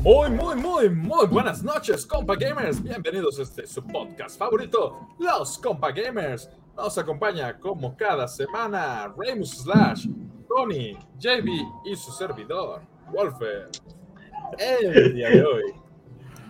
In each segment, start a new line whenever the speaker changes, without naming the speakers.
Muy, muy, muy, muy buenas noches, compa gamers. Bienvenidos a este su podcast favorito, Los Compa Gamers. Nos acompaña como cada semana Remus Slash, Tony, JB y su servidor, Wolfer. El día de hoy,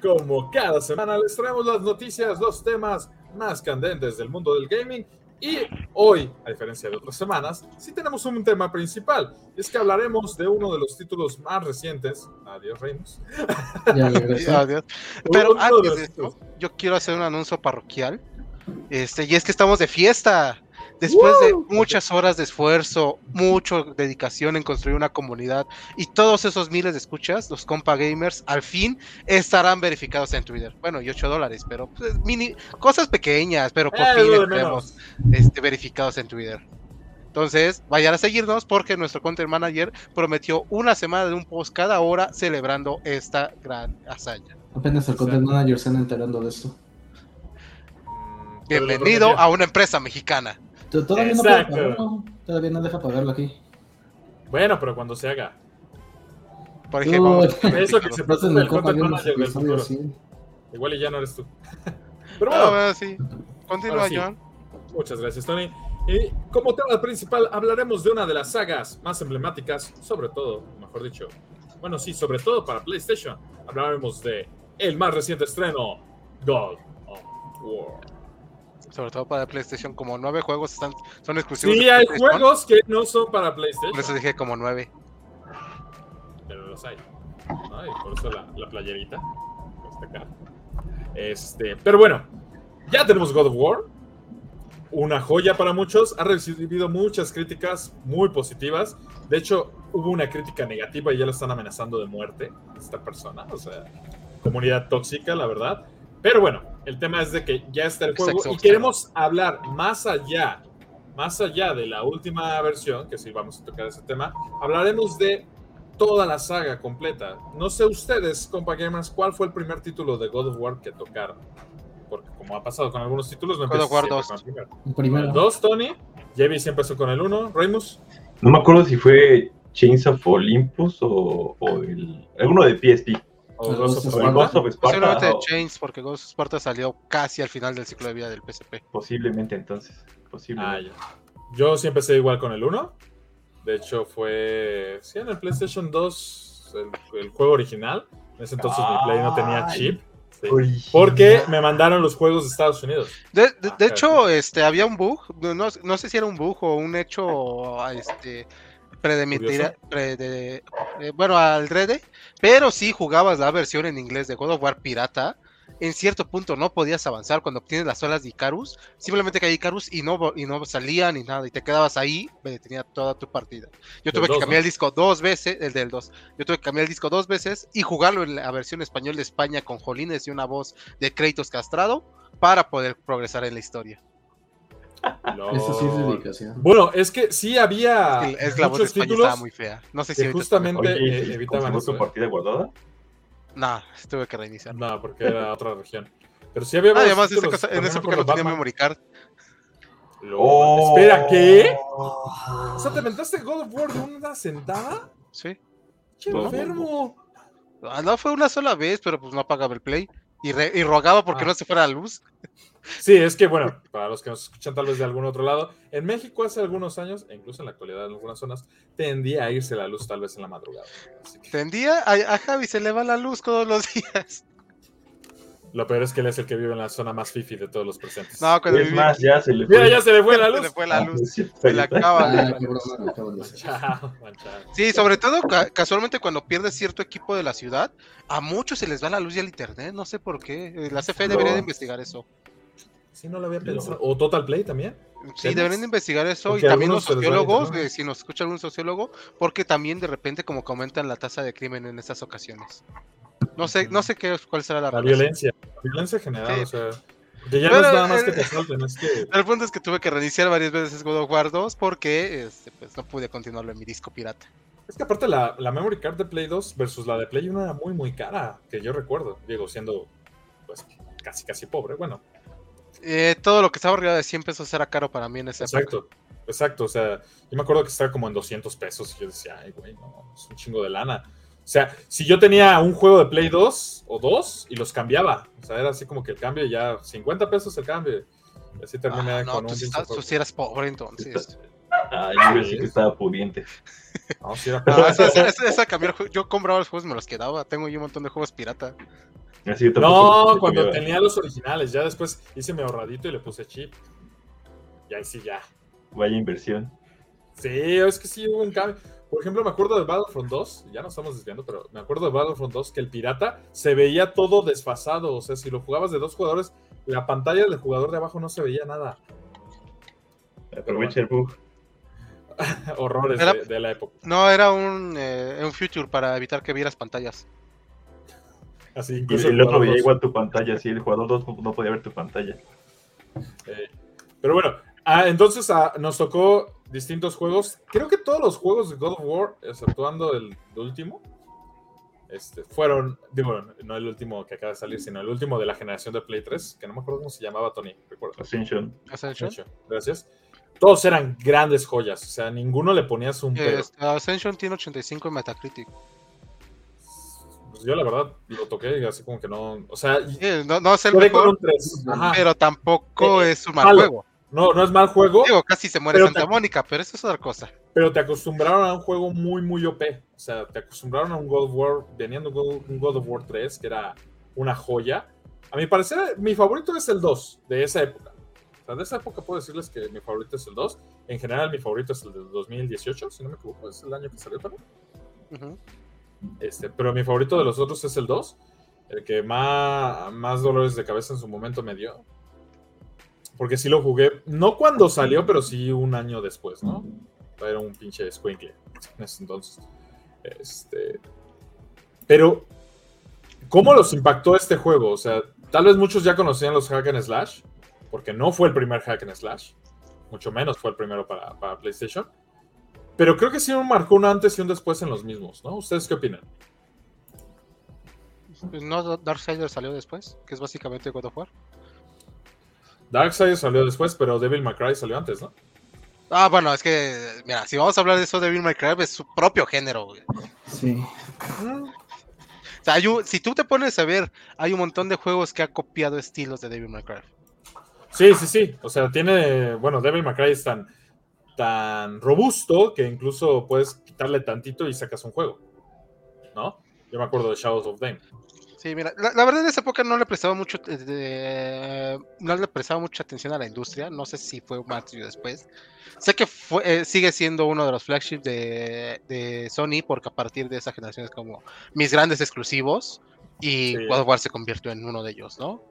como cada semana, les traemos las noticias, los temas más candentes del mundo del gaming. Y hoy, a diferencia de otras semanas, sí tenemos un tema principal. Es que hablaremos de uno de los títulos más recientes. Adiós, Remus.
Ya regresó.
Adiós. Pero
Uno de
antes
los
de esto,
títulos.
yo quiero hacer un anuncio parroquial. Este, y es que estamos de fiesta. Después de muchas horas de esfuerzo, mucha dedicación en construir una comunidad y todos esos miles de escuchas, los compa gamers al fin estarán verificados en Twitter. Bueno, y 8 dólares, pero pues, mini, cosas pequeñas, pero por
Eh,
fin
lo de
estaremos
menos.
este, verificados en Twitter. Entonces, vayan a seguirnos porque nuestro content manager prometió una semana de un post cada hora celebrando esta gran hazaña.
Apenas el content manager se anda enterando de esto.
Mm, pero lo
Bienvenido
prometí.
a una empresa mexicana.
T- Todavía no
Exacto.
puede pagarlo. Todavía no deja pagarlo aquí.
Bueno, pero cuando se haga.
Por ejemplo,
Uy.
vamos a-
Eso que se
No
presenta
en el
el
Copa
content
Gamers
manager del
episodio
futuro.
100.
Igual y ya no eres tú. Pero
Ah,
bueno,
bueno, sí. Continúa,
Ahora sí.
John.
muchas gracias, Tony. Y como tema principal hablaremos de una de las sagas más emblemáticas, sobre todo, mejor dicho, bueno, sí, sobre todo para PlayStation. Hablaremos de el más reciente estreno, God of War.
Sobre todo para PlayStation, como nueve juegos están, son exclusivos.
Sí,
de
hay
PlayStation.
juegos que no son para
Por eso
PlayStation,
dije como nueve.
pero los hay. Ay, por eso la, la playerita. pues, Está acá. Este, pero bueno, ya tenemos God of War. Una joya para muchos. Ha recibido muchas críticas muy positivas. De hecho, hubo una crítica negativa y ya la están amenazando de muerte a esta persona. O sea, comunidad tóxica, la verdad. Pero bueno, el tema es de que ya está el juego
Sexo
y
extremo.
queremos hablar más allá, más allá de la última versión, que sí vamos a tocar ese tema. Hablaremos de toda la saga completa. No sé ustedes, compa gamers, cuál fue el primer título de God of War que tocaron. Porque como ha pasado con algunos títulos, no
God of
empecé
War
siempre
2.
con el primero.
El
Con el
primero.
2, Tony. Javi siempre empezó con el 1. Remus.
No me acuerdo si fue Chains of Olympus o, o el, alguno de PSP.
O
El
Ghost of
dos es
O el
Sparta.
Sparta.
Ghost of Sparta,
Posiblemente de
o-
Chains, porque Ghost of Sparta salió casi al final del ciclo de vida del PSP.
posiblemente entonces.
Ah,
Posiblemente.
ya. Yo sí empecé igual con el 1. De hecho, fue. Sí, en el PlayStation 2, el, el juego original. En ese entonces mi Play no tenía
Ay.
chip.
Ah,
Sí.
Original.
Porque me mandaron los juegos de Estados Unidos.
De, de-
Ah,
de
claro.
hecho, este, había un bug, no, no- no sé si era un bug o un hecho a este, predemitira- prede- eh, bueno, al rede, pero si jugabas la versión en inglés de God of War pirata, en cierto punto no podías avanzar cuando obtienes las olas de Icarus, simplemente caía Icarus y no, vo- y no salía ni nada, y te quedabas ahí, me detenía toda tu partida. Yo
Del
tuve
dos,
que cambiar
¿no?
el disco dos veces, el del 2, yo tuve que cambiar el disco dos veces y jugarlo en la versión español de España con Jolines y una voz de Kratos castrado para poder progresar en la historia.
Eso sí es
Lol.
dedicación.
Bueno, es que sí había
Sí, es la voz
Ah,
de
muchos
España
títulos
estaba muy fea. No sé si
que
ahorita-
justamente eh,
Oye, ¿y
evitaban
¿confirmó
eso.
tu
¿eh?
partida guardada?
Nah, tuve que reiniciar.
No, porque era otra región. Pero sí había
Ah,
varios
además, esa
títulos,
cosa- en
también
esa
me
época
acuerdo
no tenía Oh.
Batman.
memory card.
Lol.
Oh,
Espera, ¿qué? O sea, ¿te
Ah,
aventaste God of War de una sentada?
Sí.
¡Qué
No.
enfermo!
Ah, No fue una sola vez, pero pues no apagaba el play. Y, re- y rogaba porque
Ah.
no se fuera la luz.
Sí, es que bueno, para los que nos escuchan tal vez de algún otro lado, en México hace algunos años, e incluso en la actualidad en algunas zonas, tendía a irse la luz tal vez en la madrugada. Así que,
Tendía a, a Javi se le va la luz todos los días.
lo peor es que él es el que vive en la zona más fifi de todos los presentes.
No, cuando
Es
viví-
más, ya se le
Mira, ya se le fue la
se le
luz.
fue la
Ah,
luz.
es cierto,
Se
ahí
le
está.
acaba de-
Ah, qué broma me acabo de hacer.
Manchado, manchado.
Sí, sobre todo ca- casualmente cuando pierdes cierto equipo de la ciudad, a muchos se les va la luz y el internet, no sé por qué. Eh, La CFE debería de
No.
investigar eso.
Sí, no lo había
Pero-
pensado. O Total Play también.
Sí,
¿Tenis?
deberían de investigar eso
Porque
y también
algunos
los
se les va el
sociólogos,
internet.
eh, si nos escucha algún sociólogo, porque también de repente como que aumentan la tasa de crimen en estas ocasiones. No sé, no sé qué, cuál será la,
La
relación.
violencia. La violencia general,
Sí.
o sea. Que ya no
Pero,
es nada más que
eh,
te asalten, es que.
El punto es que tuve que reiniciar varias veces God of War 2 porque este, pues, no pude continuarlo en mi disco pirata.
Es que aparte la, la memory card de Play 2 versus la de Play 1 era muy, muy cara, que yo recuerdo. Digo, siendo pues casi, casi pobre. Bueno,
Eh, todo lo que estaba arriba de 100 pesos era caro para mí en esa época.
exacto. Exacto, o sea, yo me acuerdo que estaba como en 200 pesos y yo decía, ay, güey, no, es un chingo de lana. O sea, si yo tenía un juego de Play 2 o 2 y los cambiaba. O sea, era así como que el cambio ya 50 pesos el cambio. Y así terminé
Ah, no,
con
tú
un
sí,
pinche
estás- tú
juego.
sí eras pobre entonces.
Ah, yo iba a decir que estaba pudiente.
No, sí era
No,
para-
esa- esa- esa- esa cambiar jue- yo compraba los juegos y me los quedaba. Tengo yo un montón de juegos pirata.
Así yo tampoco
No, cuando
iba.
tenía los originales. Ya después hice mi ahorradito y le puse chip. Y ahí sí ya.
Vaya inversión.
Sí, es que sí hubo un cambio. Por ejemplo, me acuerdo de Battlefront 2, ya nos estamos desviando, pero me acuerdo de Battlefront 2 que el pirata se veía todo desfasado. O sea, si lo jugabas de dos jugadores, la pantalla del jugador de abajo no se veía nada.
Aprovecha el bug.
Horrores
Era-
de, de la época.
No, era un, eh, un future para evitar que vieras pantallas.
Así,
Y
incluso
el otro veía
jugador
igual tu pantalla, así el jugador no, no podía ver tu pantalla.
Eh, pero bueno, ah, entonces ah, nos tocó distintos juegos. Creo que todos los juegos de God of War, exceptuando el último, este, fueron, digo, no el último que acaba de salir, sino el último de la generación de Play 3, que no me acuerdo cómo se llamaba Tony, recuerdo.
Ascension.
Ascension.
Gracias. Todos eran grandes joyas, o sea, ninguno le ponías un
Eh,
pero.
este, Ascension tiene 85 en Metacritic.
Pues yo la verdad lo toqué y así como que no, o sea, y-
Eh, no, no es el
quedé con
mejor,
un 3.
pero tampoco
Eh,
es un mal
malo.
juego.
No, no es mal juego.
Digo, casi se muere
Pero
Santa
tam-
Mónica, pero eso es otra cosa.
Pero te acostumbraron a un juego muy, muy OP. O sea, te acostumbraron a un God of War, veniendo go- un God of War 3, que era una joya. A mi parecer, mi favorito es el 2, de esa época. O sea, de esa época puedo decirles que mi favorito es el 2. En general, mi favorito es el del 2018, si no me equivoco, es el año que salió también.
Ujú.
Este, pero mi favorito de los otros es el 2, el que más, más dolores de cabeza en su momento me dio. Porque sí lo jugué, no cuando salió, pero sí un año después, ¿no? Era un pinche squinkle en ese entonces. Este, pero, ¿cómo los impactó este juego? O sea, tal vez muchos ya conocían los hack and slash, porque no fue el primer hack and slash, mucho menos fue el primero para, para PlayStation. Pero creo que sí marcó un antes y un después en los mismos, ¿no? ¿Ustedes qué opinan?
Pues No, Darksiders salió después, que es básicamente God of War.
Darkseid salió después, pero Devil May Cry salió antes, ¿no?
Ah, bueno, es que, mira, si vamos a hablar de eso, Devil May Cry es su propio género. güey.
Sí.
O sea, hay un- si tú te pones a ver, hay un montón de juegos que ha copiado estilos de Devil May Cry.
Sí, sí, sí. O sea, tiene. Bueno, Devil May Cry es tan, tan robusto que incluso puedes quitarle tantito y sacas un juego. ¿No? Yo me acuerdo de Shadows of Dame.
Sí, mira, la, la verdad en esa época no le prestaba mucho, eh, de- no le prestaba mucha atención a la industria. No sé si fue más o después. Sé que fue, eh, sigue siendo uno de los flagships de, de Sony, porque a partir de esa generación es como mis grandes exclusivos y
Sí.
God of War se convirtió en uno de ellos, ¿no?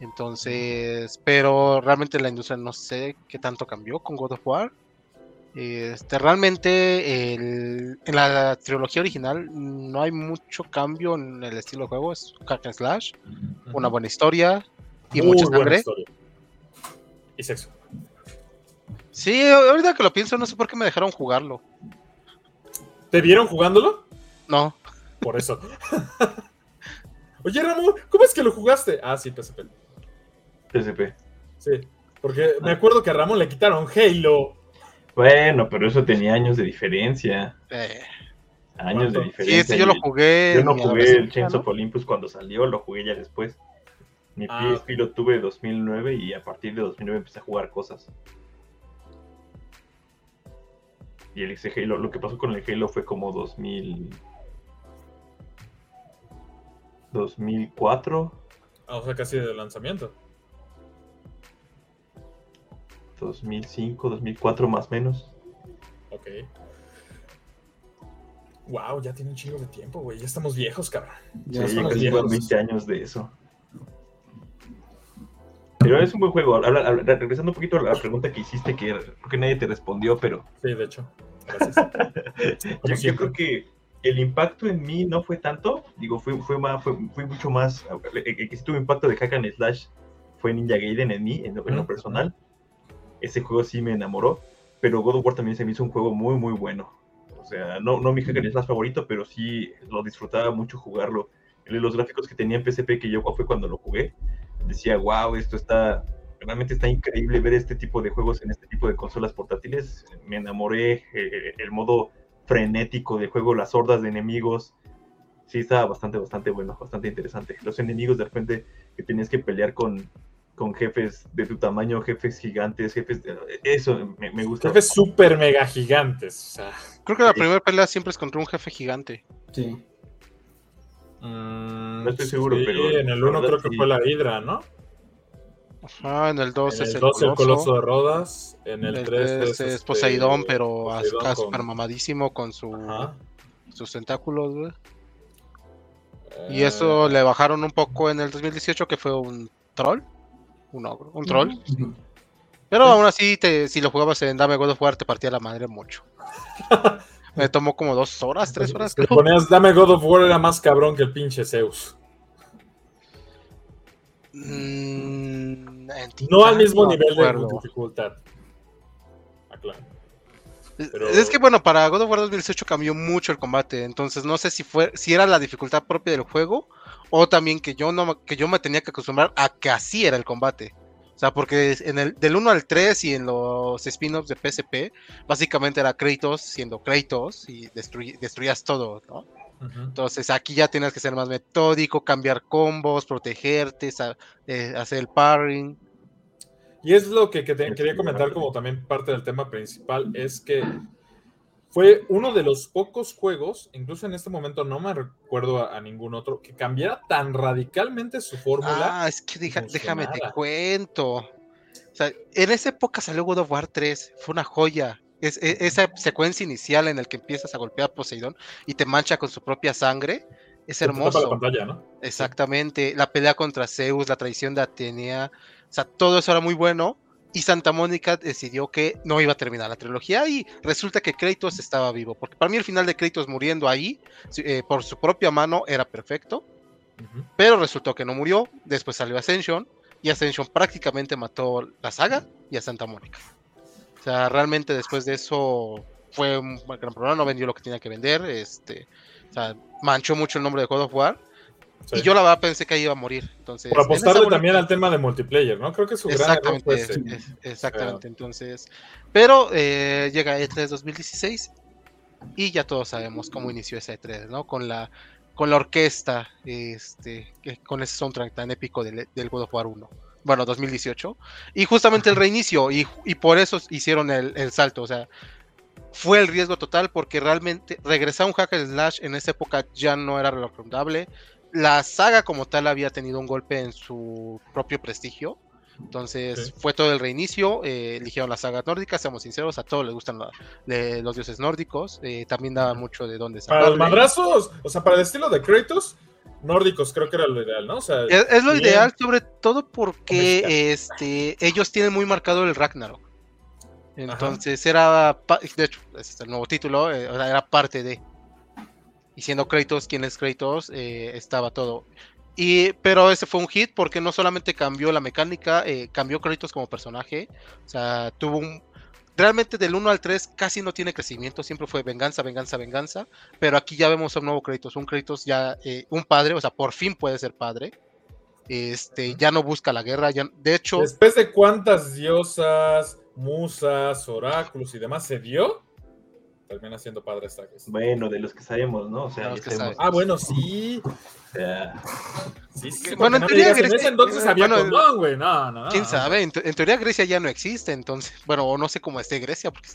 Entonces, pero realmente la industria no sé qué tanto cambió con God of War. Este, realmente el- en la trilogía original no hay mucho cambio en el estilo de juego, es hack and slash, una buena historia y
Muy
mucha
buena
sangre.
historia. Y sexo.
Sí, ahorita que lo pienso, no sé por qué me dejaron jugarlo.
¿Te vieron jugándolo?
No,
Por eso. Oye, Ramón, ¿cómo es que lo jugaste? Ah, sí, PSP.
PSP.
Sí. Porque
Ah.
me acuerdo que a Ramón le quitaron Halo.
Bueno, pero eso tenía años de diferencia.
eh,
Años
¿Cuánto?
de
sí,
diferencia.
este yo lo
Y-
jugué.
Yo
en
no
mi
jugué el
adolescencia,
Chains
¿no?
of Olympus cuando salió, lo jugué ya después. Mi
Ah,
PSP lo tuve en 2009 y a partir de 2009 empecé a jugar cosas. Y el ese Halo, lo que pasó con el Halo fue como 2000... 2004,
Ah, O sea, casi de lanzamiento.
2005, 2004 más o menos.
Ok. Wow, ya tiene un chingo de tiempo, güey. Ya estamos viejos, cabrón.
Ya
sí,
estamos
casi llevan
viejos.
20 años de eso. Pero es un buen juego. Habla- habla- regresando un poquito a la pregunta que hiciste, que creo que nadie te respondió, pero
Sí, de hecho. Gracias.
yo, yo
siempre.
creo que el impacto en mí no fue tanto. Digo, fue, fue, más, fue, fue mucho más. El el que sí tuvo impacto de Hack and Slash fue Ninja Gaiden en mí, en lo, en lo
Ujú.
personal. Ese juego sí me enamoró. Pero God of War también se me hizo un juego muy, muy bueno. O sea, no, no mi Hack and Slash favorito, pero sí lo disfrutaba mucho jugarlo. Los gráficos que tenía en PSP, que yo fue cuando lo jugué, decía, wow, esto está. Realmente está increíble ver este tipo de juegos en este tipo de consolas portátiles. eh, Me enamoré. eh, el modo frenético del juego, las hordas de enemigos, sí estaba bastante, bastante bueno, bastante interesante. Los enemigos de repente que tenías que pelear con, con jefes de tu tamaño, jefes gigantes, jefes... de- Eso me, me gusta.
Jefes súper mega gigantes. O sea,
Creo que la primera pelea siempre es contra un jefe gigante.
Sí.
mm,
No estoy seguro,
sí,
pero
en el
la
1
verdad
creo que
sí.
fue la Hidra, ¿no?
Ajá, Ah, en el 2
en
es
el
el
2 el
coloso.
Coloso de Rodas. En
En
el
el
3
3 es,
este,
Poseidón, pero
Poseidón
acá
con-
super mamadísimo con su,
Ajá.
sus tentáculos, güey. Y
Eh,
eso le bajaron un poco en el 2018, que fue un troll. Un ogro, un troll.
Ujú.
Pero aún así, te, si lo jugabas en Dame God of War, te partía la madre mucho. Me tomó como dos horas, tres horas,
Le
creo.
ponías Dame God of War era más cabrón que el pinche Zeus.
Mm, en Teen
No al
Titans,
mismo
no
nivel
recuerdo.
de dificultad. Ah, claro.
Es-
pero-
Es que bueno, para God of War 2018 cambió mucho el combate, entonces no sé si fue si era la dificultad propia del juego o también que yo no me- que yo me tenía que acostumbrar a que así era el combate. O sea, porque es- en el del 1 al 3 y en los spin-offs de PSP, básicamente era Kratos siendo Kratos y destruy- destruías todo, ¿no?
Ujú.
Entonces aquí ya tienes que ser más metódico, cambiar combos, protegerte, sa- eh, hacer el parring.
Y es lo que, que te-
Es
quería comentar
verdad.
como también parte del tema principal, es que fue uno de los pocos juegos, incluso en este momento no me recuerdo a, a ningún otro, que cambiara tan radicalmente su fórmula.
Ah, es que deja- déjame te
funcionara.
cuento. O sea, en esa época salió God of War 3, fue una joya. Es, e- esa secuencia inicial en la que empiezas a golpear a Poseidón y te mancha con su propia sangre es
que te tapa La
hermoso.
pantalla, ¿no?
Exactamente. La pelea contra Zeus, la traición de Atenea. O sea, todo eso era muy bueno. Y Santa Mónica decidió que no iba a terminar la trilogía. Y resulta que Kratos estaba vivo. Porque para mí el final de Kratos muriendo ahí, eh, por su propia mano, era perfecto
Ujú.
pero resultó que no murió. Después salió Ascension y Ascension prácticamente mató la saga y a Santa Mónica. O sea, realmente después de eso fue un gran problema, no vendió lo que tenía que vender, este, o sea, manchó mucho el nombre de God of War
Sí.
y yo la verdad pensé que ahí iba a morir. Entonces,
Por
en esa
apostarle
bonita-
también al tema de multiplayer, ¿no? Creo que su gran error
Exactamente,
fue
es-
ese.
es- exactamente. Entonces, pero eh, llega E3 2016 y ya todos sabemos cómo inició esa E3, ¿no? Con la con la orquesta, este, que- con ese soundtrack tan épico del, del God of War 1. Bueno, 2018. Y justamente el reinicio, y, y por eso hicieron el, el salto. O sea, fue el riesgo total porque realmente regresar a un hack and slash en esa época ya no era recomendable. La saga como tal había tenido un golpe en su propio prestigio. Entonces
Sí.
fue todo el reinicio, eh, eligieron las sagas nórdicas, seamos sinceros, a todos les gustan la- le- los dioses nórdicos, eh, también daba mucho de dónde
Para los
sacarle.
madrazos, o sea, para el estilo de Kratos, nórdicos creo que era lo ideal, ¿no? O sea,
Es, es lo
Bien.
ideal, sobre todo porque
Honesta.
este, ellos tienen muy marcado el Ragnarok. Entonces era, pa- de hecho, ese es el nuevo título, eh, o sea, era parte de. Y siendo Kratos quien es Kratos, eh, estaba todo. Y, pero ese fue un hit porque no solamente cambió la mecánica, eh, cambió Kratos como personaje. O sea, tuvo un... Realmente del 1 al 3 casi no tiene crecimiento, siempre fue venganza, venganza, venganza. Pero aquí ya vemos a un nuevo Kratos, un Kratos ya, eh, un padre, o sea, por fin puede ser padre. Este, ya no busca la guerra, ya, de hecho,
después de cuántas diosas, musas, oráculos y demás se dio, termina siendo padre esta vez.
Bueno, de los que sabemos, ¿no? O sea,
De los
ya
que
sabemos,
Ah, bueno, sí.
o sea,
Sí, sí,
Que-
porque
bueno, en
no me
teoría
digas, en
Grecia-
ese entonces había
bueno,
condón, güey. No, no.
quién sabe, en, te- en teoría Grecia ya no existe, entonces, bueno, o no sé cómo esté Grecia, porque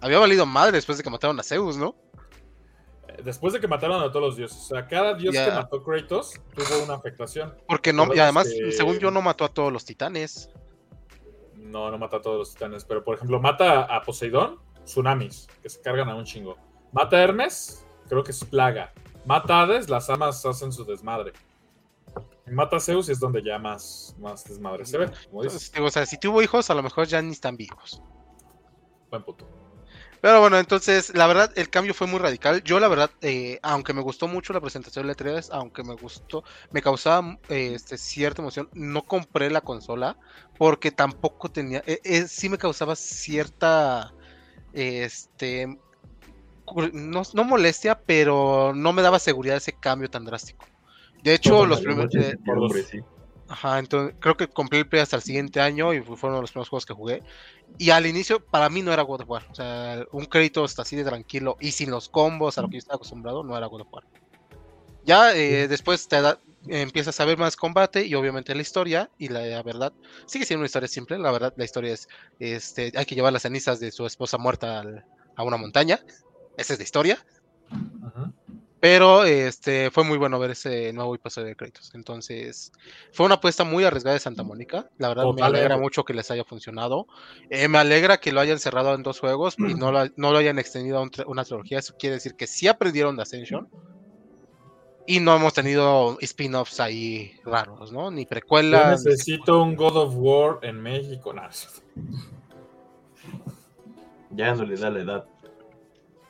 había valido madre después de que mataron a Zeus, ¿no?
Después de que mataron a todos los dioses. O sea, cada dios
Ya.
que mató Kratos tuvo una afectación.
Porque no, y
Recuerdas
además,
que-
según yo, no mató a todos los titanes.
No, no mata a todos los titanes, pero por ejemplo, mata a Poseidón, tsunamis, que se cargan a un chingo. Mata a Hermes, creo que es plaga. Mata a Hades, las amas hacen su desmadre. Y mata a Zeus y es donde ya más, más desmadre se ve. Como dices,
Entonces, digo, o sea, si tuvo hijos, a lo mejor ya ni están vivos.
buen puto.
Pero bueno, entonces, la verdad, el cambio fue muy radical. Yo, la verdad, eh, aunque me gustó mucho la presentación de E3, aunque me gustó, me causaba eh, este, cierta emoción, no compré la consola porque tampoco tenía, eh, eh, sí me causaba cierta, eh, este, cur- no, no molestia, pero no me daba seguridad ese cambio tan drástico. De hecho,
Como
los
la
primeros...
mucha
eh,
incertidumbre, sí.
Ajá, entonces creo que compré el Play hasta el siguiente año y fue fue uno de los primeros juegos que jugué. Y al inicio, para mí no era God of War. O sea, un crédito hasta así de tranquilo y sin los combos a lo que yo estaba acostumbrado, no era God of War. Ya eh, después te da- empiezas a ver más combate y obviamente la historia y la, la verdad sigue siendo una historia simple. La verdad la historia es, este, hay que llevar las cenizas de su esposa muerta al- a una montaña. Esa es la historia.
Ujú.
Pero este, fue muy bueno ver ese nuevo episodio de Kratos. Entonces, fue una apuesta muy arriesgada de Santa Mónica. La verdad, me
Totalmente.
alegra mucho que les haya funcionado. Eh, me alegra que lo hayan cerrado en dos juegos y no lo, no lo hayan extendido a un tri- una trilogía. Eso quiere decir que sí aprendieron de Ascension. Y no hemos tenido spin-offs ahí raros, ¿no? Ni
Yo
precuelas.
necesito un God of War en México. Nah,
Ya no le da la edad.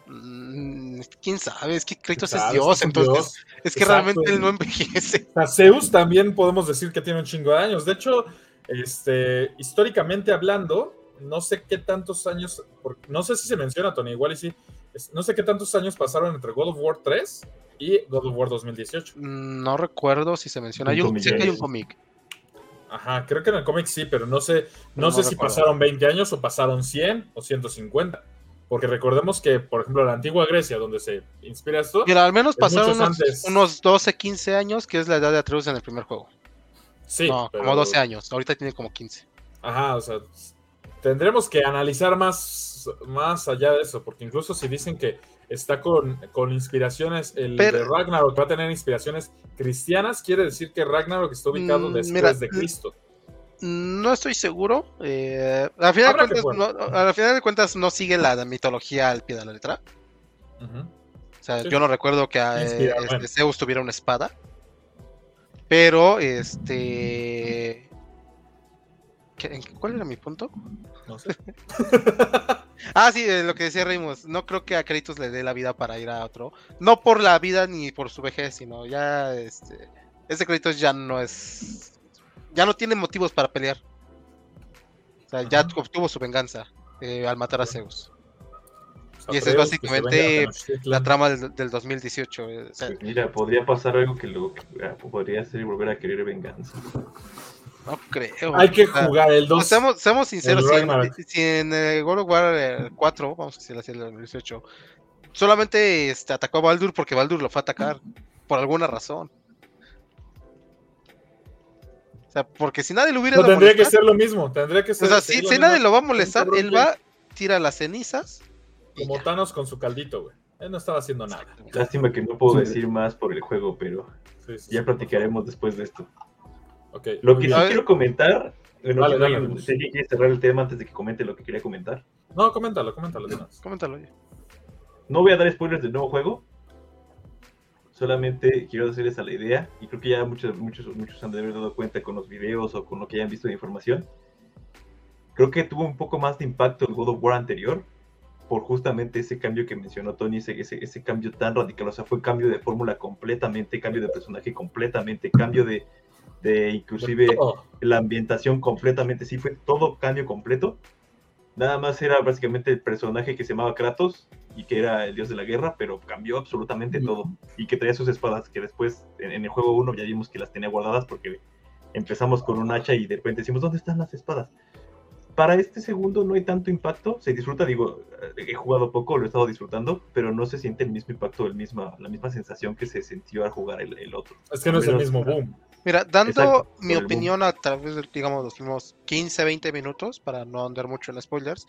mm, ¿Quién sabe? Es que Kratos es
¿sabes?
Dios, entonces
Dios.
es que
exacto,
realmente él
y-
no envejece.
O sea, Zeus también podemos decir que tiene un chingo de años. De hecho, este, históricamente hablando, no sé qué tantos años, por- no sé si se menciona, Tony, igual y sí, es- no sé qué tantos años pasaron entre God of War 3 y God of War 2018.
Mm, No recuerdo si se menciona.
Un
Hay un,
cómic,
sé que hay un
es.
cómic.
Ajá, creo que en el cómic sí, pero no sé, no
No
sé si
recuerdo.
pasaron 20 años o pasaron 100 o 150. Porque recordemos que, por ejemplo, la antigua Grecia, donde se inspira esto,
Mira, al menos
Es
pasaron
muchos
unos,
antes.
unos 12, 15 años, que es la edad de Atreus en el primer juego.
sí,
no,
pero-
como 12 años. Ahorita tiene como 15.
Ajá, o sea, tendremos que analizar más, más allá de eso, porque incluso si dicen que está con, con inspiraciones, el
Pero-
de Ragnarok va a tener inspiraciones cristianas, quiere decir que Ragnarok está ubicado
Mm,
después
mira,
de Cristo.
No estoy seguro. eh, al, final de
Habrá que
cuentas, no, al final de cuentas no sigue la mitología al pie de la letra.
Ujú.
O sea,
Sí. ah,
yo no recuerdo que eh,
Inspirado en-
este, Zeus tuviera una espada. Pero, este... ¿qué- en- ¿Cuál era mi punto?
No sé.
Ah, sí, de lo que decía Reimos. No creo que a Kratos le dé la vida para ir a otro. No por la vida ni por su vejez, sino ya este. Ese Kratos ya no es. Ya no tiene motivos para pelear. O sea, ya
Ajá.
obtuvo su venganza eh, al matar a Zeus. Y ese
Atreus, pues, que
es
se
básicamente
venga a Tenochtitlan.
La trama del, del 2018. eh, o sea,
Pues mira, podría pasar algo que lo que, ah, podría hacer volver a querer venganza.
no creo.
Hay que
o sea,
jugar el 2.
pues, seamos, seamos sinceros,
el
si en,
Ragnarok.
si en eh, God of War eh, 4, vamos a decir así, el 2018, solamente este, atacó a Baldur porque Baldur lo fue a atacar, por alguna razón. O sea, porque si nadie lo hubiera
No,
ido a
tendría que
molestar,
ser lo mismo. Tendría que ser.
o sea, si,
seguir la
si
misma-
nadie lo va a molestar,
cabrón
él va, tira las cenizas. y
Como
ya.
Thanos con su caldito, güey. Él no estaba haciendo nada.
Lástima que no puedo
Sí.
decir más por el juego, pero
Sí, sí,
ya
sí.
platicaremos después de esto.
Ok,
Lo
muy
que sí
bien.
A ver.
quiero comentar, bueno,
Dale,
que
dale,
alguien-
Gus.
si alguien quiere cerrar el tema antes de que comente lo que quería comentar.
No, coméntalo, coméntalo. de una vez.
Coméntalo. oye.
No voy a dar spoilers del nuevo juego. Solamente quiero decirles a la idea, y creo que ya muchos, muchos, muchos han de haber dado cuenta con los videos o con lo que hayan visto de información. Creo que tuvo un poco más de impacto el God of War anterior, por justamente ese cambio que mencionó Tony, ese, ese, ese cambio tan radical. O sea, fue cambio de fórmula completamente, cambio de personaje completamente, cambio de, de inclusive
Oh.
la ambientación completamente, sí, fue todo cambio completo. Nada más era básicamente el personaje que se llamaba Kratos y que era el dios de la guerra, pero cambió absolutamente
Ujú.
todo. Y que traía sus espadas, que después en, en el juego 1 ya vimos que las tenía guardadas porque empezamos con un hacha y de repente decimos, ¿dónde están las espadas? Para este segundo no hay tanto impacto, se disfruta, digo, eh, he jugado poco, lo he estado disfrutando, pero no se siente el mismo impacto, el misma, la misma sensación que se sintió al jugar el, el otro.
Es que no es el
Menos-
mismo boom.
Mira, dando
Exacto, por
mi
el boom.
opinión a través de, digamos, los primeros 15, 20 minutos, para no andar mucho en spoilers,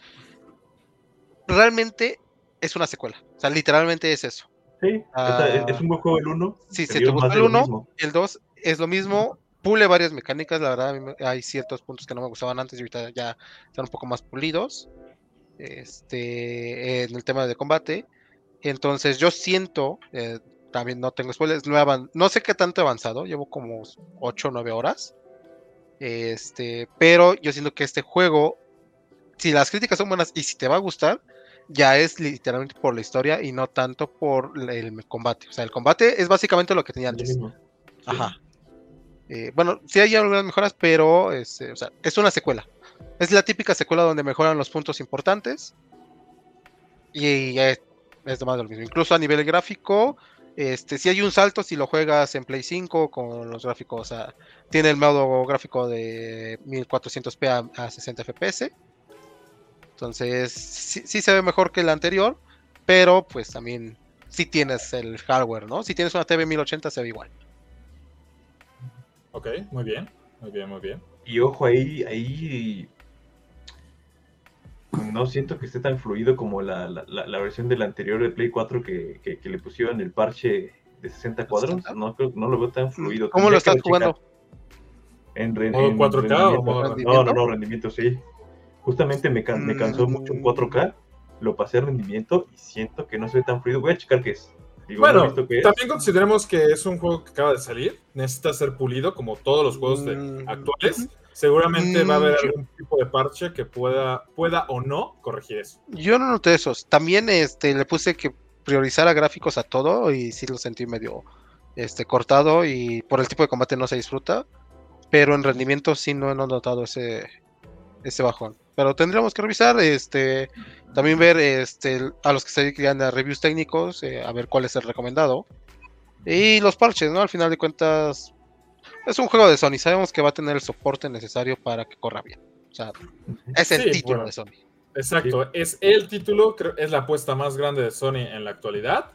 realmente es una secuela. O sea, literalmente es eso.
Sí,
Ah.
está- es un buen juego el 1.
Sí,
se
si te
vio
gustó
más de
el
lo
1,
mismo.
el 2 es lo mismo, pule varias mecánicas, la verdad a mí me- hay ciertos puntos que no me gustaban antes y ahorita ya están un poco más pulidos este, en el tema de combate. Entonces yo siento, eh, también no tengo spoilers, no, he avan- no sé qué tanto he avanzado, llevo como 8 o 9 horas, este, pero yo siento que este juego, si las críticas son buenas y si te va a gustar, ya es literalmente por la historia y no tanto por el combate. O sea, el combate es básicamente lo que tenía
Lo
antes.
mismo.
Ajá. Eh, bueno, sí hay algunas mejoras, pero este, o sea, es una secuela. Es la típica secuela donde mejoran los puntos importantes. Y, es, es más de lo mismo. Incluso a nivel gráfico, este, si hay un salto, si lo juegas en Play 5 con los gráficos, o sea, tiene el modo gráfico de 1400p a, a 60 FPS. Entonces, sí, sí se ve mejor que el anterior, pero pues también si tienes el hardware, ¿no? Si tienes una TV 1080 se ve igual.
Ok, muy bien, muy bien, muy bien.
Y ojo, ahí, ahí no siento que esté tan fluido como la, la, la- la versión del anterior de Play 4 que, que- que le pusieron el parche de 60 cuadros. No, creo, no lo veo tan fluido.
¿Cómo lo
Tendría
estás
que rechecar.
jugando?
En, re-
¿Modo
en
4K o modo
rendimiento. No,
rendimiento?
no, no, rendimiento sí. Justamente me, can- me cansó mucho en 4K, lo pasé a rendimiento y siento que no se ve tan fluido. Voy a checar qué es. Digo, no he
Bueno,
visto qué es.
también consideremos que es un juego que acaba de salir, necesita ser pulido como todos los juegos de-
Mm.
actuales. Seguramente va a haber
Mm, yo-
algún tipo de parche que pueda, pueda o no corregir eso.
Yo no noté esos. También este, le puse que priorizara gráficos a todo y sí lo sentí medio este, cortado y por el tipo de combate no se disfruta. Pero en rendimiento sí no, no he notado ese, ese bajón. Pero tendríamos que revisar, este, también ver este, el- a los que se dedican a reviews técnicos, eh, a ver cuál es el recomendado. Y los parches, ¿no? Al final de cuentas, es un juego de Sony. Sabemos que va a tener el soporte necesario para que corra bien. O sea, es el
Sí,
título
bueno.
de Sony.
Exacto, es el título, creo, es la apuesta más grande de Sony en la actualidad.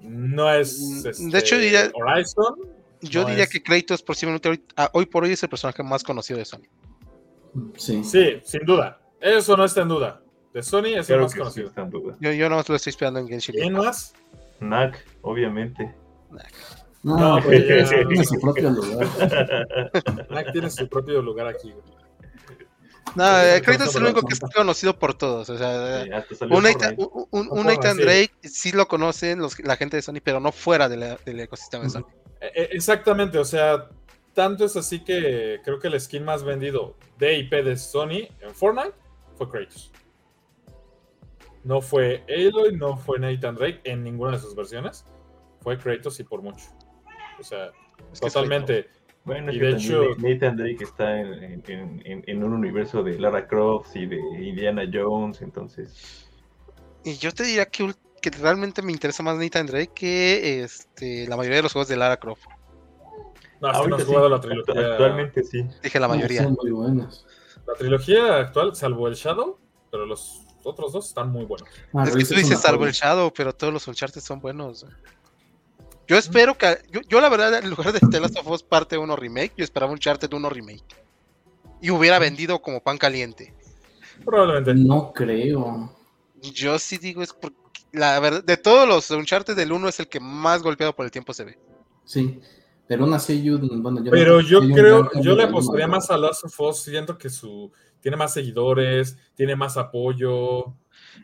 No es.
Mm,
este,
de hecho, diría-
Horizon.
Yo
No
diría
es-
que Kratos posiblemente hoy, ah, hoy por hoy es el personaje más conocido de Sony.
Sí.
Sí, sin duda. Eso no está en duda. De Sony es el
Claro
más
que sí
conocido.
está en duda.
Yo, yo nada más lo estoy esperando en Genshin
¿Quién
Impact.
más?
Knack, obviamente.
No,
No,
pues,
porque ya-
tiene su propio lugar.
Knack tiene su propio lugar aquí. güey.
No, eh,
Sí,
Kratos es el
no,
único
no,
que es
no.
conocido por todos. O sea, eh,
Sí, hasta salió
un Nathan,
Fortnite.
un- un-
Un
un Nathan
Fortnite, sí.
Drake sí lo conocen los- la gente de Sony, pero no fuera de la- del ecosistema de Sony.
E- e- Exactamente, o sea, tanto es así que creo que el skin más vendido de IP de Sony en Fortnite fue Kratos. No fue Aloy, no fue Nathan Drake en ninguna de sus versiones. Fue Kratos y por mucho. O sea,
Es que es
totalmente.
Bueno,
Y
y
de
de
hecho-
Nathan Drake está en, en- en- en- en un universo de Lara Croft y de Indiana Jones, entonces.
Kratos. Y yo te diría que, ul- que realmente me interesa más Nathan Drake que este, la mayoría de los juegos de Lara Croft.
No, es que Ah, no
Ahorita
has
sí,
jugado la
actu-
trilogía.
Actualmente sí.
Dije la mayoría.
Son muy buenas.
La trilogía actual, salvo el Shadow, pero los otros dos están muy buenos.
Ah,
Es
pero
que
esa
tú
es
dices
una
salvo
joya.
el Shadow, pero todos los Uncharted son buenos. Yo espero que. Yo, yo la verdad, en lugar de The Last of Us parte 1 remake, yo esperaba Uncharted 1 remake. Y hubiera vendido como pan caliente.
Probablemente.
No creo.
Yo sí digo, es porque. La verdad, de todos los Uncharted, del 1 es el que más golpeado por el tiempo se ve.
Sí. Pero aún así, yo, bueno, yo
Pero yo
hay un
creo,
gran cambio
yo le
de
apostaría
ánimo.
más a Last of Us, siento que su tiene más seguidores, tiene más apoyo.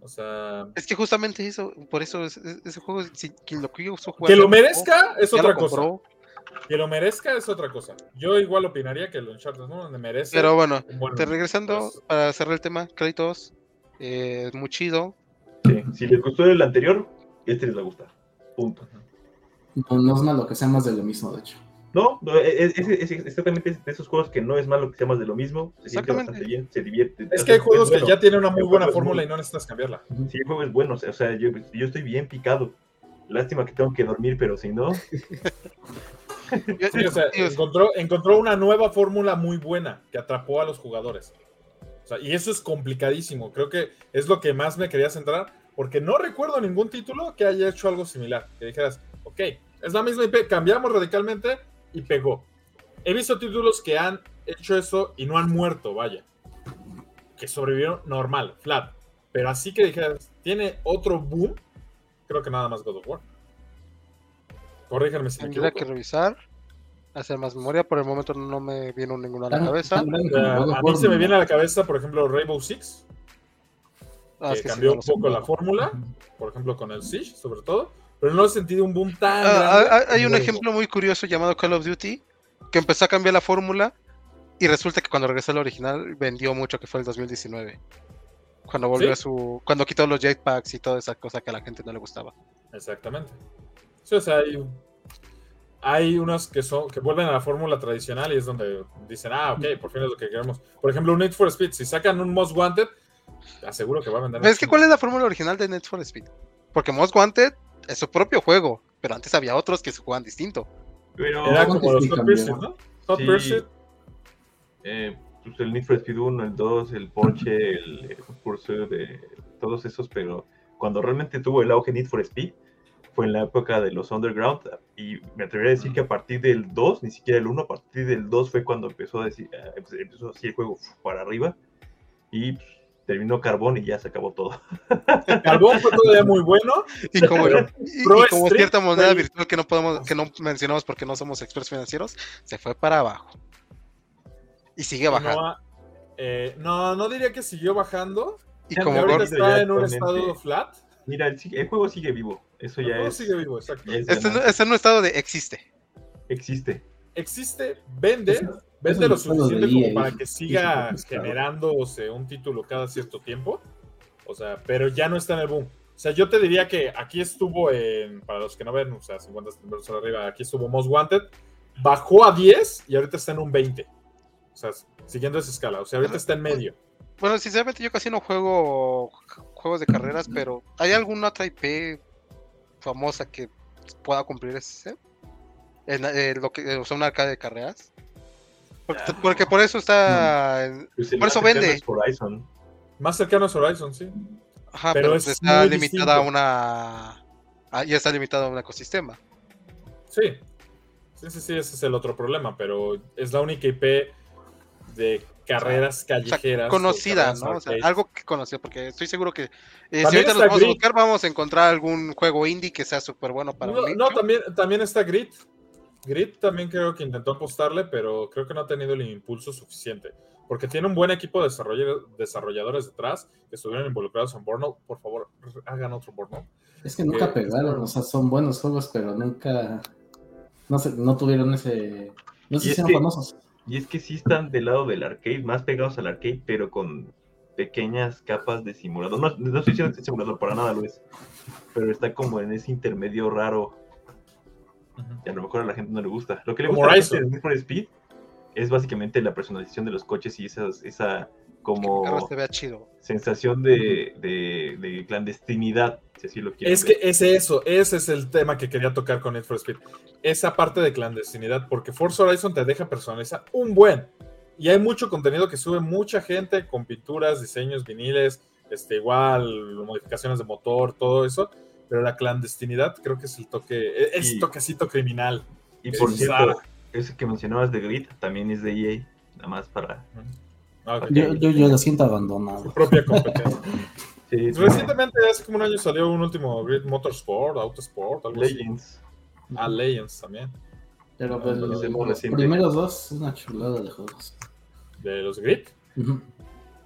O sea,
Es que justamente eso, por eso es- es- ese juego, si, quien lo quiso jugar.
que lo
ya Pues lo compró,
merezca es
ya lo
otra cosa.
compró,
Que lo merezca es otra cosa. Yo igual opinaría que el Uncharted 1 le merece.
Pero bueno,
un buen-
te regresando
pues-
para cerrar el tema, Kratos, eh, muy chido.
Sí, Si les gustó el anterior, este les va a gustar. Punto.
No, no es malo que sea más de lo mismo, de hecho.
No, no, e, es, es- es exactamente de esos juegos que no es malo que sea más de lo mismo. Se siente
Exactamente.
bastante bien, se divierte.
es que hay juegos que ya tienen una muy
El
buena
juego es muy-
fórmula y no necesitas cambiarla.
Sí, el juego es bueno. O sea, o sea, yo, yo estoy bien picado. Lástima que tengo que dormir, pero si no.
Yo-
Sí, o sea,
yo-
encontró, encontró una nueva fórmula muy buena que atrapó a los jugadores. O sea, y eso es complicadísimo. Creo que es lo que más me quería centrar, porque no recuerdo ningún título que haya hecho algo similar. Que dijeras, ok, es la misma IP, cambiamos radicalmente y pegó. He visto títulos que han hecho eso y no han muerto, vaya. Que sobrevivieron normal, flat. Pero así que dijeras, tiene otro boom, creo que nada más God of War. Corríjanme si me
Tendría
equivoco.
que revisar, hacer más memoria. Por el momento no me vino ninguno a la
Tan-
cabeza.
tan grande
O
como
sea,
God of
a
War,
mí se me
¿no?
viene a la cabeza, por ejemplo, Rainbow Six,
Ah, es
que
que sí,
cambió
no
un
lo sé.
poco la fórmula, por ejemplo, con el Siege, sobre todo, pero no he sentido un boom tan
Ah,
grande.
ah, ah, hay un
como-
ejemplo muy curioso llamado Call of Duty que empezó a cambiar la fórmula y resulta que cuando regresó al original vendió mucho, que fue el 2019. Cuando volvió
¿Sí?
a su. Cuando quitó los jetpacks y toda esa cosa que a la gente no le gustaba.
Exactamente. Sí, o sea, hay, hay unos que son que vuelven a la fórmula tradicional y es donde dicen, ah, ok, por fin es lo que queremos. Por ejemplo, un Need for Speed, si sacan un Most Wanted, te aseguro que va a vender.
Pero es que ¿cuál es la fórmula original de Net for Speed? Porque Most Wanted es su propio juego, pero antes había otros que se jugaban distinto.
Pero.
Era como los
Sí,
Hot
cambió.
Pursuit, ¿no? Hot
Sí.
Pursuit,
eh, pues, el Need for Speed 1, el 2, el Porsche, el, el Pursuit, eh, todos esos, pero cuando realmente tuvo el auge Need for Speed, fue en la época de los Underground y me atrevería a decir que a partir del 2, ni siquiera el 1, a partir del 2 fue cuando empezó, a decir, eh, empe- empezó así el juego para arriba y pues, terminó Carbón y ya se acabó todo.
Carbón fue todavía muy bueno.
Y como,
Pero,
y- y
Pro
como
Street
cierta moneda
Fighter-
virtual que no podemos, que no mencionamos porque no somos expertos financieros, se fue para abajo. Y sigue bajando.
No, ha- eh, no, no diría que siguió bajando.
Y
ya
Y
como
ahorita
ahorita
Gold,
Gold- ya
está en un
actualmente-
estado flat.
Mira, el, sig- el juego sigue vivo, eso ya
No
es,
sigue vivo, exacto.
ya es
está en-
ganancia.
está en un este estado de existe.
existe.
Existe, vende,
Eso-
vende lo
eso me acuerdo de
suficiente como
EA,
para que siga
sí, claro.
generándose un título cada cierto tiempo. O sea, pero ya no está en el boom. O sea, yo te diría que aquí estuvo en, para los que no ven, o sea, 50 centavos arriba, aquí estuvo Most Wanted, bajó a 10 y ahorita está en un 20. O sea, siguiendo esa escala. O sea, ahorita está en medio.
Bueno, sinceramente yo casi no juego j- juegos de carreras, pero ¿hay alguna otra IP famosa que pueda cumplir ese? En, eh, lo que, o sea, un arcade de carreras. Porque,
Ah,
porque por eso
Mm.
está. en-
Pues el
Por eso
más cercano
vende.
es Horizon.
Más cercano es Horizon, sí.
Ajá,
Pero
pero,
es
está
muy
limitada a
distinto.
una. ah, ya está limitada a un ecosistema.
Sí. Sí, sí, sí, ese es el otro problema, pero es la única IP de carreras
O sea,
callejeras. o
conocida,
carreras
¿no? O sea,
arcade.
algo que conocida, porque estoy seguro que eh, si
También
ahorita nos
está
vamos a
Grid.
buscar, vamos a encontrar algún juego indie que sea súper bueno para
No,
un
no,
nicho.
también, también está Grit. Grit también creo que intentó apostarle, pero creo que no ha tenido el impulso suficiente. Porque tiene un buen equipo de desarroll- desarrolladores detrás que estuvieron involucrados en Burnout. Por favor, r- hagan otro Burnout.
Es que nunca
Eh,
pegaron, o sea, son buenos juegos, pero nunca. No, sé, no tuvieron ese. No
Y
se
es
hicieron
que-
famosos.
Y es que sí están del lado del arcade, más pegados al arcade, pero con pequeñas capas de simulador. No, no estoy diciendo que sea simulador para nada, Luis. Pero está como en ese intermedio raro. Y a lo mejor a la gente no le gusta. Lo que le
Como
gusta a la
Horizon.
gente de Need for Speed es básicamente la personalización de los coches y esas, esa
Que el carro
como
se vea chido.
sensación de, de- de clandestinidad, si así lo quieren
Es que
ver.
es eso, ese es el tema que quería tocar con Need for Speed. Esa parte de clandestinidad, porque Forza Horizon te deja personalizar un buen. Y hay mucho contenido que sube mucha gente con pinturas, diseños, viniles, este, igual, modificaciones de motor, todo eso. Pero la clandestinidad creo que es el toque, e- es
Y-
toquecito criminal.
Y por
es
cierto,
raro.
eso que mencionabas de Grid también es de EA, nada más para...
Ah, ok.
Yo, yo, yo lo siento abandonado.
Su propia competencia.
Sí, es
Recientemente, hace como un año, salió un último Grid Motorsport, Autosport, algo así.
Legends.
Ah, Legends también,
Pero pues,
Entonces,
los,
es muy
los
reciente.
primeros dos es una chulada de juegos.
de los Grid.
Ujú.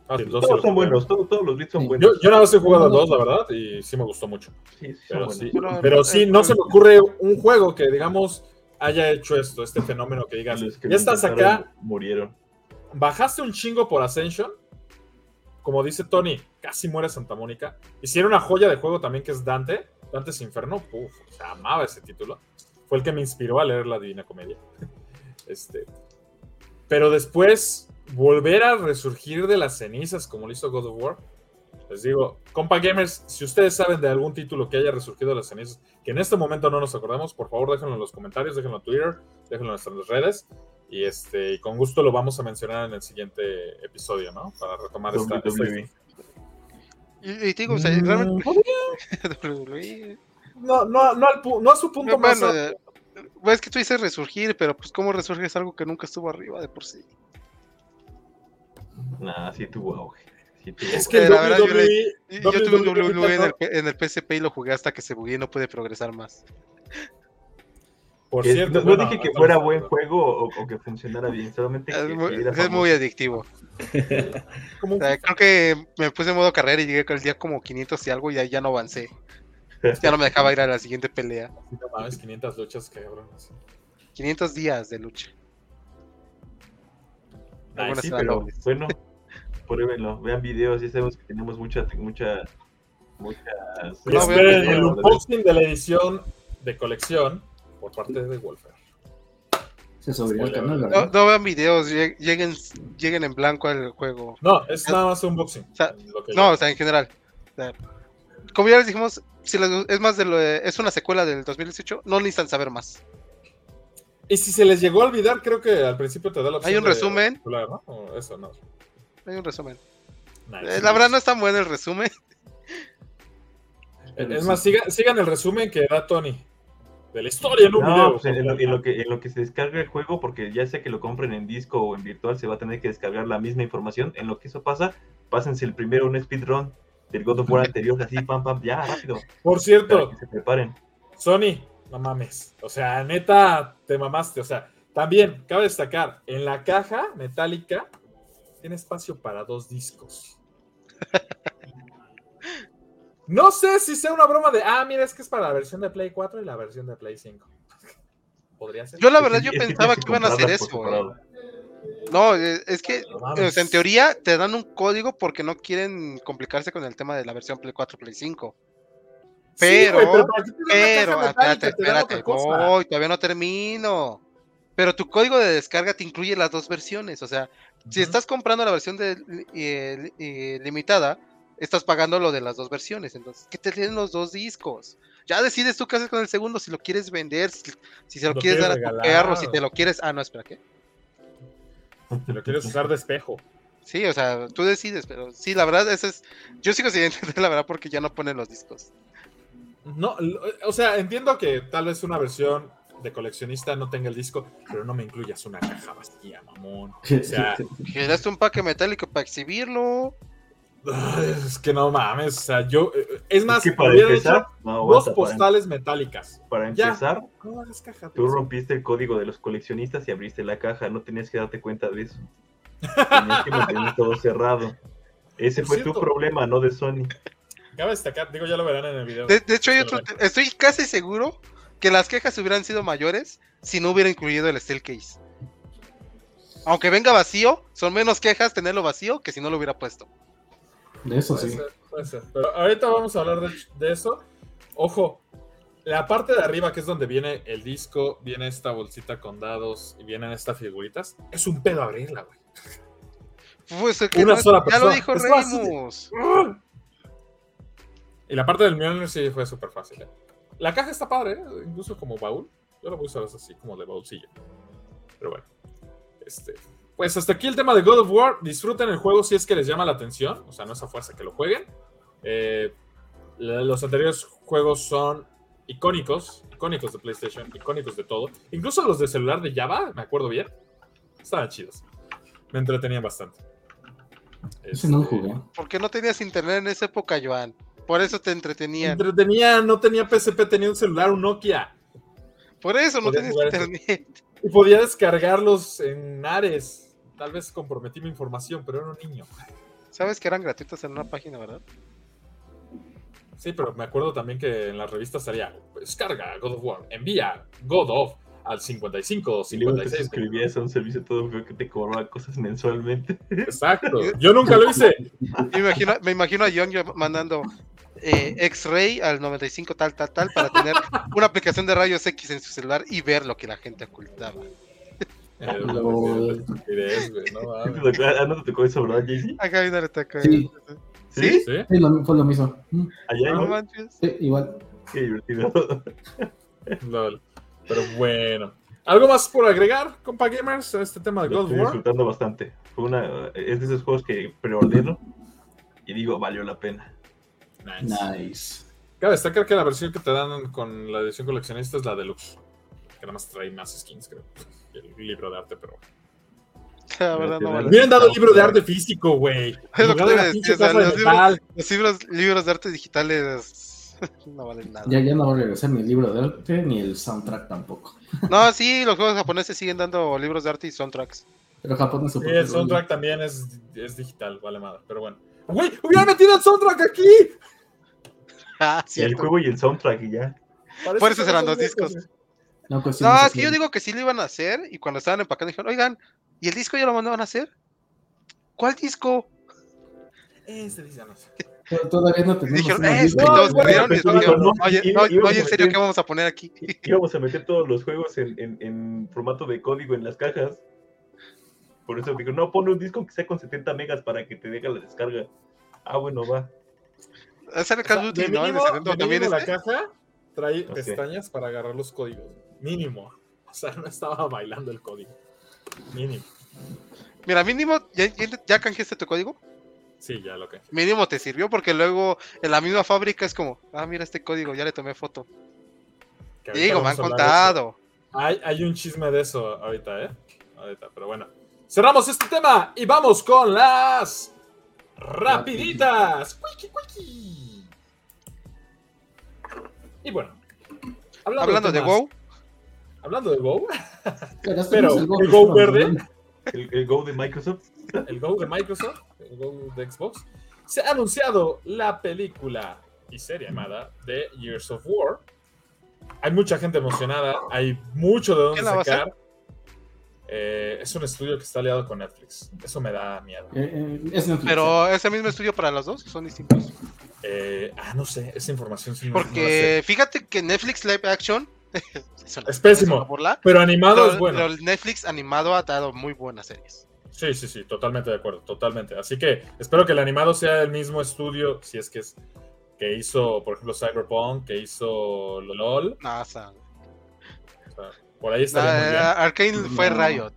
Ah, sí, los dos sí los
Todos son
jugué.
buenos, todos, todos los bits son
Sí.
Yo,
buenos.
yo nada más he jugado a dos, la verdad, y sí me gustó mucho.
Sí, sí, son
Pero
buenos.
sí,
Pero-
pero sí, no se me ocurre un juego que, digamos, haya hecho esto, este fenómeno que digas,
Los que
ya estás
lo intentaron
acá,
Murieron.
bajaste un chingo por Ascension, como dice Tony, casi muere Santa Mónica. Hicieron una joya de juego también que es Dante, Dante's Inferno, puf, o sea, amaba ese título. Fue el que me inspiró a leer la Divina Comedia. Este, pero después, volver a resurgir de las cenizas, como lo hizo God of War. Les digo, compa gamers, si ustedes saben de algún título que haya resurgido de las cenizas, que en este momento no nos acordamos, por favor déjenlo en los comentarios, déjenlo en Twitter, déjenlo en nuestras redes. Y este, y con gusto lo vamos a mencionar en el siguiente episodio, ¿no? Para
Ah,
retomar esta, esta
WWE.
Y, y te digo, o sea,
Mm,
realmente.
podría-
WWE,
Mm. No, no, no, al pu- no a su punto más.
bueno, eh, pues es que tú dices resurgir, pero pues cómo resurge es algo que nunca estuvo arriba de por sí.
Nah, sí tuvo auge. Sí tuvo
Es
auge.
que E, el
eh, la verdad, yo le-
WWE
Y Yo tuve un
WWE
WWE en el,
no-
P- en el PSP y lo jugué hasta que se bugueó y no pude progresar más.
por
Que-
cierto,
no, no
bueno,
dije que
ahorita
fuera
vamos a
buen
hablar.
juego o, o que funcionara bien, solamente que
Es muy,
era
es
famoso.
muy adictivo.
Como
O
un
sea, creo que me puse en modo carrera y llegué con el día como 500 y algo y ahí ya no avancé. Ya no me dejaba ir a la siguiente pelea.
no mames, 500 luchas, cabrón.
500 días de lucha.
Ay,
Algunas
sí,
eran
pero
dobles.
bueno, pruébenlo, vean videos, ya sabemos que tenemos mucha, mucha, muchas...
Y
No,
eh,
veo
esperen
que
el
videos,
unboxing de la edición de colección por parte de Wolfer.
Se subió el
Spoiler.
canal,
No,
¿verdad?
no vean videos, lleg- lleguen, lleguen en blanco al juego.
No, es nada más unboxing.
Ah, O sea,
lo que
No, o sea, en general. O sea, como ya les dijimos, si les- es más de lo, eh, es una secuela del 2018, no necesitan saber más.
Y si se les llegó a olvidar, creo que al principio te da la opción.
Hay un
de
resumen.
titular, ¿no? O Eso no.
Hay un resumen.
Nice.
Ah,
Eh, La verdad no es tan bueno el resumen.
Es más, sigan, sigan el resumen que da Tony de la historia en un
No,
video.
pues, en, lo, en lo que, en lo que se descarga el juego, porque ya sea que lo compren en disco o en virtual, se va a tener que descargar la misma información. En lo que eso pasa, pásense el primero un speedrun del God of War anterior, así, pam, pam, ya, rápido,
Por
para
cierto,
que se preparen.
Sony, no mames. O sea, neta, te mamaste. O sea, también cabe destacar, en la caja metálica tiene espacio para dos discos. No sé si sea una broma de, ah, mira, es que es para la versión de Play 4 y la versión de Play 5. Podría ser.
Yo la verdad,
Es
yo
que- es que
pensaba
tienes
que iban a hacer
comprarlas por
eso. eh.
separado. Ah,
No, eh, es que
No
O
mames.
sea, en teoría te dan un código porque no quieren complicarse con el tema de la versión Play 4, Play 5. Pero,
güey, ¿para qué te dan la
pero,
caja
espérate,
metálica? Te dan
espérate, oh,
otra cosa.
voy, todavía no termino. Pero tu código de descarga te incluye las dos versiones. O sea, si
Ujú.
estás comprando la versión de, li- eh, li- eh, limitada, estás pagando lo de las dos versiones. Entonces, ¿qué te tienen los dos discos? Ya decides tú qué haces con el segundo, si lo quieres vender, si, si se lo,
Lo
quieres dar
quieres
a tu
regalar.
perro, si te lo quieres. Ah, no, espera, ¿qué?
Te lo quieres usar de espejo.
Sí, o sea, tú decides, pero sí, la verdad, eso es. Yo sigo sin entender la verdad porque ya no ponen los discos.
No, lo- o sea, entiendo que tal vez una versión de coleccionista no tenga el disco, pero no me incluyas una caja vacía, mamón. O sea,
Generaste un paque metálico para exhibirlo.
ay, es que no mames, o sea, yo... eh, Es más,
que para
hubieran
empezar,
hecho
no,
dos
aguanta, para-
postales metálicas.
para
Ya.
empezar,
No hagas caja.
Tú rompiste el código de los coleccionistas y abriste la caja, no tenías que darte cuenta de eso. Tenías que mantener todo cerrado. Ese
Por
fue
cierto.
tu problema, no de Sony.
Cabe destacar, digo, ya lo verán en el video.
De, de hecho, hay otro.
Correcto.
te- Estoy casi seguro que las quejas hubieran sido mayores si no hubiera incluido el Steel Case. Aunque venga vacío, son menos quejas tenerlo vacío que si no lo hubiera puesto.
De eso
Puede
sí.
ser, puede ser. Pero ahorita vamos a hablar de, de eso. Ojo, la parte de arriba, que es donde viene el disco, viene esta bolsita con dados y vienen estas figuritas, es un pedo abrirla, güey.
Pues, que
Una
no-
sola
ya lo
persona.
dijo
Es fácil.
Remus.
Y la parte del Mjolnir sí fue súper fácil. ¿eh? La caja está padre, ¿eh? incluso como baúl. Yo la voy a usar así, como de baúlcillo. Pero bueno. Este, pues hasta aquí el tema de God of War. Disfruten el juego si es que les llama la atención. O sea, no es a fuerza que lo jueguen. Eh, la- los anteriores juegos son icónicos. Icónicos de PlayStation, icónicos de todo. Incluso los de celular de Java, me acuerdo bien. Estaban chidos. Me entretenían bastante.
Ese no lo
Este,
jugué.
Porque no tenías internet en esa época, Joan. Por eso te entretenían.
Entretenía, no tenía PSP, tenía un celular, un Nokia.
Por eso no
Podías
tenías
jugar eso.
internet.
Y podía descargarlos en Ares. Tal vez comprometí mi información, pero era un niño.
Sabes que eran gratuitos en una página, ¿verdad?
Sí, pero me acuerdo también que en las revistas salía pues, descarga God of War, envía God of al 55,
Y luego te
56.
suscribías a un servicio todo feo que te cobraba cosas mensualmente.
Exacto. Yo nunca lo hice.
Me imagino, me imagino a John yo- mandando eh, X-Ray al 95 tal, tal, tal, para tener una aplicación de rayos X en su celular y ver lo que la gente ocultaba.
Eh,
Lol.
estupidez, güey, no mames.
Ah, no te tocó eso, ¿verdad, Jaycee?
Acá viene el ataque.
Sí.
¿Sí?
¿Sí?
Sí, lo- fue lo mismo. Mm,
Allá
No
no,
manches.
sí, igual.
qué divertido.
Lol. Pero bueno. ¿Algo más por agregar, compa gamers, a este tema de
Lo
God of
estoy
War?
disfrutando bastante. Fue una, es de esos juegos que preordeno y digo, valió la pena.
Nice.
Nice.
Cabe destacar que la versión que te dan con la edición coleccionista es la deluxe. Que nada más trae más skins, creo. y El libro de arte, pero.
La verdad no vale.
Hubieran dado el libro de arte físico, güey.
Es lo
En
que
lugar de
te
la
decía,
pinche
o sea,
caja de
los libros-
metal.
Los libros, libros de arte digitales no valen nada.
Ya, ya no va a regresar ni el libro de arte ni el soundtrack tampoco.
No, sí, los juegos japoneses siguen dando libros de arte y soundtracks.
Pero Japón no
Sí,
soporta.
el soundtrack también es, es digital, vale madre. Pero bueno. Güey, hubieran metido el soundtrack aquí.
Ah,
Y el
cierto.
juego y el soundtrack y ya.
Parece
Por eso
que no
serán
son
dos
discos,
discos.
No, cuestión
No,
es
es que yo
así.
digo que sí lo iban a hacer y cuando estaban empacando dijeron, oigan, ¿y el disco ya lo mandaban a hacer? ¿Cuál disco?
güey. Ese dice, no sé.
Pero Todavía Pues no
Y
tenemos.
dijeron,
una
"Eh, es que
lista".
no,
todos
güey,
vieron", y
pues,
dijeron,
no,
oye,
y-
no,
y- y-
oye, en serio,
y-
¿qué vamos a poner aquí?
íbamos a meter todos los juegos en, en- en formato de código en las cajas. Por eso digo, no, pone un disco que sea con 70 megas para que te deje la descarga. Ah, bueno, va.
Hacer el
O sea,
Call of
de
Duty, ¿no? En el
mínimo,
segundo
de
también
mínimo la
este.
caja trae
Ok.
pestañas para agarrar los códigos. Mínimo. O sea, no estaba bailando el código. Mínimo.
Mira, mínimo, ¿ya, ya, ya canjeaste tu código?
Sí, ya lo que.
Mínimo te sirvió porque luego en la misma fábrica es como, ah, mira este código, ya le tomé foto.
que ahorita
Digo, me han
vamos a hablar de eso.
contado.
Hay, hay un chisme de eso ahorita, ¿eh? Ahorita, pero bueno. Cerramos este tema y vamos con las rapiditas. Cuiqui, cuiqui. Y bueno.
Hablando de
temas-
WoW,
Hablando de WoW,
Pero, este
Pero,
no Eh, es Go
¿el
que
Go
estamos
verde?
hablando.
El, el Go de Microsoft.
el WoW de Microsoft, el WoW de Xbox, se ha anunciado la película y serie llamada de Years of War. Hay mucha gente emocionada, hay mucho de dónde
¿Quién la va a
sacar. Eh, es un estudio que está aliado con Netflix. Eso me da miedo.
Eh, eh, es Netflix.
pero ese mismo estudio para las dos son distintos.
Eh, ah, no sé, esa información sí no- no la sé.
Porque fíjate que Netflix Live Action eso no-
Es pésimo.
eso no burla,
Pero animado
pero-
es bueno.
pero el Netflix animado ha dado muy buenas series.
Sí, sí, sí, totalmente de acuerdo, totalmente. Así que espero que el animado sea del mismo estudio, si es que es que hizo, por ejemplo, Cyberpunk, que hizo LOL.
No, o sea,
o sea, por ahí
no,
estaría muy bien.
Arcane fue
No.
Riot.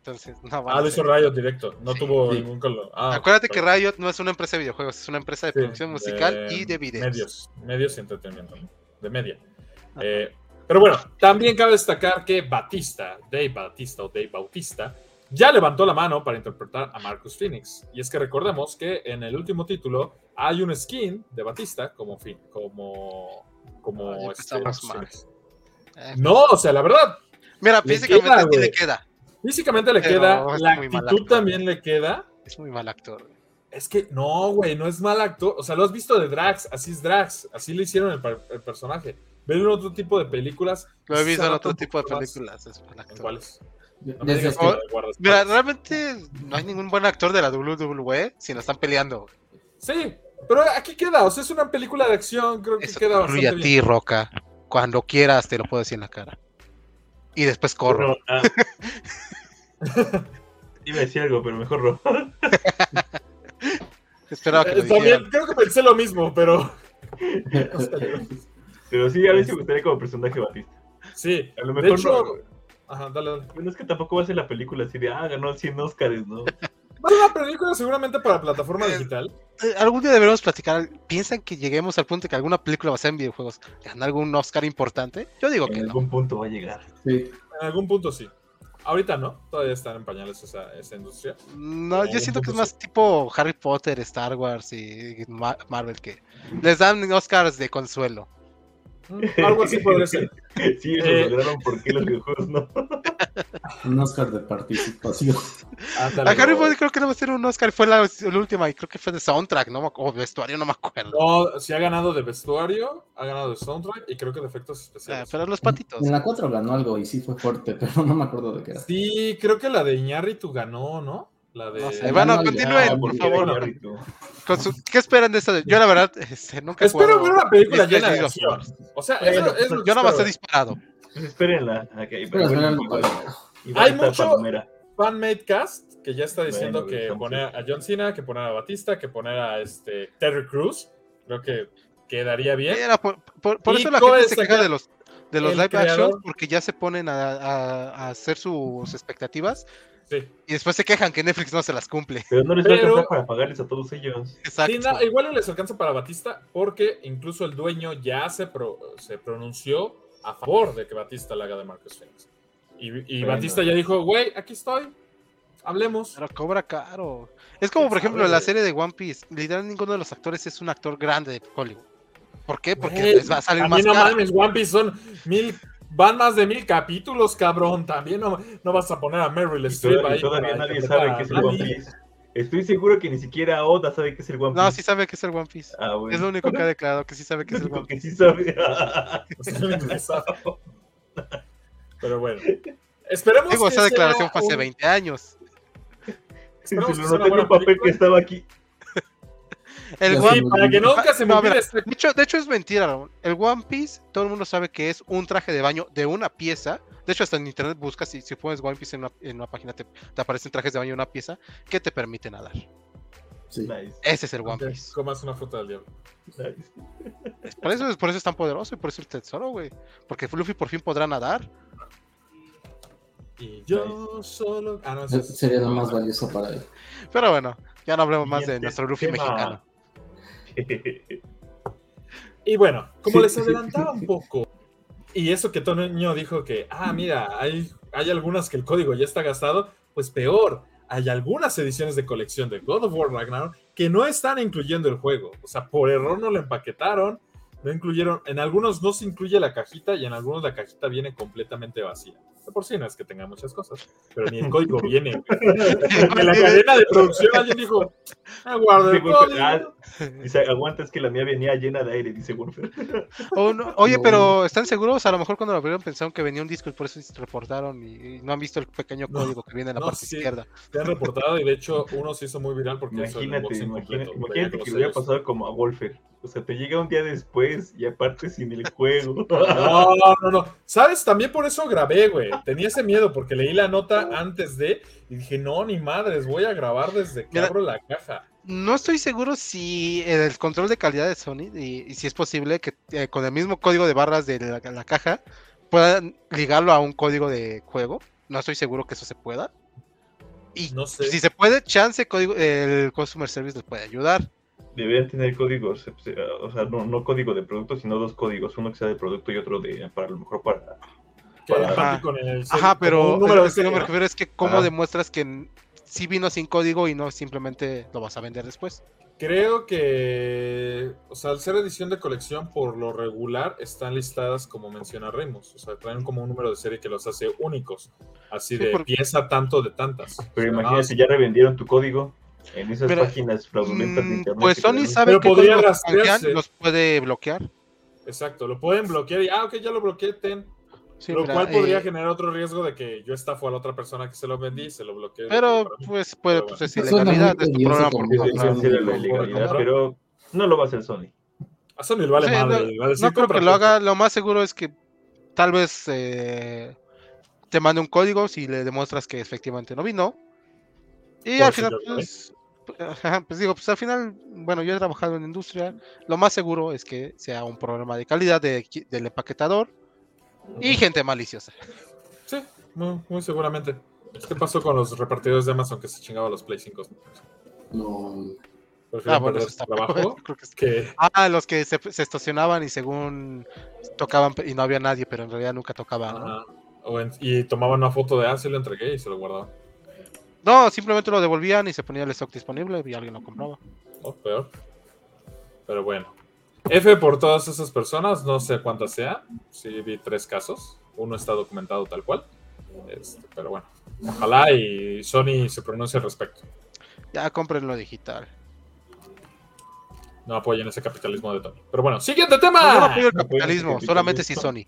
Entonces, no van
Ah,
a
lo
ser.
hizo Riot directo. No
Sí.
tuvo
Sí.
ningún colo. Ah,
Acuérdate que
pero-
Riot no es una empresa de videojuegos, es una empresa de
sí,
producción musical y de videos.
Medios, medios y entretenimiento. ¿no? De media. Eh, pero bueno, también cabe destacar que Batista, Dave Batista o Dave Bautista, ya levantó la mano para interpretar a Marcus Phoenix. Y es que recordemos que en el último título hay un skin de Batista como fin, como como
Ah, ya
este,
empezamos
Marcus
mal.
Phoenix.
Eh,
No, o sea, la verdad,
Mira,
le
físicamente
queda,
sí
güey.
le queda.
físicamente le
Pero
queda,
es
la
muy
actitud
mal actor.
también le queda.
Es muy mal actor. güey.
Es que no, güey, no es mal actor. O sea, lo has visto de Drax, así es Drax, así le hicieron el, par- el personaje. Ver en otro tipo de películas.
Lo he visto en
sabe
otro
un
tipo de
poco más.
películas. Es mal
¿En
actor.
cuáles? No me
Desde
digas
que,
que
Oh,
de guardaespaldas.
Mira, realmente no hay ningún buen actor de la WWE si no están peleando.
Sí, pero aquí queda. O sea, es una película de acción, creo que
Eso te
queda
incluye
bastante
a ti, Roca. Cuando quieras te lo puedo decir en la cara. Y después corro.
No, ah. Iba a decir algo, pero mejor no.
Esperaba que
bien.
lo
Eh, También
dijeran.
creo que pensé lo mismo, pero
Pero sí, a mí sí me gustaría como personaje Batista.
sí.
A lo
De
mejor
hecho,
no.
ajá, dale, dale.
Bueno, es que tampoco va a ser la película así de, ah, ganó 100 Oscars, ¿no?
Va a ser una película seguramente para plataforma
Eh,
digital.
Eh, Algún día deberemos platicar. ¿Piensan que lleguemos al punto de que alguna película basada en videojuegos gana algún Oscar importante? Yo digo
Eh,
que
En
no.
algún punto va a llegar.
sí.
En algún punto sí. Ahorita no, todavía están en pañales esa, esa industria.
No,
eh, No,
yo siento que
tampoco
es más tipo Harry Potter, Star Wars y Ma- Marvel que les dan Oscars de consuelo.
Mm, Algo así podría ser.
Sí, ellos
Eh.
lograron por qué los videojuegos no.
Un Oscar de participación.
Ándale,
A Harry
güey.
Potter creo que no va a ser un Oscar, fue la, la última y creo que fue de soundtrack, no me ac- o vestuario, no me acuerdo.
No, sí ha ganado de vestuario, ha ganado de soundtrack y creo que de efectos
Eh,
especiales.
pero los patitos.
En la 4 ganó algo y sí fue fuerte, pero no me acuerdo de qué era.
Sí, creo que la de Iñárritu ganó, ¿no? La de...
No sé,
van
bueno,
a- no,
continúen,
ya,
por
porque
favor.
era Iñárritu.
con su- ¿Qué esperan de esto? de- Yo la verdad, este, nunca he
Espero
jugado
ver una película
Disney
llena de
Disney
acción. O sea,
Bueno,
eso es lo que
Yo nada más he
espero.
disparado.
Pues espérenla. Ok,
Espera,
bueno,
espera,
igual- igual
Hay
está
mucho-
palomera.
Fanmade Cast, que ya está diciendo
Bueno,
que
estamos
poner a John Cena, que poner a Batista, que poner a este Terry Crews, creo que quedaría bien.
Mira, por, por- por
¿Eh? Y
eso la
cabe
gente se queja
destacar
de los de los
el
live
creador.
action porque ya se ponen a, a- a hacer sus expectativas
Sí.
y después se quejan que Netflix no se las cumple.
Pero no les va a
Pero-
alcanzar para pagarles a todos ellos.
Exacto.
Sí, na- igual no eh. les alcanza para Batista porque incluso el dueño ya se, pro- se pronunció a favor de que Batista la haga de Marcus Phoenix. Y, y
Bueno.
Batista ya dijo, güey, aquí estoy, hablemos.
Pero cobra caro. Es como,
¿Quién
por ejemplo,
sabe,
la
güey?
serie de One Piece. Literal, ninguno de los actores es un actor grande de Hollywood. ¿Por qué? Porque
Güey,
les va a salir
También
más
Eh, no
caro.
mames, One Piece son mil, van más de mil capítulos, cabrón. También no, no vas a poner a Meryl
Y
Streep
todavía,
ahí.
y todavía
para
nadie
interpretar
sabe
a
qué es el
Nami.
One Piece. Estoy seguro que ni siquiera Oda sabe qué es el One Piece.
No, sí sabe que es el One Piece.
Ah, bueno.
Es lo único que ha declarado que sí sabe que es el
Lo
One
que sí sabe.
Es lo único que sabe. Pero bueno, esperemos
Piece. Digo,
que
esa
sea
declaración fue hace
un-
20 años.
Se
esperemos
lo
que sea una
noté en
buena
un papel que
película.
estaba aquí.
El
Sí,
One
Sí, para que nunca se me
No, mira,
olvide este
De hecho, de hecho es mentira, Ramón. El One Piece, todo el mundo sabe que es un traje de baño de una pieza. De hecho, hasta en internet buscas y si pones One Piece en una, en una página te, te aparecen trajes de baño de una pieza que te permiten nadar.
Sí.
Nice,
Ese es el One
Ok,
Piece.
Comas una fruta del diablo.
nice.
Por eso, es- por eso es tan poderoso y por eso el tesoro, güey. Porque Luffy por fin podrá nadar.
Y yo solo. Ah, no, ese
Eso
es-
sería lo más valioso para él.
Pero bueno, ya no hablemos más de
Siguiente
nuestro Luffy
tema.
mexicano.
Y bueno, como
Sí,
les
sí,
adelantaba
sí,
un
sí.
poco, y eso que Toño dijo que, ah, mira, hay, hay algunas que el código ya está gastado, pues peor, hay algunas ediciones de colección de God of War Ragnarok que no están incluyendo el juego. O sea, por error no lo empaquetaron, no incluyeron, en algunos no se incluye la cajita y en algunos la cajita viene completamente vacía. De Por si no es que tenga muchas cosas, pero ni el código viene. güey. En la cadena de producción alguien dijo, ah, guarda el
Digo, ah,
código.
Dice, aguanta, es que la mía venía llena de aire, dice Wolfer.
O no- oye,
No.
pero ¿están seguros? A lo mejor cuando lo abrieron pensaron que venía un disco y por eso se reportaron y, y no han visto el pequeño
No,
código que viene en la
no,
parte
sí.
izquierda.
Te han reportado y de hecho uno se hizo muy viral porque hizo el
Imagínate,
unboxing
imagínate,
completo, veía
imagínate
los
que le hubiera
sellos.
pasado como a Wolfer. O sea, te llega un día después y aparte sin el juego.
No, no, no, no. ¿Sabes? También por eso grabé, güey. Tenía ese miedo porque leí la nota antes de y dije, no, ni madres, voy a grabar desde que
Mira.
abro la caja.
No estoy seguro si el control de calidad de Sony y, y si es posible que eh, con el mismo código de barras de la, la caja puedan ligarlo a un código de juego. No estoy seguro que eso se pueda. Y
No sé.
si se puede, chance código- el Customer Service les puede ayudar.
Deberían tener códigos, o sea, no, no código de producto, sino dos códigos, uno que sea de producto y otro de, para a lo mejor para...
Que
Ajá.
aparte con el sello,
Ajá,
como
pero
un este número de
es que
serie,
lo que me
¿no?
refiero es que cómo
Ajá.
demuestras que n- sí vino sin código y no simplemente lo vas a vender después.
Creo que, o sea, al ser edición de colección, por lo regular están listadas como menciona Remus. O sea, traen como un número de serie que los hace únicos. Así
Sí,
de
porque-
pieza tanto de tantas. O sea,
Pero
nada más-
imagínate, ya revendieron tu código en esas
Mira,
páginas fraudulentas de
Mm,
internet.
pues
que
Sony
tenemos.
sabe
Pero
que
podría rastrearse.
los puede bloquear.
Exacto, lo pueden bloquear y, ah, ok, ya lo bloqueé, ten.
Sí,
lo
mira,
cual podría
eh,
generar otro riesgo de que yo estafo a la otra persona que se lo vendí y se lo bloqueé.
Pero
para mí.
pues, puede,
Pero
pues
bueno.
es
Suena muy
ilegalidad, es tu
tedioso
problema
como
por
Sí, sí,
comprar.
sí, sí, la ilegalidad,
Comprar.
pero no lo va a hacer Sony.
A Sony le vale
Sí,
madre.
no-
le va a decir,
No creo que
"Cómprate".
lo haga, lo más seguro es que tal vez eh, te mande un código si le demuestras que efectivamente no vino. Y
Por
al
si
final,
lo gané.
pues, ajá, pues digo, pues al final, bueno, yo he trabajado en industria, lo más seguro es que sea un problema de calidad de qui- del empaquetador y gente maliciosa.
Sí, muy, muy seguramente. ¿Qué pasó con los repartidores de Amazon que se chingaban los Play 5?
No,
Prefieren
Ah, bueno,
perder
eso
su
está peor,
trabajo
creo que sí.
que
Ah, los que se, se estacionaban y según tocaban y no había nadie, pero en realidad nunca tocaban. ¿no?
ajá, o en- y tomaban una foto de ah, se lo entregué y se lo guardaban.
No, simplemente lo devolvían y se ponía el stock disponible y alguien lo compraba.
Oh, peor. Pero bueno. F por todas esas personas, no sé cuántas sean. Sí, vi tres casos. Uno está documentado tal cual. Este, pero bueno, ojalá y Sony se pronuncie al respecto.
Ya cómprenlo digital.
No apoyen ese capitalismo de Tony. Pero bueno, siguiente
No,
Ah.
yo no
tema.
apoyo el
No apoyo el
capitalismo,
capitalismo.
solamente si Sony.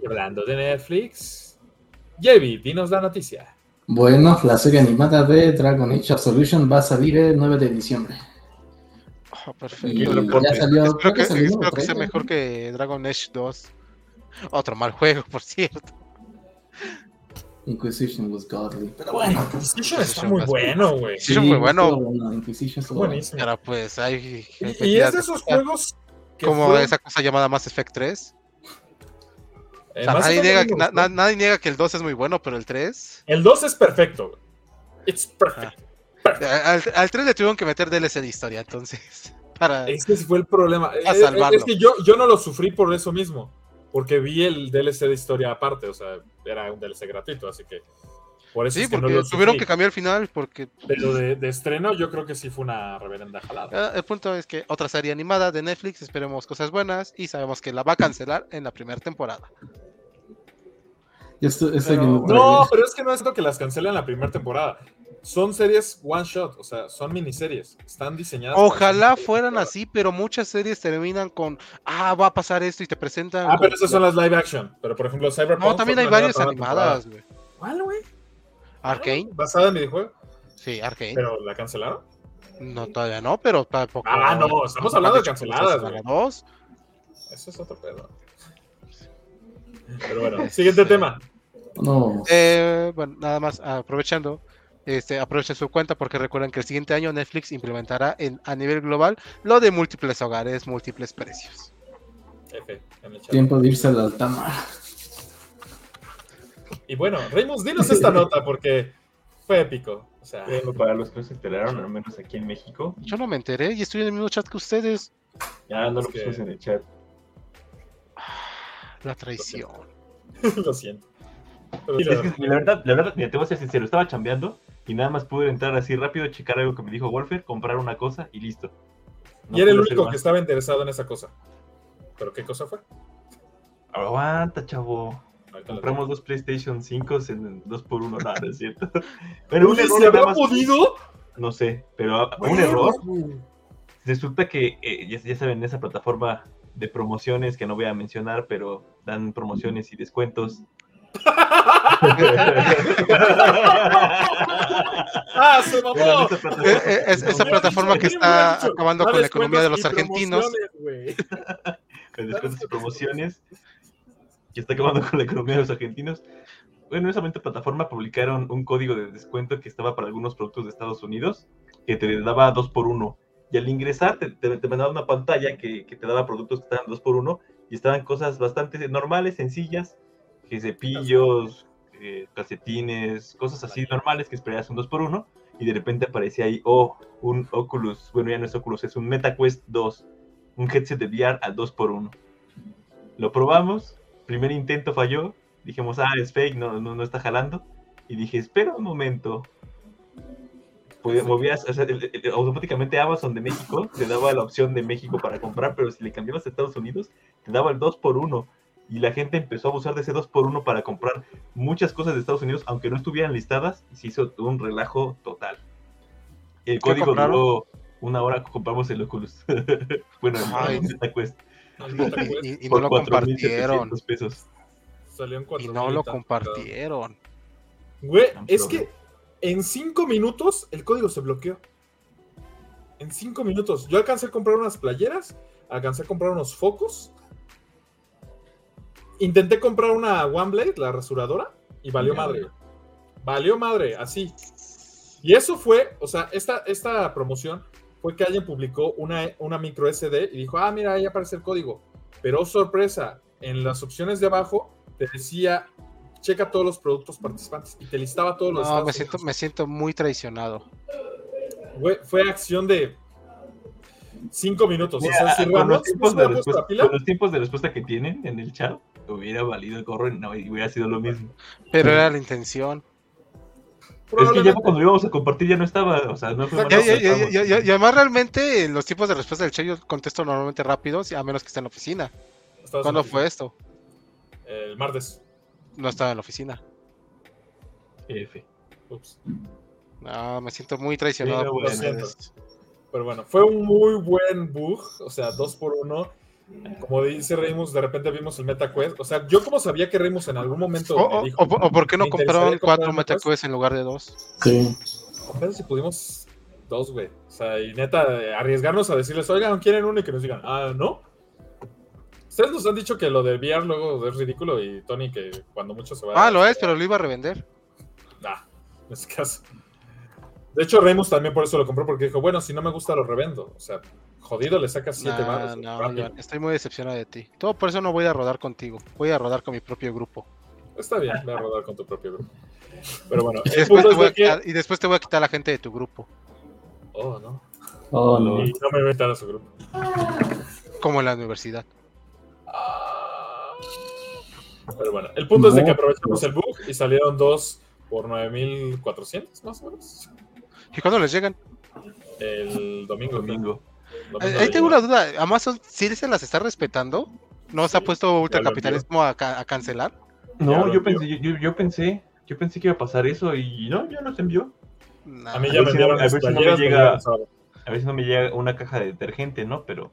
Y hablando de Netflix, Javi, dinos la noticia.
Bueno, la serie animada de Dragon Age Absolution va a salir el 9 de diciembre.
Oh,
Y
perfecto.
lo
ya
pondré.
salió,
Espero
creo
que,
que salió
espero
el
que sea
trailer.
mejor que Dragon Age 2. Otro mal juego, por cierto.
Inquisition was godly. Pero bueno,
Inquisition
está muy
bueno, güey.
Sí, fue bueno.
estuvo Inquisition estuvo bueno.
Buenísimo.
Pero pues hay. hay
Y, y es de
mentiras
esos
que-
juegos que
Como
fueron-
esa cosa llamada Mass Effect 3.
eh,
O sea,
más
nadie,
o menos
niega
me
que, na-
gustó.
na- nadie niega que el 2 es muy bueno, pero el 3.
El 2 es perfecto. güey. It's perfect.
eh, Al, al 3 le tuvieron que meter DLC de historia, entonces. Para.
Ese fue el problema. Eh, eh,
salvarlo.
Es que yo, yo no lo sufrí por eso mismo. Porque vi el DLC de historia aparte. O sea, era un DLC gratuito, así que. Por eso
Sí,
es que no
porque
lo
tuvieron
sufrí.
que cambiar el final porque
Pero de, de estreno, yo creo que sí fue una reverenda jalada.
Ah, El punto es que otra serie animada de Netflix, esperemos cosas buenas y sabemos que la va a cancelar en la primera temporada.
Yo estu- estoy
Pero-
viendo el
no,
trailer.
pero es que no es lo que las cancelen en la primera temporada. Son series one shot, o sea, son miniseries. Están diseñadas. para
Ojalá
ser-
fueran así, pero muchas series terminan con, ah, va a pasar esto y te presentan...
Ah,
con-
pero esas son las live action. Pero por ejemplo, Cyberpunk.
No, también
fue
hay
planeada
varias
para una
animadas, güey.
temporada. ¿Cuál, güey?
Arcane,
Basada en videojuego.
sí, Arcane.
Pero la cancelaron.
No, todavía no, pero tampoco...
Ah, no, estamos hablando de
Tampoco han dicho que
canceladas,
cancelaron
güey.
dos.
Eso es otro pedo. Pero bueno, siguiente tema.
No,
Eh, bueno, nada más aprovechando, este, aprovechen su cuenta porque recuerden que el siguiente año Netflix implementará en, a nivel global lo de múltiples hogares, múltiples precios.
F, en el chat.
tiempo de irse al altamar.
Y bueno, Reymus, dinos esta nota porque fue épico. O sea,
Bueno, para los que no se enteraron, al menos aquí en México,
Yo no me enteré y estoy en el mismo chat que ustedes.
ya no
Es
lo
que-
pusimos en el chat.
La traición.
lo siento. Pero
Es
sí,
que la verdad, la verdad, mira, te voy a ser sincero, estaba chambeando y nada más pude entrar así rápido, checar algo que me dijo Wolfer, comprar una cosa y listo. No
y era el
pude hacer
único
más.
que estaba interesado en esa cosa. ¿Pero qué cosa fue?
Aguanta, chavo.
Ahorita lo
Compramos dos PlayStation 5 en 2 por 1 nada, ¿no es cierto?
digo.
Pero un
Oye,
error
¿Se
nada
habrá
más-
podido?
No sé, pero ah, un
Bueno,
error.
güey.
Resulta que, eh, ya, ya saben, esa plataforma de promociones que no voy a mencionar, pero dan promociones y descuentos.
¡Ah, se mamó!
Eran esa plataforma-
Eh, eh, es- esa
Hubiera
plataforma
dicho,
que
hubiera
está
dicho,
acabando
da
con la economía de los
Ah, descuentos y
argentinos.
promociones, güey.
con descuentos y promociones, que está acabando con la economía de los argentinos. Bueno, en esa momento plataforma publicaron un código de descuento que estaba para algunos productos de Estados Unidos, que te daba 2 por 1 Y al ingresar te, te, te mandaba una pantalla que, que te daba productos que estaban 2 por 1 y estaban cosas bastante normales, sencillas, que cepillos, eh, calcetines, cosas así normales que esperabas un 2 por 1 y de repente aparecía ahí, oh, un Oculus, bueno, ya no es Oculus, es un MetaQuest 2, un headset de VR al 2x1. Lo probamos, primer intento falló, dijimos, ah, es fake, no, no, no está jalando, y dije, espera un momento. Podía- movías, o sea, el- el- automáticamente Amazon de México te daba la opción de México para comprar, pero si le cambiabas a Estados Unidos, te daba el 2x1. Y la gente empezó a abusar de ese 2x1 para comprar muchas cosas de Estados Unidos, aunque no estuvieran listadas, y se hizo un relajo total. El código
compraron?
duró una hora, compramos el Oculus. bueno, el-
Ay.
el Meta Quest
Y, y- y no
por
lo
4,700
compartieron.
pesos.
pues, Salió en
Y
cuatro
no
mil
lo
tanto.
compartieron.
Güey,
Tan
es
solo.
que en cinco minutos el código se bloqueó. En cinco minutos. Yo alcancé a comprar unas playeras, alcancé a comprar unos focos. Intenté comprar una One Blade, la rasuradora, y valió
Ya,
madre.
güey.
Valió madre, así. Y eso fue, o sea, esta, esta promoción fue que alguien publicó una, una micro SD y dijo, ah, mira, ahí aparece el código. Pero oh, sorpresa, en las opciones de abajo te decía, checa todos los productos participantes y te listaba todos los...
No, me
Estados
siento,
Unidos.
me siento muy traicionado.
Güey, fue acción de cinco minutos.
Mira, ah,
o sea, si
con, los
Ramón se
tiempos
puso
de
la puesta
respuesta,
a pila,
con los tiempos de respuesta que tienen en el chat, hubiera valido el correo y no, y hubiera sido lo mismo.
Pero era la intención.
Es que ya
probablemente-
cuando lo íbamos a compartir ya no estaba, o sea, no fue
Exacto.
Ya, ya,
malo,
ya,
pero
ya, ya, y además realmente en los tipos de respuesta del chat yo contesto normalmente rápido, si- a menos que esté en la oficina.
Estados
¿Cuándo
Unidos.
fue esto?
El martes.
No estaba en la oficina.
F.
Ups.
No, me siento muy traicionado.
Sí, no,
por
bueno,
ustedes.
Pero bueno, fue un muy buen bug, o sea, dos por uno. Como dice Reimus, de repente vimos el MetaQuest. O sea, yo como sabía que Reimus en algún momento
O,
me
o-
dijo,
o por- o por qué no
"Me
compraron
interesaría comprar
cuatro
una cosa".
MetaQuest en lugar de dos?
Sí.
"Compadre, si pudimos dos, güey. O sea, y neta, eh, arriesgarnos a decirles, oigan, ¿quieren uno? Y que nos digan, ah, ¿no? Ustedes nos han dicho que lo del VR luego es ridículo y Tony que cuando mucho se va...
Ah, lo es, pero lo iba a revender.
Nah, no es caso. De hecho, Reimus también por eso lo compró, porque dijo, bueno, si no me gusta lo revendo. O sea, jodido, le sacas siete
Nah,
baros.
no,
rápido.
Iván, estoy muy decepcionado de ti. Todo por eso no voy a rodar contigo. Voy a rodar con mi propio grupo.
Está bien, voy a rodar con tu propio grupo. Pero bueno,
Y
el
después,
punto
te
es
voy a
de que...
quitar, y después te voy a quitar a la gente de tu grupo.
Oh, no.
Oh, no.
Y no me voy a meter a su grupo.
Como en la universidad.
Pero bueno, el punto es de
No.
que aprovechamos el bug y salieron dos por 9400, más o menos.
¿Y cuándo les llegan?
El domingo.
Domingo.
creo. Domingo
Ahí ahí
de-
tengo una duda. Amazon sí se las está respetando. No se ha
Sí,
puesto
ya lo
ultracapitalismo a, ca- a cancelar.
Ya
No,
lo
yo pensé, yo, yo- yo pensé, yo pensé que iba a pasar eso y no, ya nos envió.
Nah.
A mí
A
ya
ver
me
si
enviaron
no- a
las
ver si no me
playeras, me
llega-
enviaron el sábado.
A ver si no me llega una caja de detergente, ¿no? Pero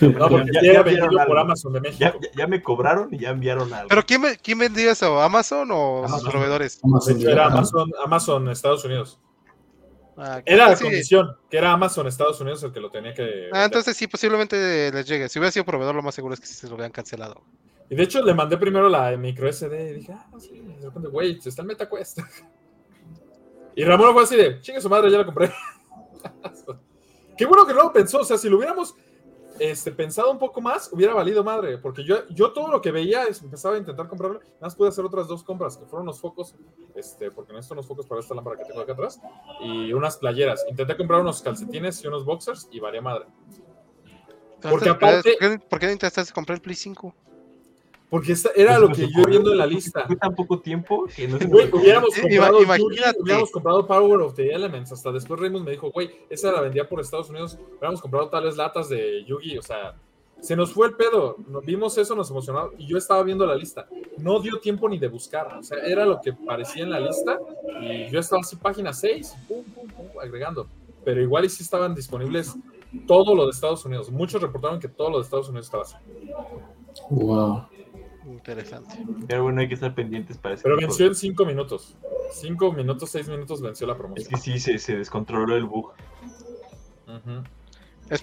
No, porque
Ya-
ya,
ya
era
vieron
vendido por
algo.
Amazon de México.
ya, ya, ya me cobraron y ya enviaron algo.
¿Pero quién, ve- quién vendió eso? ¿Amazon o sus
Amazon.
proveedores?
Vamos a
De hecho, era
llegar.
Amazon, Amazon Estados Unidos.
Ah,
Era la
sí.
condición, que era Amazon Estados Unidos el que lo tenía que... vender.
Ah, entonces sí, posiblemente les llegue. Si hubiera sido proveedor, lo más seguro es que sí se lo hubieran cancelado.
Y de hecho le mandé primero la micro SD y dije, ah, sí, de repente, güey, está el MetaQuest. Y Ramón fue así de, chingue su madre, ya la compré. Qué bueno que no lo pensó, o sea, si lo hubiéramos este, pensado un poco más, hubiera valido madre, porque yo, yo todo lo que veía es, empezaba a intentar comprarlo, nada más pude hacer otras dos compras, que fueron los focos, este, porque necesito unos focos para esta lámpara que tengo acá atrás, y unas playeras. Intenté comprar unos calcetines y unos boxers y valía madre. Porque aparte,
¿Por qué, por qué no intentaste comprar el Play 5?
porque esta- era
Eso
lo
nos
que yo
ocurrió.
viendo en la lista.
Fue tan poco tiempo que no se
Güey,
me-
hubiéramos
Ima-
comprado, Yugi,
imagínate.
hubiéramos comprado Power of the Elements. Hasta después Raymond me dijo, güey, esa la vendía por Estados Unidos. Hubiéramos comprado tales latas de Yugi. O sea, se nos fue el pedo. Nos vimos eso, nos emocionó. Y yo estaba viendo la lista. No dio tiempo ni de buscar. O sea, era lo que parecía en la lista. Y yo estaba así, página 6, pum, pum, pum, agregando. Pero igual y sí estaban disponibles todo lo de Estados Unidos. Muchos reportaron que todo lo de Estados Unidos estaba así.
Wow.
Interesante.
Pero bueno, hay que estar pendientes para ese
Pero
tipo de-
venció en 5 minutos. 5 minutos, 6 minutos venció la promoción.
Es que sí, se, se descontroló el bug.
Ujú.
Es
Cañón.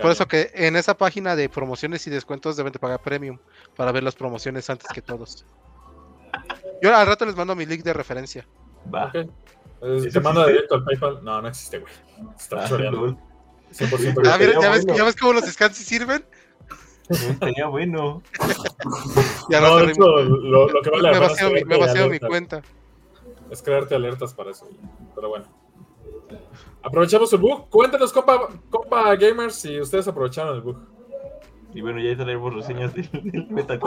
por eso que en esa página de promociones y descuentos deben de pagar premium para ver las promociones antes que todos. Yo al rato les mando mi link de referencia.
Va.
Ok. Eh,
¿Eso
Te manda
existe?
Ah. directo al PayPal. No, no existe, güey. Está
Ah,
choreando.
lol.
100%
Ah, mira,
estaría
ya, ves,
bueno.
ya ves cómo los scans sí sirven.
Estaría bueno.
Y al
No,
rato
de
re-
hecho, lo, lo que vale la
me
pena
vacío,
es
mi, me
crearte
vacío mi
alertas.
cuenta.
Es crearte alertas para eso. güey. Pero bueno. Aprovechamos el bug. Cuéntanos, compa, compa gamers, si ustedes aprovecharon el bug.
Y bueno, ya traemos reseñas del, del beta.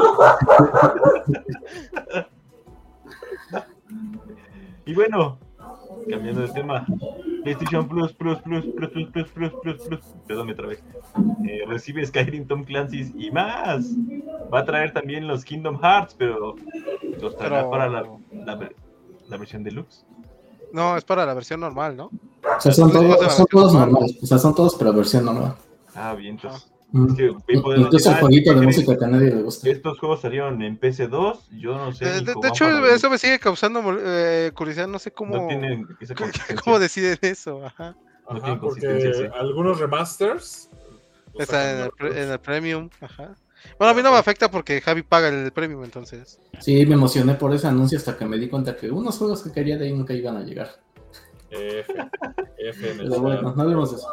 y bueno, cambiando de tema. PlayStation Plus, Plus, Plus, Plus, Plus, Plus, Plus, Plus, Plus. Perdón, otra vez. Eh, recibe Skyrim, Tom Clancy's y más. Va a traer también los Kingdom Hearts, pero los traerá
Pero-
para la, la, ver- la versión deluxe.
No, es para la versión normal, ¿no?
O sea, son
Sí, o sea,
todos, son todos
normal.
normales. O sea, son todos, pero versión normal.
Ah, bien, entonces.
Mm.
Es que vi por donde
Incluso el
va,
jueguito de
¿qué crees?
música que a nadie le gusta.
Estos juegos salieron en PC2, yo no sé.
Eh, De,
ni
de- de
cómo
hecho,
van para
eso me sigue causando mol- eh, curiosidad. No sé cómo,
No tienen esa consistencia.
cómo deciden eso. Ajá.
No
Ajá,
tiene
porque
consistencia, sí.
algunos remasters. los
Está en el,
sacan
pre- en el premium. Ajá. Bueno, a mí no me afecta porque Javi paga el premium, entonces.
Sí, me emocioné por ese anuncio hasta que me di cuenta que unos juegos que quería de ahí nunca iban a llegar.
F. F en el
Pero bueno,
chat.
no hablemos de eso.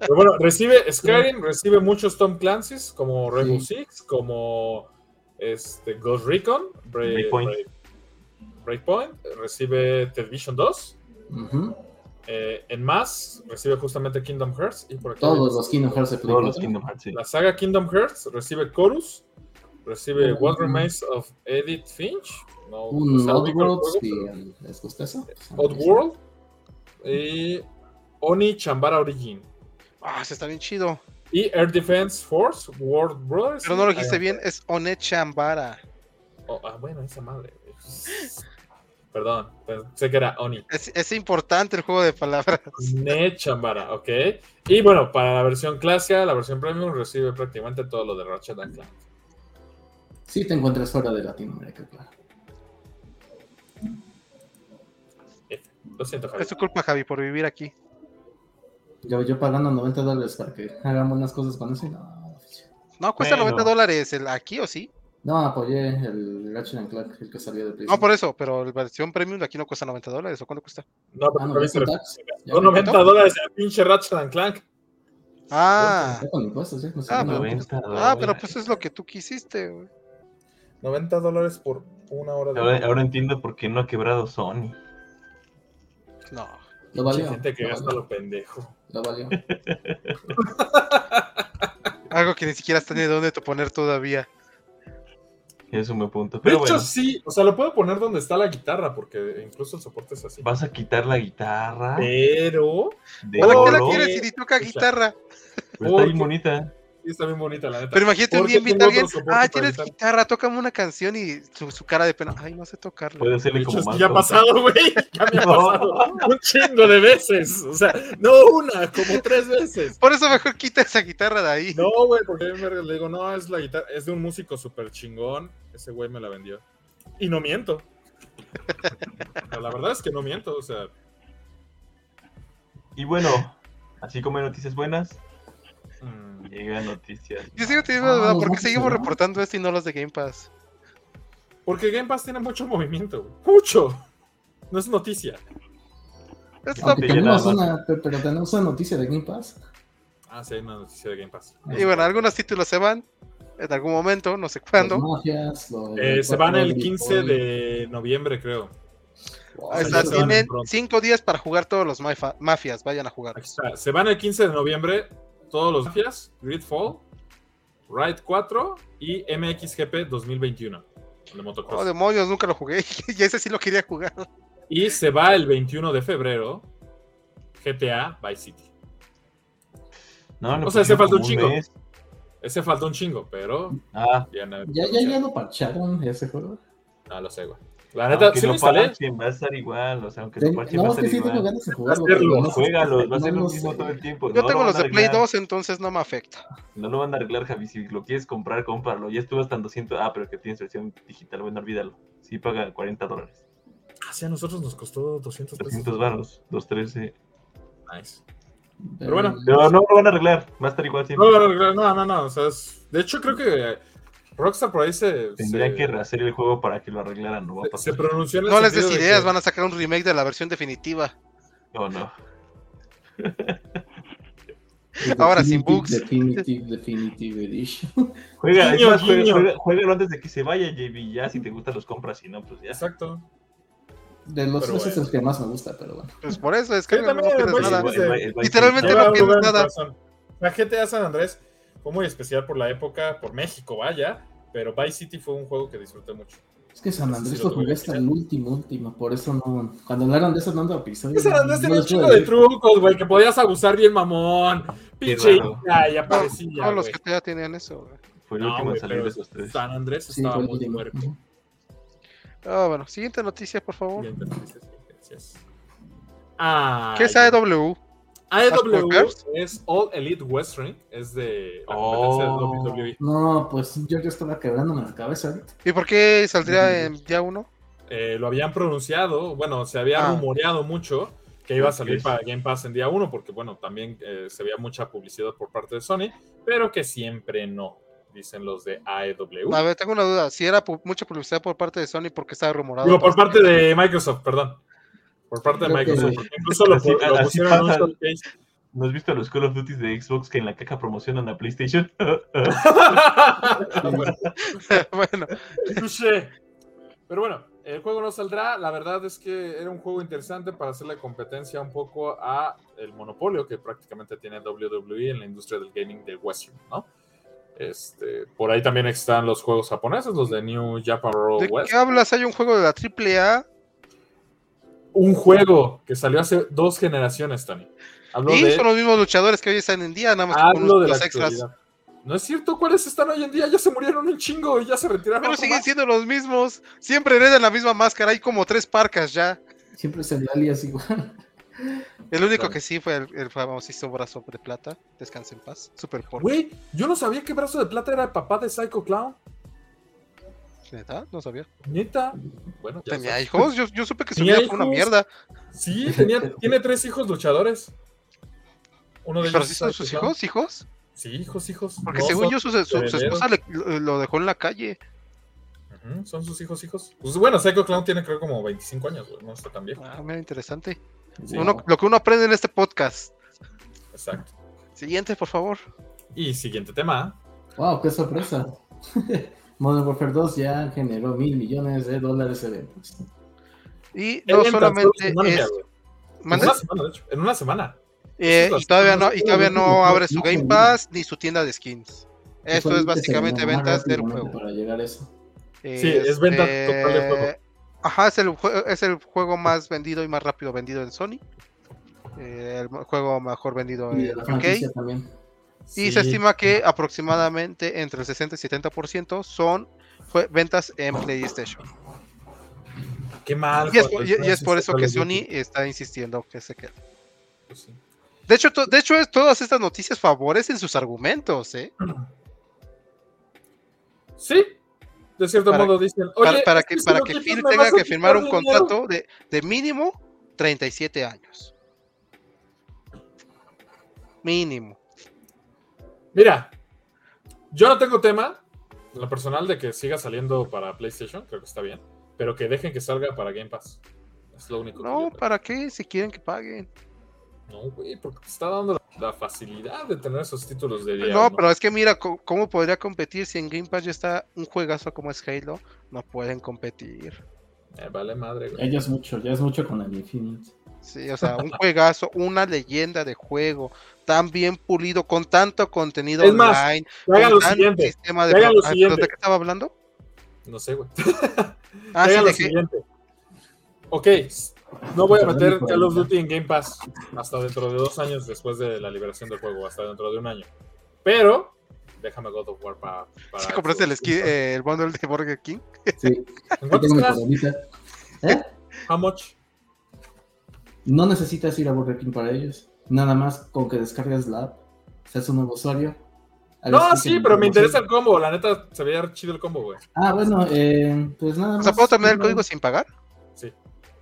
Pero bueno, recibe Skyrim, recibe muchos Tom Clancy's, como Rainbow Six, como este, Ghost Recon, Bra-
Breakpoint.
Bra- Breakpoint, recibe Television 2,
Ujú.
eh, en más recibe justamente Kingdom Hearts y por aquí
Todos los Kingdom Hearts de Play
Todos los
4.
Kingdom Hearts,
Ah,
sí.
la saga Kingdom Hearts recibe Chorus, recibe What
Ujú.
Remains of Edith Finch, no, o
Un
sea, ubico el
Oddworld,
juego,
si
pero-
les gusta eso. pues,
Oddworld y eh, Oni Chambara Origin.
Ah, se está bien chido.
Y Air Defense Force, World Brothers.
Pero no lo
Iron
dijiste bien, es Onechambara.
Oh, ah, bueno, esa madre. güey. Perdón, pensé que era Oni.
Es, es importante el juego de palabras.
Nechambara, ok. Y bueno, para la versión clásica, la versión premium recibe prácticamente todo lo de Ratchet and Clank.
Sí, te encuentras fuera de Latinoamérica, claro.
Lo siento, Javi.
Es tu culpa, Javi, por vivir aquí.
Yo, yo pagando 90 dólares para que hagan buenas cosas con eso y no.
No, cuesta
Bueno.
90 dólares el aquí o sí.
No, apoyé el Ratchet and Clank, el que salió de PlayStation.
No, Ah, por eso, pero la versión premium de aquí no cuesta 90 dólares. ¿O cuánto cuesta?
No,
Ah,
pero
no,
no,
¿ves con tax? Ya
Son
me-
90 dólares el pinche Ratchet and Clank.
Ah,
Ya con impuestos, ya, no sé,
Ah,
no,
pues,
pero-
no,
90
ah pero
dólares.
pues es lo que tú quisiste. güey.
90 dólares por una hora
Ahora, ahora entiendo por qué no ha quebrado Sony.
No.
Lo
Mucha
valió.
gente que
lo
gasta
valió,
lo pendejo.
lo valió.
Algo que ni siquiera has tenido dónde te poner todavía.
Es un buen punto.
De
Pero
hecho,
bueno,
sí. O sea, lo puedo poner donde está la guitarra, porque incluso el soporte es así.
vas a quitar la guitarra.
Pero.
de
¿Para qué la
oro,
quieres si ni toca
Escucha.
guitarra?
pero está bien
Porque-
bonita.
Sí, está bien bonita, la neta.
Pero imagínate un
Porque
día invita a
tengo
alguien.
otro soporte
Ah,
para
tienes
guitarra".
guitarra, tócame una canción y su, su cara de pena. Ay, no sé tocarla.
Puede
De
hacerle
hecho,
como
es que
más.
ya ha pasado, güey. Ya me ha pasado un chingo de veces. O sea, no una, como tres veces.
Por eso mejor quita esa guitarra de ahí.
No, güey, porque yo me- le digo, no, es la guitarra, es de un músico súper chingón. Ese güey me la vendió. Y no miento. Pero la verdad es que no miento, o sea,
Y bueno, así como hay noticias buenas,
mm,
llegan noticias.
Yo sigo teniendo la
Ah,
duda,
los
¿por qué
Muppets,
seguimos
¿verdad?
reportando esto y no los de Game Pass?
porque Game Pass tiene mucho movimiento, güey. mucho. No es noticia.
Esto
Aunque
ya
tenemos
nada más.
una, pero tenemos una noticia de Game Pass.
Ah, sí, hay una noticia de Game Pass.
Y bueno, algunos títulos se van en algún momento, no sé cuándo.
Mafias, lo de-
Eh, se van el 15 de noviembre, creo.
Wow,
Ahí
sea,
está,
ya se van
tienen
pronto.
cinco días para jugar todos los mafa- mafias, vayan a jugar.
Aquí está. Se van el 15 de noviembre todos los días. Gridfall, Ride 4 y MXGP 2021. el de motocross.
Oh, demonios, nunca lo jugué. y ese sí lo quería jugar.
Y se va el 21 de febrero GTA Vice City.
No, le
O sea, se
pusieron
faltó
como
un chingo.
mes.
Ese falta un chingo, pero
Ah,
ya no,
Ya, ya, ya lo parcharon ese juego.
no lo sé, güey. La neta,
aunque
sí lo
no
instalé.
parchen, va a estar igual. O sea, aunque no
Ten-
parchen, va a
No, es
estar
que sí tengo
igual.
ganas de jugarlo.
Hacerlo,
pero no sé-
Juégalos, va a
no
ser lo
lo
mismo
sé.
todo el tiempo.
Yo
No
tengo
lo
los
van
de
a
Play
arreglar.
2, entonces no me afecta.
No lo van a arreglar, Javi. Si lo quieres comprar, cómpralo. Ya estuvo hasta en 200. Ah, pero que tienes versión digital. Bueno, olvídalo. Sí paga 40 dólares.
Ah, sí, a nosotros nos costó 200 pesos.
300 baros. 213.
Nice. Pero bueno.
Pero no lo van a arreglar. Va a estar igual siempre.
pues, No, no, no, no, no, no, o sea, es- de hecho creo que Rockstar por ahí se,
Tendrían
se,
que rehacer el juego para que lo arreglaran. No va a
pues, eh, se- se
pasar.
pronunció en el
No les des
sentido de
ideas,
que-
van a sacar un remake de la versión definitiva.
No, no.
Ahora sin bugs.
Definitive, definitive edition.
Juega,
Guiño,
es más, juega-
guiño.
juega- juégalo antes de que se vaya, JB. Ya, si te gustan los compras. Si no, pues ya.
Exacto.
De los
Pero
tres es
bueno.
el que más me gusta, pero bueno.
Pues por eso, es
Sí,
que no
también,
pierdes
pues,
nada.
sí,
Literalmente
Lleva
no
un
pierdes
lugar en el
nada.
corazón. La GTA San Andrés fue muy especial por la época, por México, vaya, pero Vice City fue un juego que disfruté mucho.
Es que San
Sí,
Andrés
lo
lo
tuve
jugué
que
hasta
quitar.
el último, último. Por eso no. Cuando hablaron de eso, no ando episodio.
San Andrés
no
tenía un
les pude
chingo de
decir.
trucos, güey, que podías abusar bien mamón. Pinche
raro.
Inca, y
No,
aparecía,
Todos los
güey.
que ya tenían eso. güey.
Fue el
No,
último
güey,
en salir
pero
de esos tres.
San Andrés
Sí,
estaba
fue el
muy
último.
muerto.
Ujú.
Ah, bueno, siguiente noticia, por favor.
Bien, gracias, gracias. Ah,
¿Qué es E
ya.
AEW?
AEW
Las
es All Elite Wrestling, es de la
Oh.
competencia de WWE.
No, pues yo ya estaba quebrándome la cabeza ahorita.
¿Y por qué saldría
Ujú.
en ya uno?
Eh, lo habían pronunciado, bueno, se había
Ah.
rumoreado mucho que iba a salir
Ok.
para Game Pass en día uno, porque bueno, también eh, se veía mucha publicidad por parte de Sony, pero que siempre no, dicen los de E AEW.
A ver, tengo una duda. Si era pu- mucha publicidad por parte de Sony, ¿por qué estaba rumorado?
Digo, por parte de Microsoft, perdón. Por parte de
Creo que-
Microsoft, porque incluso lo,
Así-
pu- lo
así
pusieron en un
pasa.
showcase.
¿No has visto los Call of Duty de Xbox que en la caja promocionan a PlayStation?
Ah, bueno.
bueno,
Touché. Pero bueno, el juego no saldrá. La verdad es que era un juego interesante para hacerle competencia un poco a el monopolio que prácticamente tiene WWE en la industria del gaming de Western, ¿no? Este, por ahí también están los juegos japoneses, los de New Japan Pro
¿de
West.
qué hablas? Hay un juego de la AAA.
Un juego que salió hace dos generaciones, Tony. Hablo
Y
de,
son los mismos luchadores que hoy están en día, nada más que con
hablo de la
los extras.
actualidad. No es cierto, ¿cuáles están hoy en día? Ya se murieron un chingo y ya se retiraron.
Pero
otro
siguen
más.
siendo los mismos. Siempre heredan la misma máscara. Hay como tres parcas ya.
Siempre es el alias igual.
El único
Claro.
que sí fue el, el famosísimo brazo de plata. Descanse en paz. Super por
Güey, yo no sabía que Brazo de Plata era el papá de Psycho Clown.
¿Neta? No sabía.
Neta. Bueno, ya
¿Tenía
sabes.
hijos? Yo, yo supe que su
Tenía
vida fue una
hijos.
mierda.
Sí, tenía, tiene tres hijos luchadores. Uno de ellos.
¿Pero
es
sí son sus
Psycho Clown.
hijos? ¿Hijos?
Sí, hijos, hijos.
Porque
No,
según
son-
yo, su, su- su esposa le- lo- lo dejó en la calle.
Ujú, son sus hijos, hijos. Pues bueno, Psycho Clown tiene creo como 25 años, güey, no está tan viejo.
Ah, mira, interesante.
Sí.
Uno- lo que uno aprende en este podcast.
Exacto.
Siguiente, por favor.
Y siguiente tema.
Wow, qué sorpresa. Modern Warfare 2 ya generó mil millones de dólares de pues, ventas.
Y no
Alien Transformers
solamente
Dinámica,
es.
güey. En
¿Mande?
una semana, de hecho. En una semana.
Eh,
Eso es
y todavía
bastante
no, y todavía
bueno,
no
¿no?
abre su
No
Game
sabía.
Pass ni su tienda de skins. Esto es
Solamente se
básicamente
ganó más
ventas del
rápidamente
juego. Este,
Para llegar a eso.
Sí, es venta total del juego.
Ajá, es el, jue- es el juego más vendido y más rápido vendido en Sony. Eh, el mo- juego mejor vendido
Y de
en
la franquicia
UK.
también.
Y
Sí.
se estima que aproximadamente entre el 60 y 70% son fue- ventas en PlayStation.
Qué mal.
Y es,
cuando
por- y- y es
estás
por eso
haciendo
que
los
Sony
YouTube.
está insistiendo que se quede.
Pues sí.
De hecho, to- de hecho es- todas estas noticias favorecen sus argumentos, ¿eh?
Sí, de cierto
Para-
modo dicen.
para,
Oye,
para
es
que,
si
para
lo
que
quitas,
Phil
me
tenga
vas a
que firmar
quitar
un
dinero.
contrato de, de mínimo 37 años. Mínimo.
Mira, yo no tengo tema, en lo personal, de que siga saliendo para PlayStation, creo que está bien, pero que dejen que salga para Game Pass. Es lo único. que
No,
yo-
¿para qué? Si quieren que paguen.
No, güey, porque te está dando la, la facilidad de tener esos títulos de día
Pues No,
uno.
pero es que mira, co- ¿cómo podría competir si en Game Pass ya está un juegazo como es Halo? No pueden competir.
Eh, vale madre, güey.
Ella es mucho, ya es mucho con el Infinite.
Sí, o sea, un juegazo, una leyenda de juego, tan bien pulido, con tanto contenido
Es más,
online,
Que hagan
con
lo
tanto
siguiente.
sistema
que
de...
hagan lo
Ah,
siguiente.
¿De qué estaba hablando?
No sé, güey.
Ah,
Que hagan
sí, de
lo
que-
siguiente. Ok, s- no voy a
Perdón,
meter
por
Call of
ahí.
Duty en Game Pass hasta dentro de dos años después de la liberación del juego, hasta dentro de un año. Pero, déjame God of War pa- para.
¿sí compraste el, esqui- eh, el bundle de Burger King?
Sí,
¿En
yo
cuánto
tengo mi
estás?
coronita. ¿Eh?
How much?
No necesitas ir a Burger King para ellos. Nada más con que descargues la app, seas un nuevo usuario. hagas
No,
clic
sí,
en
pero
el
me interesa el
botón.
combo. La neta, se veía chido el combo, güey.
Ah, bueno, eh, pues nada más.
O sea, ¿puedo terminar el
no,
código sin pagar?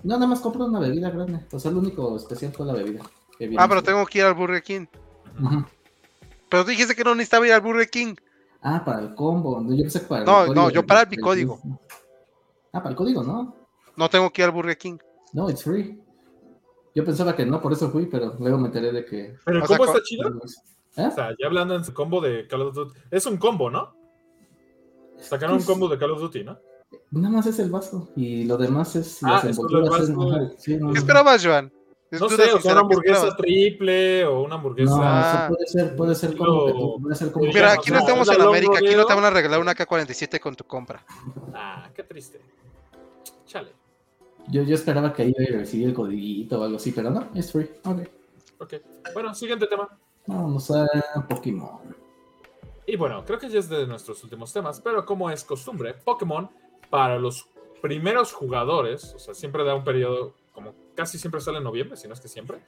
No, nada más compra una bebida grande. O sea, lo único especial fue la bebida. que viene.
Ah, pero tengo que ir al Burger King.
Ujú.
Pero tú dijiste que no necesitaba ir al Burger King.
Ah, para el combo. No, yo pensé que para el
No,
código
no, yo
del-
para mi
del-
código.
Ah, para el código, no.
No tengo que ir al Burger King.
No, it's free. Yo pensaba que no, por eso fui, pero luego me enteré de que.
Pero el
O sea,
combo
co-
está chido.
¿Eh?
O sea, ya hablando en su combo de Call of Duty. Es un combo, ¿no? Sacaron un
Pues-
combo de Call of Duty, ¿no?
Nada más es el vaso. Y lo demás es
Ah,
las
es solo el
envolturas. es-
vaso.
ajá, sí, no,
¿Qué esperabas, Joan? Es
Mm. No
duda
sé, o sea,
sincera,
una
¿qué
hamburguesa
esperabas?
triple o una hamburguesa.
No, o
Ah.
sea, puede ser, puede ser como que
Estilo-
tú, puede ser como
Mira,
Mira,
Ya,
que-
aquí
o
no
sea,
estamos
una
en
long
América, aquí
rodeo.
no te van a regalar una K47 con tu compra.
Ah, qué triste. Chale.
Yo, yo esperaba que ahí recibí el codiguito o algo así, pero no, es free. Ok.
Ok. Bueno, siguiente tema.
Vamos a Pokémon.
Y bueno, creo que ya es de nuestros últimos temas, pero como es costumbre, Pokémon para los primeros jugadores, o sea, siempre da un periodo, como casi siempre sale en noviembre, si no es que siempre,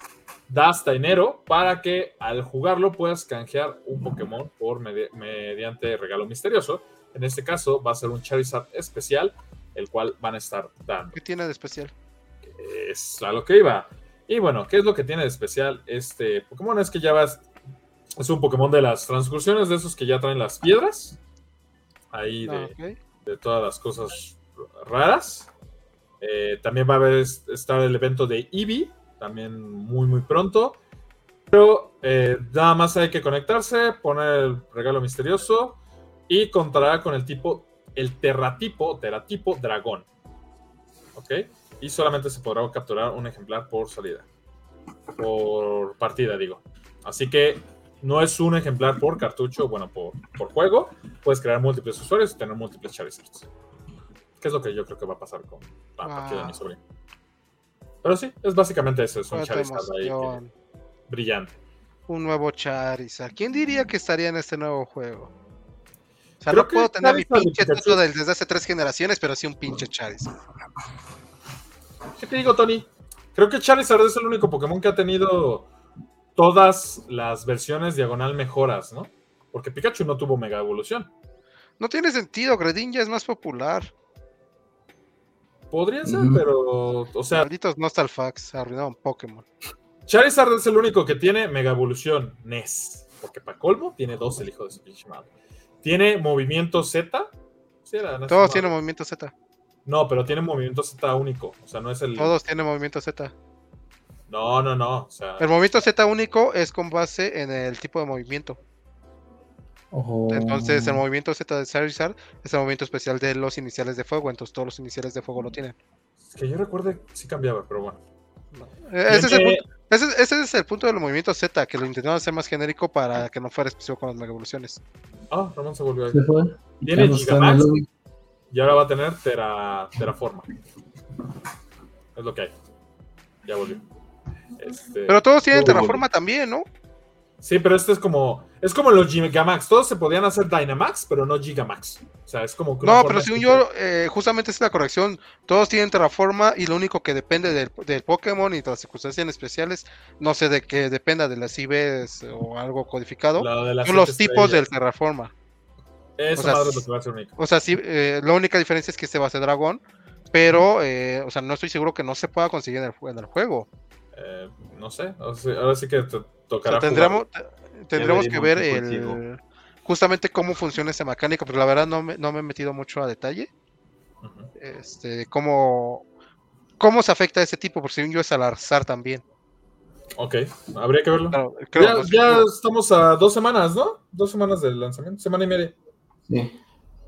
da hasta enero para que al jugarlo puedas canjear un Pokémon por medi- mediante regalo misterioso. En este caso va a ser un Charizard especial, el cual van a estar dando.
¿Qué tiene de especial?
Es a lo que iba. Y bueno, ¿qué es lo que tiene de especial este Pokémon? Es que ya vas. Es un Pokémon de las transcursiones, de esos que ya traen las piedras. Ahí
Ah,
de,
ok.
de todas las cosas raras. Eh, también va a haber es- estar el evento de Eevee, también muy, muy pronto. Pero eh, nada más hay que conectarse, poner el regalo misterioso y contará con el tipo, el terratipo, teratipo dragón. ¿Ok? Y solamente se podrá capturar un ejemplar por salida. Por partida, digo. Así que no es un ejemplar por cartucho, bueno, por, por juego. Puedes crear múltiples usuarios y tener múltiples Charizards. Que es lo que yo creo que va a pasar con la
Wow.
partida de mi sobrino. Pero sí, es básicamente eso. Es un
Cuánta
Charizard ahí que-
emoción.
brillante.
Un nuevo Charizard. ¿Quién diría que estaría en este nuevo juego? O sea,
Creo
no
que
puedo tener mi
Charizard y
pinche
Pikachu.
título del- desde hace tres generaciones, pero sí un pinche Charizard.
¿Qué te digo, Tony? Creo que Charizard es el único Pokémon que ha tenido todas las versiones diagonal mejoras, ¿no? Porque Pikachu no tuvo mega evolución.
No tiene sentido, Gredin ya es más popular.
Podría ser,
Ujú.
pero. O sea,
Malditos Nostalfax, arruinaron Pokémon.
Charizard es el único que tiene mega evolución NES. Porque para colmo tiene dos el hijo de su pinche madre. Tiene movimiento Z. Sí, era, no es
Todos
su
tienen
madre.
movimiento Z.
No, pero tiene movimiento Z único. O sea, no es el.
Todos tienen movimiento Z.
No, no, no. O sea,
El movimiento Z único es con base en el tipo de movimiento. Entonces, el movimiento Z de Charizard es el movimiento especial de los iniciales de fuego. Entonces, todos los iniciales de fuego lo tienen.
que yo recuerde, sí cambiaba, pero bueno.
Eh, Ese es el
Tiene-
punto, ese- ese es el punto del movimiento Z, que lo intentaron hacer más genérico para que no fuera exclusivo con las mega evoluciones.
Ah, Ramón se volvió a ir.
Se fue.
Tiene
Carlos está en el
Gigamax.
lobby.
Y ahora va a tener tera, Teraforma. Es lo que hay. Ya volvió. Este,
Pero todos tienen
Uy.
Terraforma también, ¿no?
sí, pero este es como. Es como los Gigamax. Todos se podían hacer Dynamax, pero no Gigamax. O sea, es como. que una
No,
forma
pero según
especial.
yo, eh, justamente es la corrección. Todos tienen Terraforma y lo único que depende del, del Pokémon y de las circunstancias especiales, no sé de que dependa de las IBs o algo codificado,
La de las
son los
siete
tipos del
estrellas.
Terraforma.
Esa
o sea,
madre es lo que va a ser único.
O sea, sí, eh, la única diferencia es que se va a hacer dragón, pero, eh, o sea, no estoy seguro que no se pueda conseguir en el, ju- en el juego.
Eh, no sé. o sea, ahora sí que te
O
tocará.
sea, tendremos, tendremos que
veremos
ver
qué
el-
consigo.
justamente cómo funciona esa mecánica, pero la verdad no me, no me he metido mucho a detalle.
jugar. Ujú.
este, cómo, cómo se afecta a ese tipo, por si yo es al azar también.
Ok, habría que verlo.
Claro, creo,
Ya,
no sé.
ya estamos a dos semanas, ¿no? Dos semanas del lanzamiento, semana y media.
Sí.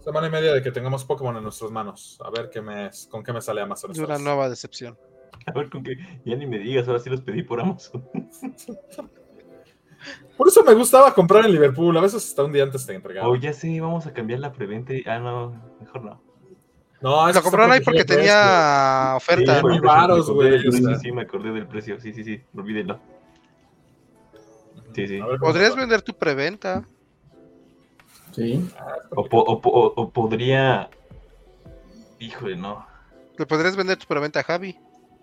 Semana y media de que tengamos Pokémon en nuestras manos. A ver qué me, con qué me sale Amazon.
Es
esta
una
vez.
nueva decepción.
A ver con qué. Ya ni me digas, ahora sí los pedí por Amazon.
Por eso me gustaba comprar en Liverpool. A veces hasta un día antes te entregaban.
Oh, ya sé, vamos a cambiar la preventa. y- Ah, no, mejor no.
No, es
Lo
que
compraron ahí
está
porque
precio,
tenía
Sí,
oferta,
muy
me
¿no?
acordé
varos,
del
güey, o
precio,
sea.
Sí, me acordé del precio. Sí, sí, sí, olvídenlo.
güey.
Sí, sí.
este, A ver,
Podrías
vamos
vender tu preventa.
Sí.
a-
O, po- o po- o- o podría. Híjole, no.
Le podrías vender tu preventa a Javi.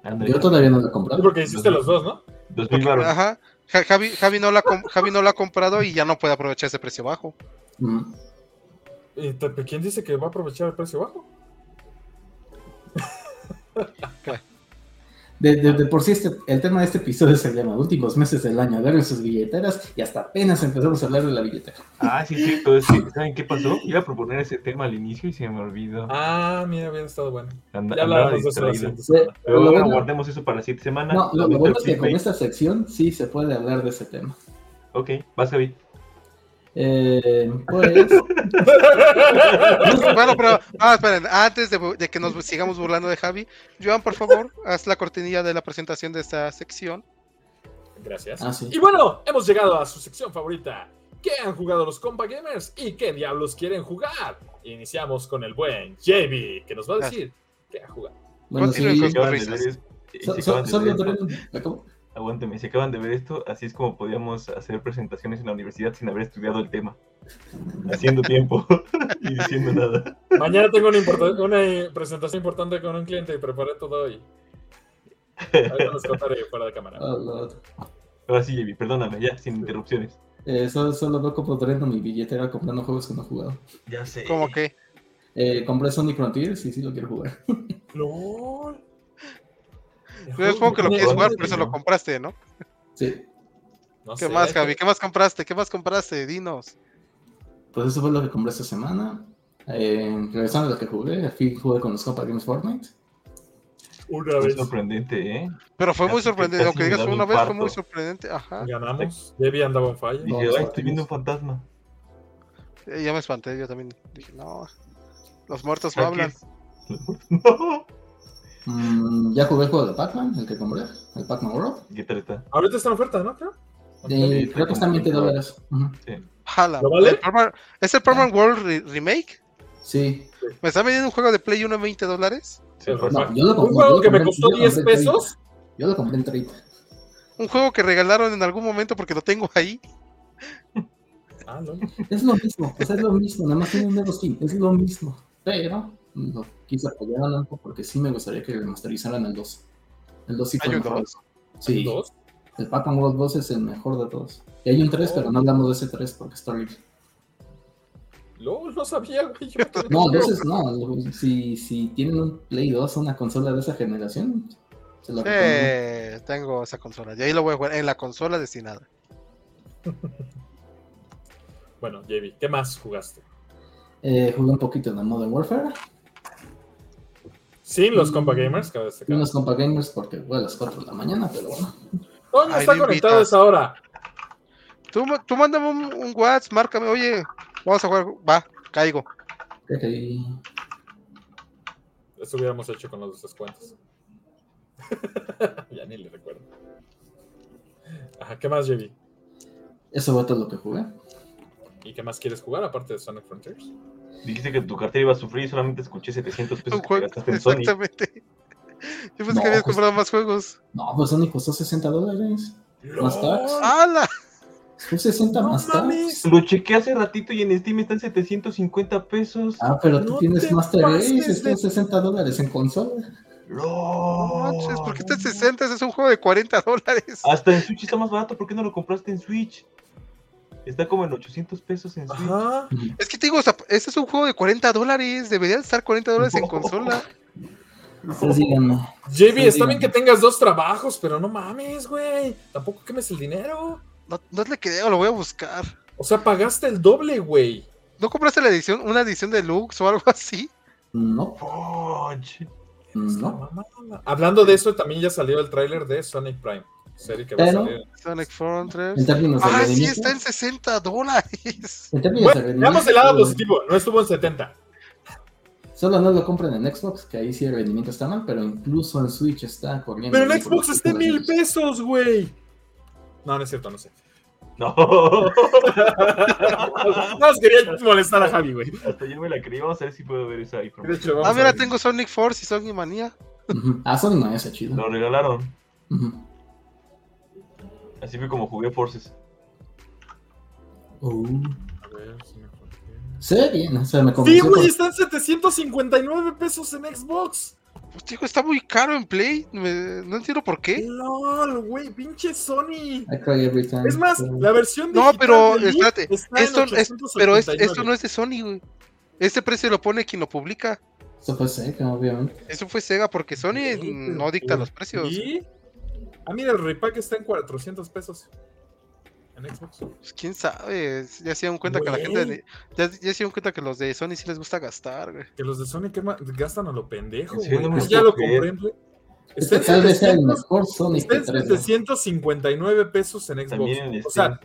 Ándale,
Yo todavía no la he
Sí,
comprado.
porque hiciste los dos, ¿no?
dos mil baros.
Ajá. Ja- Javi, Javi, no la com- Javi no la ha comprado y ya no puede aprovechar ese precio bajo.
Mm.
¿Y te- pero quién dice que va a aprovechar el precio bajo?
De, de- de por sí, este, el tema de este episodio se llama Últimos meses del año. Agarren sus billeteras y hasta apenas empezamos a hablar de la billetera.
Ah, sí, sí, todo eso. ¿Saben qué pasó? Iba a proponer ese tema al inicio y se me olvidó.
Ah, mira, hubiera estado bueno.
Anda-
Ya
andaba
hablaremos de eso la
distraído.
siguiente
Eh,
semana.
Pero
lo
bueno,
bueno-
guardemos eso para la siguiente semana.
No, lo, lo
Ahorita
bueno es que con
clickbait.
esta sección sí se puede hablar de ese tema.
Ok, vas a ver.
Eh, pues,
Bueno, pero ah, esperen, antes de, bu- de que nos sigamos burlando de Javi, Joan, por favor, haz la cortinilla de la presentación de esta sección.
Gracias.
Ah, sí.
Y bueno, hemos llegado a su sección favorita. ¿Qué han jugado los compa gamers y qué diablos quieren jugar? Iniciamos con el buen JB, que nos va a decir qué ha jugado.
bueno,
Continúen
sí.
con-
acaban de
risas.
ver esto- si
So-
acaban
so- Solo
de ver
también.
esto-
¿me acabo?
Aguántame, si acaban de ver esto, así es como podíamos hacer presentaciones en la universidad sin haber estudiado el tema. Haciendo tiempo y diciendo nada.
Mañana tengo una, importa- una eh, presentación importante con un cliente y preparé todo hoy. Ahorita les contaré fuera de cámara.
Oh, Lord.
Ahora sí, Javi, perdóname, ya, sin interrupciones.
Eh, solo, solo veo como dreno mi billetera comprando juegos que no he jugado.
Ya sé.
Como que,
Eh, compré Sonic Frontiers y sí lo quiero jugar.
¡Lol!
yo supongo que lo
No,
quieres jugar,
no,
por eso
no.
lo compraste, ¿no?
Sí.
No
¿Qué
sé,
más,
hay
Javi?
que-
¿Qué más compraste? ¿Qué más compraste? Dinos.
Pues eso fue lo que compré esta semana. Eh, regresando a lo que jugué, al fin jugué con los compa Games Fortnite.
Una
Fue
vez
sorprendente, ¿eh?
Pero fue muy
Casi-
sorprendente,
casi
aunque
me
digas
da un
una vez, fue
infarto.
muy sorprendente. Ajá.
ganamos. JB andaba en falla.
Dije,
Vamos,
ay, estoy
partimos.
viendo un fantasma.
Eh, Ya me espanté, yo también dije, no. Los muertos no hablan.
Hackers. No.
Mm, ya jugué el juego de Pac-Man, el que compré, el Pac-Man World.
¿Qué tal está?
Ahorita está en oferta, ¿no? Creo.
Eh,
está
creo que está en
como
20
en dólares.
dólares. Ujú.
Jala.
¿Lo vale?
¿El Perma- ¿Es el Permanent World Re- Remake?
Sí.
¿Me está vendiendo un juego de Play 1 en 20 dólares?
Sí,
No.
Rafa.
No, yo lo
Pues Un
compré- yo
juego
lo
que me
compré-
costó
yo lo
10
compré en 30.
pesos.
Yo lo compré en 30.
Un juego que regalaron en algún momento porque lo tengo ahí.
Ah, no.
Es lo mismo, o sea, es lo mismo, nada más tiene un nuevo skin, es lo mismo. Pero lo quise apoyar un poco porque sí me gustaría que remasterizaran el 2. El 2 sí fue
Hay un
mejor.
2.
Sí,
Dos.
el Pac-Man World 2 es el mejor de todos. Y hay un 3, pero no hablamos de ese 3 porque está horrible.
LOL, no sabía, güey. yo también.
No, el 2 es no. Si, si tienen un Play 2 o una consola de esa generación, se lo recomiendo.
Eh, tengo esa consola. Y ahí lo voy a jugar en la consola destinada.
Bueno, JB, ¿qué más jugaste?
Eh, jugué un poquito de Modern Warfare.
Sin los
Mm.
compa gamers, cabe
Y
destacar.
unos compa gamers porque fue a las 4 de la mañana, pero bueno.
Toño
Ay,
está
me
conectado a
invitas.
esa hora.
Tú, ma- tú mándame un, un WhatsApp, márcame, oye, vamos a jugar. Va, caigo.
creo que ahí-
Eso hubiéramos hecho con los descuentos. ya ni le recuerdo. Ajá, ¿qué más, JB?
Eso fue todo lo que jugué.
¿Y qué más quieres jugar aparte de Sonic Frontiers?
Dijiste que tu cartera iba a sufrir y solamente escuché 700 pesos
Un
que te
juego-
gastaste en Sony.
Exactamente. Yo pensé
No,
que
pues-
habías comprado más juegos.
No, pues Sony costó 60 dólares. ¿Más tax?
¡Hala!
Son 60
¡Ah, ¡No
más
mames!
tax.
Lo chequé hace ratito y en Steam están 750 pesos.
Ah, pero
No
tú tienes
te
Master Race,
pases
está
de-
en 60 dólares en consola.
No
¡No!
manches, ¿por qué está en 60? Ese es un juego de 40 dólares.
Hasta en Switch está más barato. ¿Por qué no lo compraste en Switch? Está como en 800 pesos en Switch.
Ajá.
Es que te digo, o sea, ese es un juego de 40 dólares. Debería estar 40 dólares en
No.
consola.
Ustedes díganme.
JB,
Sí,
está bien
dígame.
que tengas dos trabajos, pero no mames, güey. Tampoco quemes el dinero.
No, no le creo, lo voy a buscar.
O sea, pagaste el doble, güey.
¿No compraste la edición, una edición deluxe o algo así?
No,
Fudge.
Es la
Pues no.
mamada. Hablando de eso, también ya salió el tráiler de Sonic Prime. serie que va a
Pero-
salir.
Sonic Frontiers.
Pues,
En términos de
Ah, sí,
realismo-
está en 60 dólares.
en términos de
Bueno,
realismo,
veamos el lado positivo, no estuvo en 70.
Solo no lo compren en Xbox, que ahí sí el rendimiento está mal, pero incluso en Switch está corriendo.
Pero en
ahí por
Xbox
los
está en mil
300.
pesos, güey. No, no es cierto, no sé.
No.
Nada más quería molestar a Javi, güey.
Hasta yo me la creí. Vamos a ver si puedo ver esa
De
información.
hecho, vamos
Ah,
a
mira,
ver.
tengo Sonic Force y Sonic Manía.
Ujú. Ah, Sonic no está chido.
Lo regalaron.
Ujú.
Así fue como jugué Forces.
Oh.
A ver, si me acuerdo.
Se ve bien, o sea, me
Sí,
convenció
güey,
por-
están 759 pesos en Xbox.
Pues, tío, está muy caro en Play. me- No entiendo por qué.
LOL, güey, pinche Sony.
I cry every time.
Es más,
Pero-
la versión
No,
digital
pero,
de Leaf
espérate,
está en
esto- es- Pero es- esto
889.
no es de Sony, güey. Este precio lo pone quien lo publica.
Eso fue seca, obviamente.
Eso fue Sega porque Sony
Sí, pero
no dicta
¿por
los precios.
¿Y? Ah, mira, el repack está en 400 pesos. En Xbox.
Pues, quién sabe, ya se dieron cuenta que la gente de- ya, ya se dieron cuenta que los de Sony sí les gusta gastar, güey.
Que los de Sony ¿qué ma- gastan a lo pendejo,
Sí, no
güey.
me
Pues
lo
ya
puedo
lo
creer.
compré. güey. Está
Este
en
tal vez sea el
700,
mejor Sonic
está
de
en
3.
759 pesos en Xbox.
También este, en
O sea,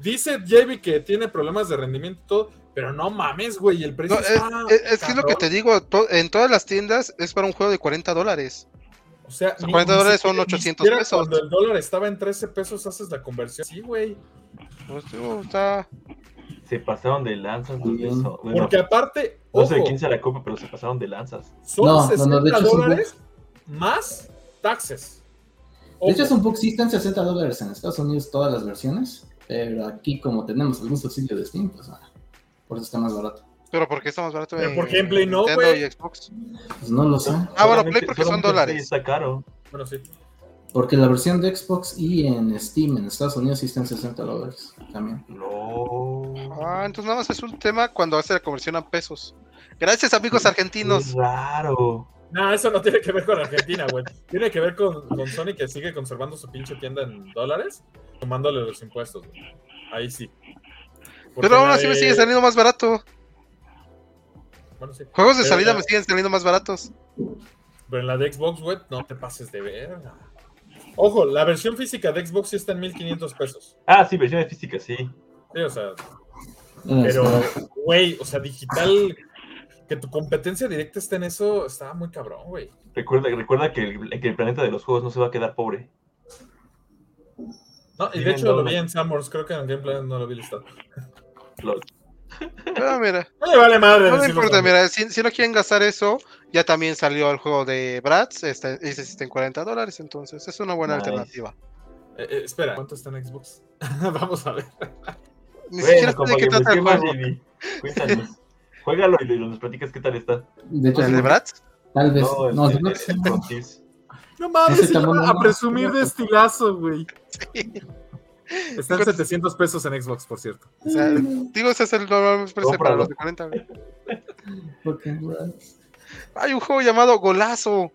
dice JB que tiene problemas de rendimiento y todo, pero no mames, güey, el precio
No, es,
está...
es- es que es lo que
Ah, cabrón.
te digo, to- en todas las tiendas es para un juego de 40 dólares.
O sea,
sea, 40 dólares son
siquiera-
800
siquiera
pesos.
Cuando el dólar estaba en 13 pesos, haces la conversión. Sí, güey.
Pues, tío, está-
Se pasaron de lanzas los de
Bien.
Sony. Bueno,
Porque aparte,
no
ojo,
sé de quién se la copa, pero se pasaron de lanzas.
son
No, no, no,
60
de hecho es un
dólares más taxes.
De hecho,
Ojo.
es un poco, sí están 60 dólares en Estados Unidos todas las versiones, pero aquí como tenemos algún subsidio de Steam, pues ah, por eso está más barato.
pero porque está más barato
Pero
en
¿por qué en Play no,
Nintendo
güey?
y Xbox.
Pues no lo sé,
Ah, bueno,
Solamente-
Play porque son
solamente Play
dólares.
Está caro.
Bueno, sí.
porque la versión de Xbox y en Steam en Estados Unidos sí están 60 dólares también.
No.
Ah, entonces nada más es un tema cuando hace la conversión a pesos. Gracias, amigos argentinos.
Es raro.
No, eso no tiene que ver con Argentina, güey. Tiene que ver con, con Sony que sigue conservando su pinche tienda en dólares, tomándole los impuestos. güey. Ahí sí. Porque
Pero aún
la
así me
de-
eh,
sigue saliendo más barato.
Bueno, sí.
Juegos de
eh,
Pero
salida
la-
me siguen saliendo más baratos.
Pero en la de Xbox, güey, no te pases de verga. Ojo, la versión física de Xbox sí está en 1500 pesos.
Ah, sí, versiones físicas, sí.
Sí, o sea,
Eh,
pero,
está-
güey, o sea, digital, que tu competencia directa esté en eso, está muy cabrón, güey.
Recuerda, recuerda que, el, que el planeta de los juegos no se va a quedar pobre.
No, y de
Miren,
hecho lo
no.
vi en Summers, creo que en Gameplay no lo vi listado.
Lol.
Pero Ah, mira.
No le vale madre.
No me
decirlo
importa,
también.
mira, si, si no quieren gastar eso, ya también salió el juego de Bratz, este, ese sí está en 40 dólares, entonces es una buena
Nice.
alternativa.
Eh, eh, espera, ¿cuánto está en Xbox? Vamos a ver.
Ni siquiera
Bueno,
sé de qué
compañeros,
trata
¿qué
el
más,
juego.
Jimmy? Cuéntanos. Juégalo y nos platicas qué tal está.
de hecho,
¿El de
sí,
Bratz?
tal vez,
Pues,
No, este,
no, yo
el, el-
creo que sí.
el Frontiers.
No
Ese
mames, se
tamaño
iba a
no.
presumir de estilazo, güey.
Sí.
Está en 700 pesos en Xbox, por cierto. Mm.
O sea, digo, ese es el normal precio para
Mm. Cómpralo.
los de 40. güey.
Porque, bueno,
Hay un juego llamado Golazo,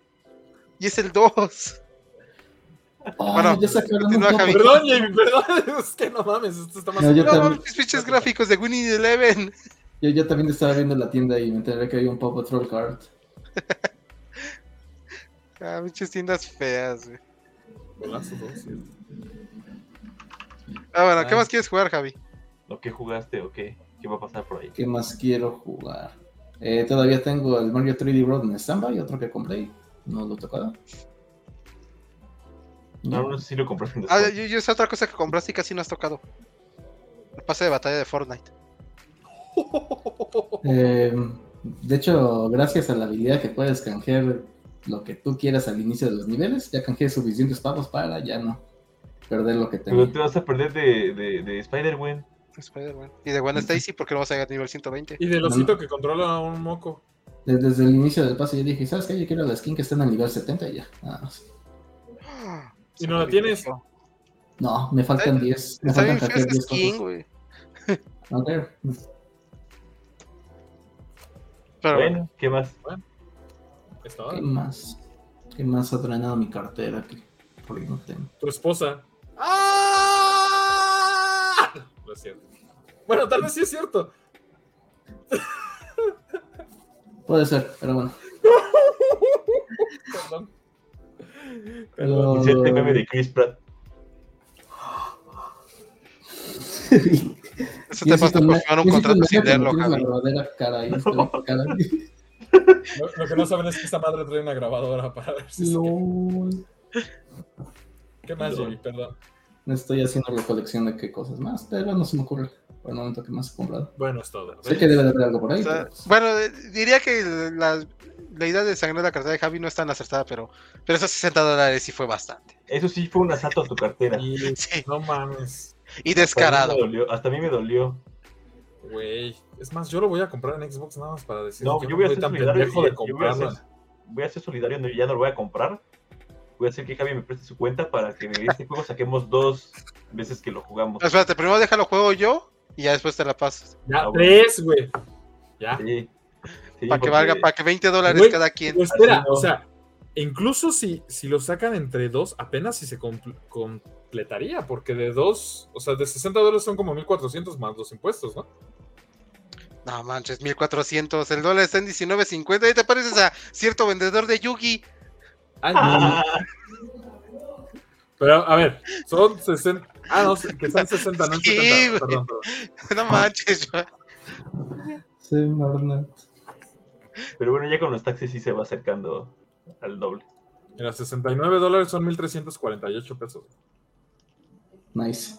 y es el 2.
ay,
Bueno,
ya se acabaron
continúa,
un poco.
Javi.
Perdón, Jamie, perdón. Es que no mames, esto está más.
No, yo
No
también.
mames, mis pinches gráficos de Winnie Eleven.
Yo, yo también estaba viendo la tienda y me enteré que había un Paw Patrol card.
Ah, pinches tiendas feas, güey.
Golazo, ¿no? Sí.
Ah, bueno, ¿qué
Ah.
más quieres jugar, Javi?
¿Lo que jugaste o qué? ¿Qué va a pasar por ahí?
¿Qué más quiero jugar? Eh, todavía tengo el Mario 3D World en standby, otro que compré y no lo he tocado.
No, no sé si lo compraste en
Ah,
descuento.
yo, yo sé otra cosa que compraste y casi no has tocado. El pase de batalla de Fortnite.
Eh, de hecho, gracias a la habilidad que puedes canjear lo que tú quieras al inicio de los niveles, ya canjeé suficientes pavos para ya no perder lo que
Pero
tengo.
te vas a perder de, de, de Spider-Man.
Spider-Man. Y de Gwen Stacy porque no vas a llegar a nivel 120.
Y del osito que controla a un moco.
Desde, desde el inicio del pase yo dije, ¿sabes qué? Yo quiero la skin que está en el nivel 70 y ya. nada más.
¿Y no la tienes?
No, me faltan
Está-
10. Me
Está
faltan
bien fea
canjear
esa
10
skin,
cosas.
güey.
A ver,
Pero bueno.
Bueno, ¿qué más?
Está.
¿Qué más? ¿Qué más ha drenado mi cartera que por ahí no tengo?
Tu esposa. ¡Ah! No es cierto. Bueno, tal vez sí es cierto.
Puede ser, pero bueno.
Perdón.
Pero-
Inserte meme de Chris Pratt.
Eso te pasa por firmar un contrato sin leerlo, Javi.
Lo, lo que no saben es que esta madre trae una grabadora para ver si. se-
No,
¿Qué más,
No.
Jimmy? Perdón.
no estoy haciendo recolección de qué cosas más, pero no se me ocurre por el momento que más he comprado.
Bueno, es todo.
Pues,
Sé que debe de haber algo por ahí.
O sea,
pero, pues,
bueno, eh, diría que la, la idea de sangrar la cartera de Javi no es tan acertada, pero, pero esos 60 dólares sí fue bastante.
Eso sí fue un asalto a tu cartera.
Y-
Sí,
No mames.
y
Hasta a
Pues,
mí
descarado.
me dolió, Hasta a mí me dolió.
Güey, es más, yo lo voy a comprar en Xbox nada más para decir
No,
que
yo voy a
soy
ser
tan
solidario.
pendejo
y-
de
yo voy, a
comprarlo.
ser, voy a ser solidario, no, ya no lo voy a comprar. Voy a hacer que Javi me preste su cuenta para que de este juego saquemos dos veces que lo jugamos.
No, espérate, primero déjalo juego yo y ya después te la pasas.
Ya,
Ah, bueno.
tres, güey. Ya.
Sí. Sí,
Para que
porque-
valga, para que 20 dólares
Güey,
cada quien.
Pero Pues espera,
Así no.
o sea, incluso si, si lo sacan entre dos, apenas si se compl- completaría, porque de dos, o sea, de 60 dólares son como 1400 más los impuestos, ¿no?
No manches, 1400. El dólar está en 19.50. ¿Y te pareces a cierto vendedor de Yugi?
Ay, no.
Ah,
Pero a ver, son 60. Ah, no, que están 60, no en
Sí,
70.
güey.
Perdón, perdón.
No manches, yo-
sí, Marnat.
Pero bueno, ya con los taxis sí se va acercando al doble.
Mira, 69 dólares son 1348 pesos.
Nice.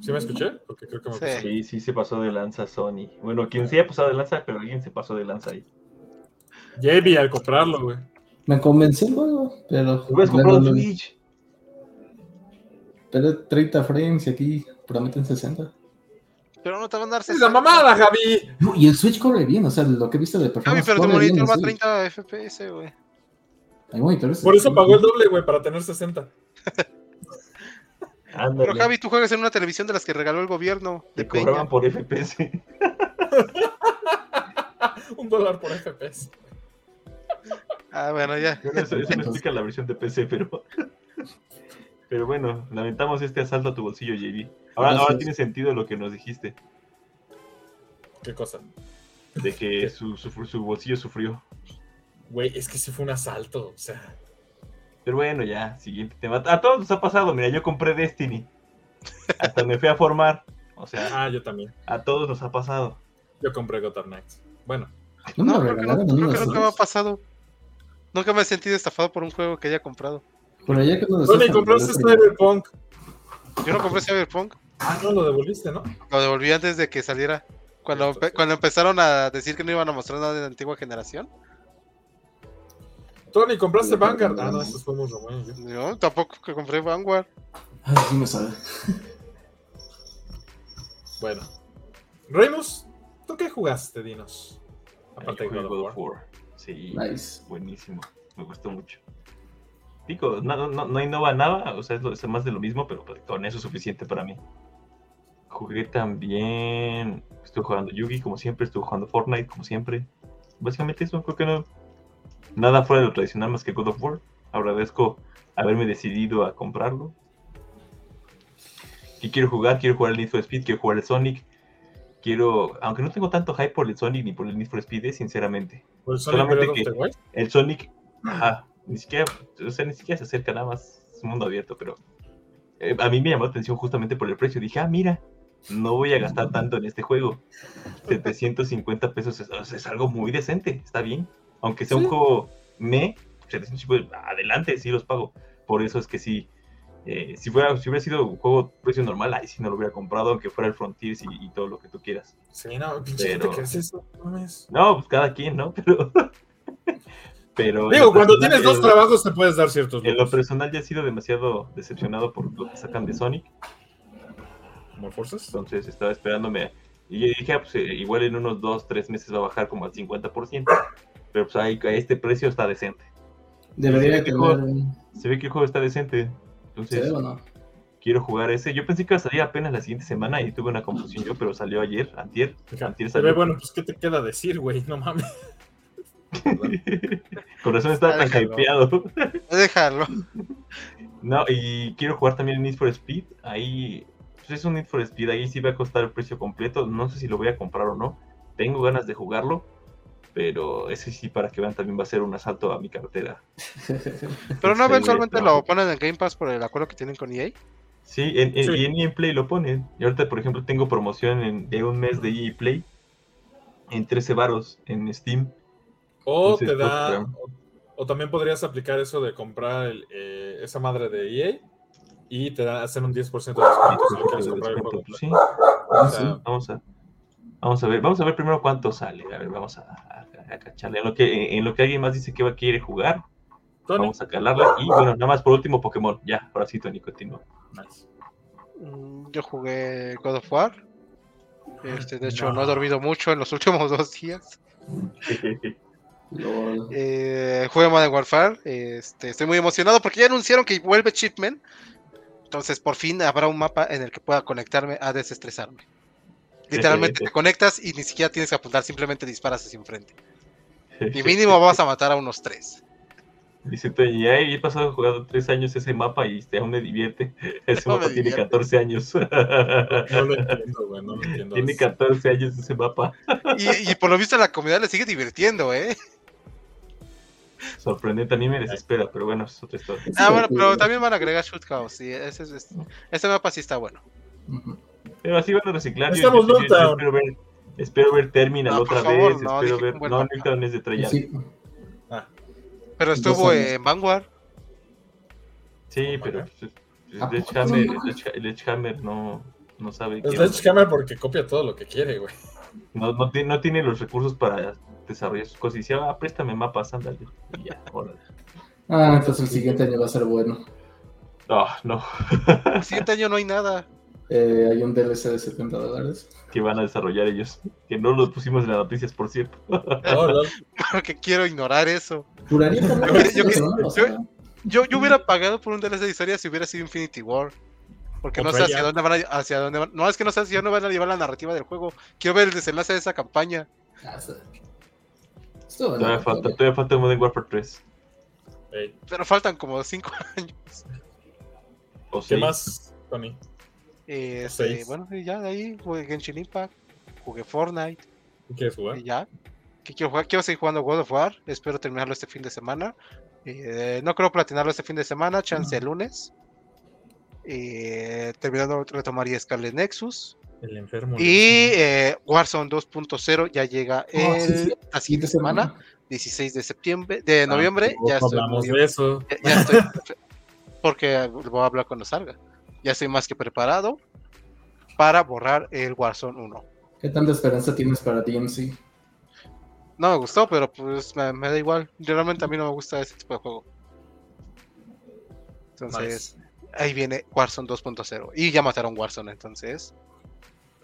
¿Sí me escuché? Porque creo que me
Sí.
pasé.
Sí, sí se pasó de lanza Sony. Bueno, quien sí ha pasado de lanza, pero alguien se pasó de lanza ahí.
Javi al comprarlo, güey.
Me convenció el juego, pero.
Lo
luego
hubieras comprado en
lo-
Switch.
Pero 30 frames y aquí prometen 60.
Pero no te van a dar
¡Es la
60.
mamada, Javi!
No, y el Switch corre bien, o sea, lo que he visto de
Javi,
performance.
pero tu
corre bien
monitor
el
va a
Switch.
30 FPS, güey.
Hay monitores.
Por eso pagó el doble, güey, para tener 60.
Ándale.
Pero Javi, tú juegas en una televisión de las que regaló el gobierno de
Te
Peña.
cobraban por FPS.
Un dólar por FPS.
Ah, bueno, ya.
Bueno, Eso, eso no explica la versión de PC, pero. Pero bueno, lamentamos este asalto a tu bolsillo, JB. Ahora, ahora
Gracias.
tiene sentido lo que nos dijiste,
¿Qué cosa?
de que su, su, su bolsillo sufrió.
Güey, es que sí fue un asalto. O sea,
Pero bueno, ya, siguiente tema. A todos nos ha pasado, mira, yo compré Destiny. Hasta me fui a formar. O sea,
ah, yo también.
a todos nos ha pasado.
Yo compré Gotham Knights. Bueno,
No, me
No,
lo
creo que, no,
regalaron a mí
creo que
los
nunca me ha
dos.
pasado. Nunca me he sentido estafado por un juego que haya comprado.
Por allá cuando los
Tony,
hacen,
compraste este-
los hacen.
Cyberpunk.
Yo no compré Cyberpunk,
Ah, no, lo devolviste, ¿no?
lo devolví antes de que saliera. Cuando,
Entonces-
cuando empezaron a decir que no iban a mostrar nada de la antigua generación,
Tony, compraste Vanguard. Ah, no, estos fue muy bueno. yo.
yo tampoco que compré Vanguard.
Ay, Ah, sí me sabe.
Bueno. Remus, ¿tú qué jugaste, dinos? Aparte
Yo
de
jugué
God of War.
Sí,
Nice.
buenísimo. Me gustó mucho. Digo, no, no, no innova nada, o sea, es, lo- es más de lo mismo, pero pues, con eso es suficiente para mí. Jugué también. Estuve jugando Yugi, como siempre, estuve jugando Fortnite, como siempre. Básicamente eso, creo que no. Nada fuera de lo tradicional más que God of War. Agradezco haberme decidido a comprarlo. ¿Qué quiero jugar? Quiero jugar el Need for Speed, quiero jugar el Sonic. Quiero. Aunque no tengo tanto hype por el Sonic ni por el Need for Speed, eh, sinceramente.
Por el Sonic
Solamente
Breath of
que-
the Wild.
El Sonic, ajá, ni siquiera, o sea, ni siquiera se acerca nada más, es un mundo abierto, pero eh, a mí me llamó la atención justamente por el precio. Dije, ah, mira, no voy a gastar tanto en este juego. 750 pesos es, o sea, es algo muy decente, está bien. Aunque sea
Sí.
un juego me, 750, pues, adelante, sí los pago. Por eso es que sí, eh, si, fuera, si hubiera sido un juego precio normal, ahí sí no lo hubiera comprado, aunque fuera el Frontiers y- y todo lo que tú quieras.
Sí, no, pinche
Pero-
gente que hace eso. No mames.
No, pues cada quien, ¿no? Pero. pero en
Digo,
lo
cuando
personal,
tienes dos
en-
trabajos te puedes dar ciertos
En lo
lujos.
personal ya he sido demasiado decepcionado por lo que sacan de Sonic.
¿Cómo forzas?
Entonces estaba esperándome. Y yo dije, ah, pues eh, igual en unos 2, 3 meses va a bajar como al 50%. Pero pues ahí, a este precio está decente.
Debería
Sí,
tener
mejor.
un-
Se ve que el juego está decente.
¿Se
Entonces
ve o no?
quiero jugar ese. Yo pensé que iba a salir apenas la siguiente semana y tuve una confusión yo, pero salió ayer, antier. antier
Se ve,
salió.
bueno, pues, ¿qué te queda decir, güey? No mames.
Con razón estaba tan
Déjalo.
hypeado.
Déjalo.
No, y quiero jugar también Need for Speed. Ahí pues es un Need for Speed. Ahí sí va a costar el precio completo. No sé si lo voy a comprar o no. Tengo ganas de jugarlo. Pero ese sí, para que vean, también va a ser un asalto a mi cartera.
Pero no
Sí, güey,
eventualmente
pero-
lo ponen en Game Pass por el acuerdo que tienen con E EA.
Sí, en, en-
Sí.
y en EA Play lo ponen. Y ahorita, por ejemplo, tengo promoción en- de un mes de EA Play en 13 varos en Steam.
O
Sí,
te
pues,
da.
claro.
O, o también podrías aplicar eso de comprar el, eh, esa madre de EA y te da, hacen un 10% de
pues,
descuento si lo quieres comprar el juego.
Sí,
O sea,
vamos a, vamos a ver, vamos a ver primero cuánto sale. A ver, vamos a, a- a cacharle. En lo que, en lo que alguien más dice que va a querer jugar,
Tony.
vamos a calarla. Y bueno, nada más por último Pokémon. Ya, ahora sí, Tony, continúa.
Nice.
Mm, Yo jugué God of War. Este, de hecho, no.
No.
he dormido mucho en los últimos dos días.
Lol.
Eh, jugué Modern Warfare. Este, estoy muy emocionado porque ya anunciaron que vuelve Chipman. Entonces, por fin habrá un mapa en el que pueda conectarme a desestresarme. Literalmente te conectas y ni siquiera tienes que apuntar, simplemente disparas hacia enfrente. Y mínimo vas a matar a unos tres.
Dice Tony, ay, he pasado jugando tres años ese mapa y este, aún me divierte. Ese
No me
mapa tiene
divierte.
14 años.
No lo entiendo, güey. No lo entiendo.
tiene
Es-
14 años ese mapa.
Y, y por lo visto la comunidad le sigue divirtiendo, ¿eh?
Sorprendente, a mí me desespera, pero bueno, es otra historia.
Ah, bueno, pero también van a agregar Shoot House. Y ese, es- es- ese mapa sí está bueno.
Ujú.
Pero así van a reciclar. yo-
Estamos
yo- yo- yo
Nuketown.
espero ver, espero ver Terminal
No, por
otra
favor,
vez.
no, dije
espero
que un
ver.
buen
No,
mapa.
Nuketown es de Treyarch. Sí,
Sí,
Pero
Dos
estuvo
años.
en Vanguard.
pero. pues,
¿A poco
Sledgehammer,
no?
Sledge- Sledgehammer no, no sabe qué
Es
onda.
Sledgehammer porque copia todo lo que quiere, güey.
No, no, tiene, no tiene los recursos para desarrollar sus cosas. Y dice, ah, préstame mapas, ándale. Y ya, órale.
Ah, entonces el siguiente año va a ser bueno.
No, no.
El siguiente año no hay nada.
Eh, hay un DLC de 70 dólares.
que van a desarrollar ellos. Que no los pusimos en las noticias, por cierto.
No, no,
Porque quiero ignorar eso.
Juraría que no
Yo-
lo
yo-
hicieron, ¿no? O sea,
Yo, yo hubiera pagado por un DLC de historia si hubiera sido Infinity War. Porque
O
no sé hacia
Treyarch.
dónde van a, hacia dónde van- No, es que no sé hacia dónde van a llevar la narrativa del juego. Quiero ver el desenlace de esa campaña.
ah, sí. Estuvo bueno.
Todavía falta, todavía falta Modern Warfare 3.
Ey,
Pero faltan como cinco años.
O
¿Qué
sí.
más, Tony?
Eh,
O
este,
seis.
bueno, y ya de ahí jugué Genshin Impact, jugué Fortnite,
¿Qué ¿Quieres jugar?
y ya. ¿Qué quiero jugar? Quiero seguir jugando God of War. Espero terminarlo este fin de semana. Eh, no creo platinarlo este fin de semana, chance el lunes. Eh, terminando, retomaría Scarlet Nexus.
El enfermo.
Y eh, Warzone 2.0 ya
Ah,
llega
sí, sí.
el- la siguiente semana, 16 de septiembre, de noviembre.
Tampoco
Ya estoy,
Ah, pues, hablamos
muy-
de eso.
ya- ya estoy- porque voy a hablar cuando salga. Ya estoy más que preparado para borrar el Warzone 1.
¿Qué tanta esperanza tienes para DMC?
No me gustó, pero pues me, me da igual. Realmente a mí no me gusta ese tipo de juego. Entonces, ahí viene Warzone 2.0. Y ya mataron Warzone, entonces.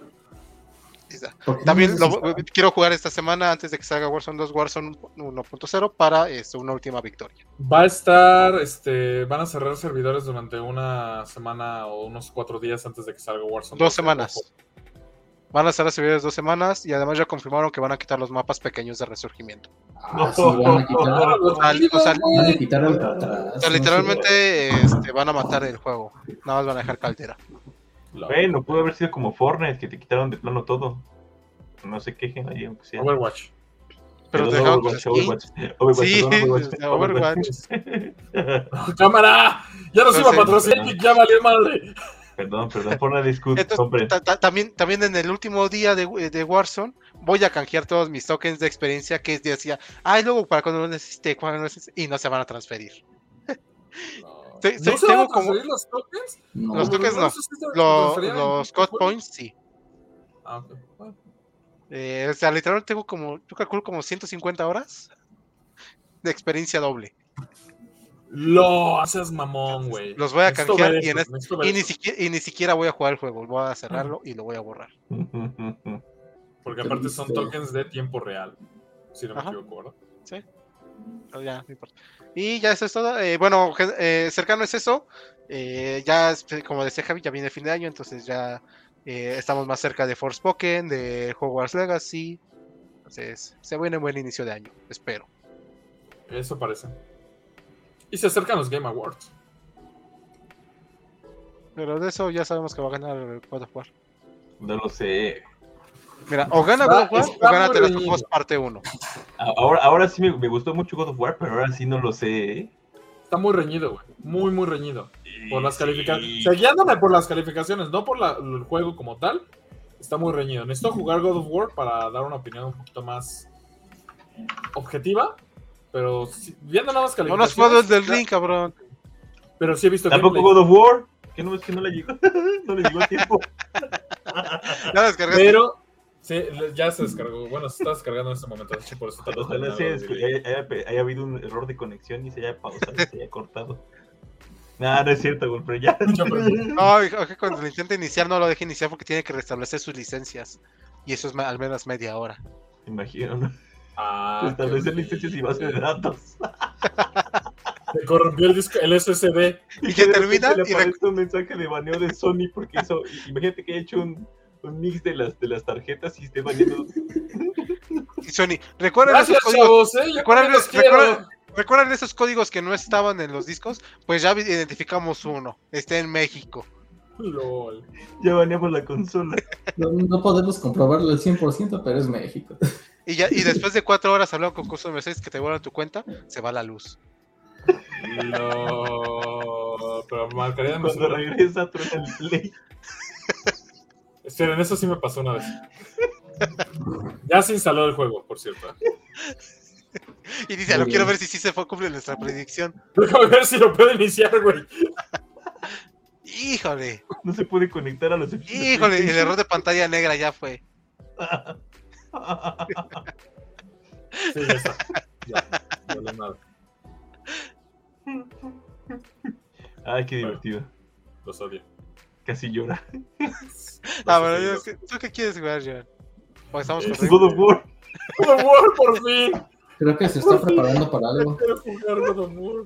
ahí está.
¿Por qué
También
no
lo- eh,
dices eso?
quiero jugar esta semana antes de que salga Warzone 2, Warzone 1.0 para este, una última victoria.
Va a estar, este, van a cerrar servidores durante una semana o unos cuatro días antes de que salga Warzone.
Dos
Ojo.
semanas. Van a estar los servidores dos semanas y además ya confirmaron que van a quitar los mapas pequeños de resurgimiento.
Ah, sí, van a quitar,
Los
Al- o sea,
van a quitar al de atrás,
o
no
sea,
sé.
literalmente este, van a matar el juego. Nada más van a dejar caldera.
Bueno, pudo haber sido como Fortnite, que te quitaron de plano todo. No se quejen ahí, aunque sea.
Overwatch.
Pero te
Perdón,
dejaron
Overwatch,
con skins.
Overwatch. Overwatch,
Sí,
perdón, Overwatch,
de Overwatch.
¡Cámara! ¡Ya nos iba a
Entonces,
patrocinar!
perdón.
¡Ya valió madre!
Perdón, perdón, Fortnite es good,
Entonces,
compren.
ta- ta- también, también en el último día de, de Warzone voy a canjear todos mis tokens de experiencia que decía, ay, luego para cuando lo necesite, cuando lo necesite", y no se van a transferir.
No,
Te- te-
¿No se van
tengo
a
como-
transferir los tokens?
No.
Los tokens no.
sé si se
Lo-
transferían en
los
el
code
juego.
points, sí.
Ah, ok. Bueno,
Eh, o sea, literal tengo como, yo calculo como 150 horas de experiencia doble.
Lo haces mamón, güey.
Los voy a
Necesito
canjear
ver
y en
eso, necesito ver
Y ni,
eso.
siquiera, y ni siquiera voy a jugar el juego, voy a cerrarlo y lo voy a borrar.
Porque aparte son
Triste.
tokens de tiempo real. Si no me
Ajá.
equivoco, ¿verdad?
Pero ya, no importa. Y ya eso es todo. Eh, bueno, gen- eh, cercano es eso. Eh, ya, es- como decía Javi, ya viene el fin de año, entonces ya eh, estamos más cerca de Forspoken, de Hogwarts Legacy. Entonces, se viene un buen inicio de año, espero.
Eso parece. Y se acercan los Game Awards.
Pero de eso ya sabemos que va a ganar el God of War.
No lo sé.
Mira, o gana
Está-
God of War o
está
gana
muy
The Last of
reñido.
Us parte 1.
A- Ahora, ahora sí me, me gustó mucho God of War, pero ahora sí no lo sé. ¿eh?
Está Está muy reñido, güey. Muy, muy reñido. Por las
Sí.
calificaciones. O sea, guiándome por las calificaciones, no por la- el juego como tal. Está muy reñido. Necesito jugar God of War para dar una opinión un poquito más objetiva. Pero sí- viendo nada más
No
calificaciones.
nos puedo el del ring, cabrón.
Pero sí he visto
Tampoco
gameplay.
God of War. Que no, es que no le llegó. no le llegó a tiempo.
Ya descargaste.
Pero sí, le- ya se descargó. Bueno, se está descargando en este momento. De hecho, por eso tardó
Ojalá
en
sea,
el
es que
video.
haya, haya- haya habido un error de conexión y se haya pausado, y se haya cortado. Nah, no es cierto, güey, pero ya.
Yo aprendí.
No, hijo, que cuando lo intenta iniciar no lo deje iniciar porque tiene que restablecer sus licencias. Y eso es ma- al menos media hora.
Imagino, ¿no?
Ah,
Establecer
qué
licencias y
horrible.
bases de datos.
Se corrompió el disco, el SSD.
Y que
de
termina
repente
y
Le aparece un mensaje de baneo de Sony porque eso. Imagínate que haya hecho un, un mix de las, de las tarjetas y esté baneando.
Y Sony, ¿recuerdan esos,
Gracias,
códigos,
chavos. ¿eh? Yo
Recuerden-
también los
recuerden-
quiero.
¿recuerdan esos códigos que no estaban en los discos? Pues ya vi- identificamos uno. Está en México.
LOL.
Ya baneamos la consola.
No, no podemos comprobarlo al 100%, pero es México.
Y, ya, y después de cuatro horas hablando con Customer Service que te vuelan tu cuenta, se va la luz.
No, pero marcaría no
Cuando regresa, truena el play.
Esperen, eso sí me pasó una vez. Ya se instaló el juego, por cierto.
Y dice, lo quiero ver si sí se fue, cumple nuestra predicción.
Déjame ver si lo puedo iniciar, güey.
Híjole,
No se puede conectar a los.
híjole, el error de pantalla negra ya fue.
Sí, ya está. Ya, vale madre.
Ay, qué divertido.
Los odio.
Casi llora.
Los
Ah, bueno,
odio.
yo- ¿tú qué quieres jugar, John? Pues estamos
Es-
con
God of War.
God of War, por fin.
Creo que se está preparando para algo.
Quiero jugar God of War.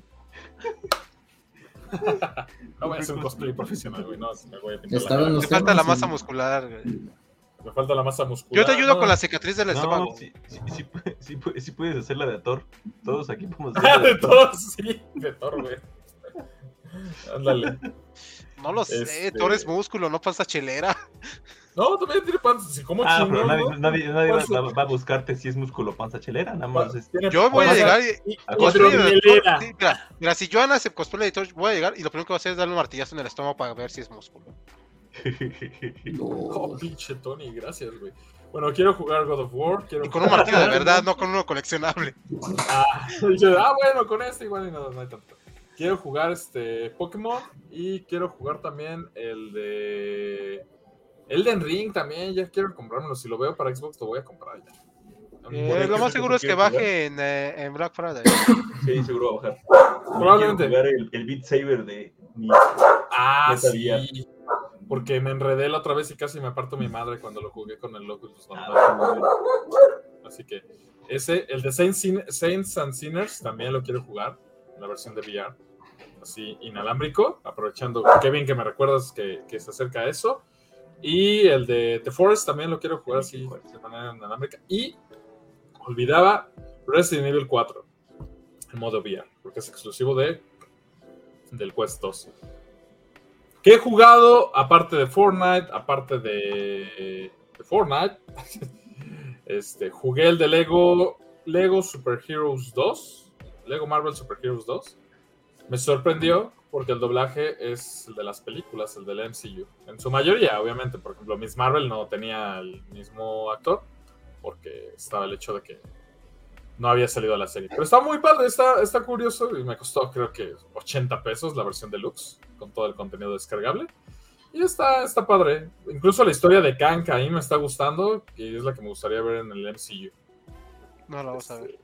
No voy a hacer un cosplay profesional, güey. No, me voy a pintar la
Estaban
cara.
los-
Te falta la
temas
masa
en-
muscular. güey.
Me falta la masa muscular.
Yo te ayudo
No,
con la cicatriz del estómago.
No, sí, sí, sí, pu- sí pu- sí puedes hacer la de Thor. Todos aquí podemos
Ah,
hacer la
de
de Thor.
Thor, sí, de Thor, güey. Ándale.
No lo sé,
Este-
tú eres músculo, no pasa chelera.
No, también tiene panza. Si como
Ah, pero
chingón,
nadie,
¿no?
nadie- nadie va,
Por Ah, su-
va- va a buscarte si es músculo panza chelera, nada
Pa-
más. es-
tiene
Yo voy a
panza
llegar y.
y-
a
y
cosplay
otro
de
hielera.
Sí, mira, mira, si yo se cosplay de Thor, voy a llegar y lo primero que voy a hacer es darle un martillazo en el estómago para ver si es músculo.
este.
Oh,
No.
pinche Tony, gracias, güey. Bueno, quiero jugar God of War. Quiero
Y con un martillo de verdad, no con uno coleccionable.
Ah, yo, ah, bueno, con este igual y no, no hay tanto. Quiero jugar este Pokémon y quiero jugar también el de Elden Ring también. Ya quiero comprármelo. Si lo veo para Xbox, lo voy a comprar ya. Ah,
Eh, lo más seguro es que baje en, eh, en Black Friday.
Sí, seguro va a bajar.
Probablemente.
Quiero jugar el, el Beat Saber de mi-
Ah,
Ya sabía.
sí. Porque me enredé la otra vez y casi me parto mi madre cuando lo jugué con el pues, Locus normal.
Ah,
Así que ese, el de Saints, Sin- Saints and Sinners también lo quiero jugar, la versión de VR, así inalámbrico, aprovechando, qué bien que me recuerdas que, que se acerca a eso. Y el de The Forest también lo quiero jugar así de manera inalámbrica. Y olvidaba Resident Evil 4 en modo VR, porque es exclusivo de del Quest 2. Que he jugado aparte de Fortnite, aparte de, de Fortnite, este, jugué el de Lego Lego Super Heroes 2, Lego Marvel Super Heroes 2. Me sorprendió porque el doblaje es el de las películas, el del MCU. En su mayoría, obviamente, por ejemplo, Miss Marvel no tenía el mismo actor porque estaba el hecho de que no había salido a la serie. Pero está muy padre, está, está curioso y me costó creo que 80 pesos la versión deluxe con todo el contenido descargable. Y está, está padre. Incluso la historia de Kang que a mí me está gustando y es la que me gustaría ver en el MCU.
No lo vamos a ver.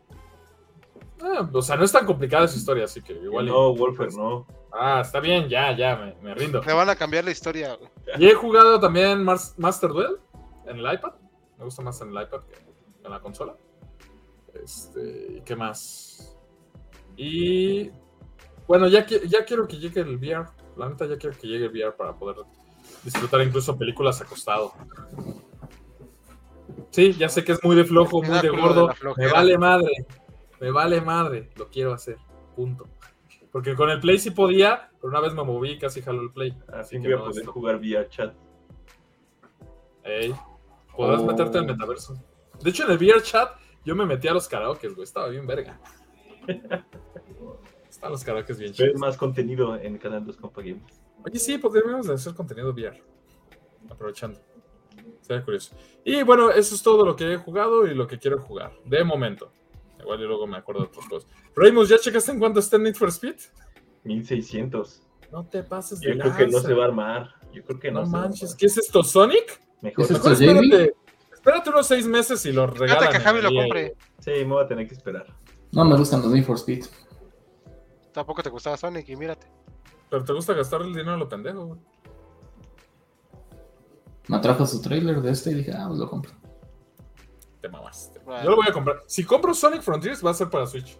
Ah, o sea, no es tan complicada esa historia, así que igual... y-
No, Wolfer, no.
Ah, está bien, ya, ya, me, me rindo.
Le van a cambiar la historia. güey.
Y he jugado también Mas- Master Duel en el iPad. Me gusta más en el iPad que en la consola. Este, ¿y ¿qué más? Y bueno, ya, qui- ya quiero que llegue el VR. La neta, ya quiero que llegue el VR para poder disfrutar incluso películas acostado. Sí, ya sé que es muy de flojo, muy de
Pináculo de
gordo.
la flojera.
me vale madre. Me vale madre. Lo quiero hacer. Punto. Porque con el Play sí podía, pero una vez me moví y casi jaló el Play.
Así
Así que
voy a
no,
poder
esto-
jugar vía chat.
Ey, podrás
Oh.
meterte al metaverso. De hecho, en el VR chat yo me metí a los karaokes, güey. Estaba bien verga. Están los karaokes bien
Ver
chidos.
más contenido en el canal 2 Compa Gamers.
Oye, sí, podríamos hacer contenido VR. Aprovechando. Sería curioso. Y bueno, eso es todo lo que he jugado y lo que quiero jugar. De momento. Igual y luego me acuerdo de otras cosas. Reymus, ¿ya checaste en cuánto está en Need for Speed?
1600.
No te pases de
Yo creo que no
lanza.
se va a armar. Yo creo que no.
No
se va a
manches,
armar.
¿qué es esto? ¿Sonic?
Mejor.
¿Es esto
No,
Jamie?
espérate, espérate unos seis meses y lo regalan.
Fíjate que Javi lo
en EA.
compre.
Sí, me voy a tener que esperar.
No me gustan los Need for Speed.
Tampoco te gustaba Sonic y mírate.
Pero te gusta gastar el dinero a lo pendejo, güey.
Me atrajo su trailer de este y dije, ah, pues lo compro.
Te mamaste.
Bueno.
Yo lo voy a comprar. Si compro Sonic Frontiers, va a ser para Switch.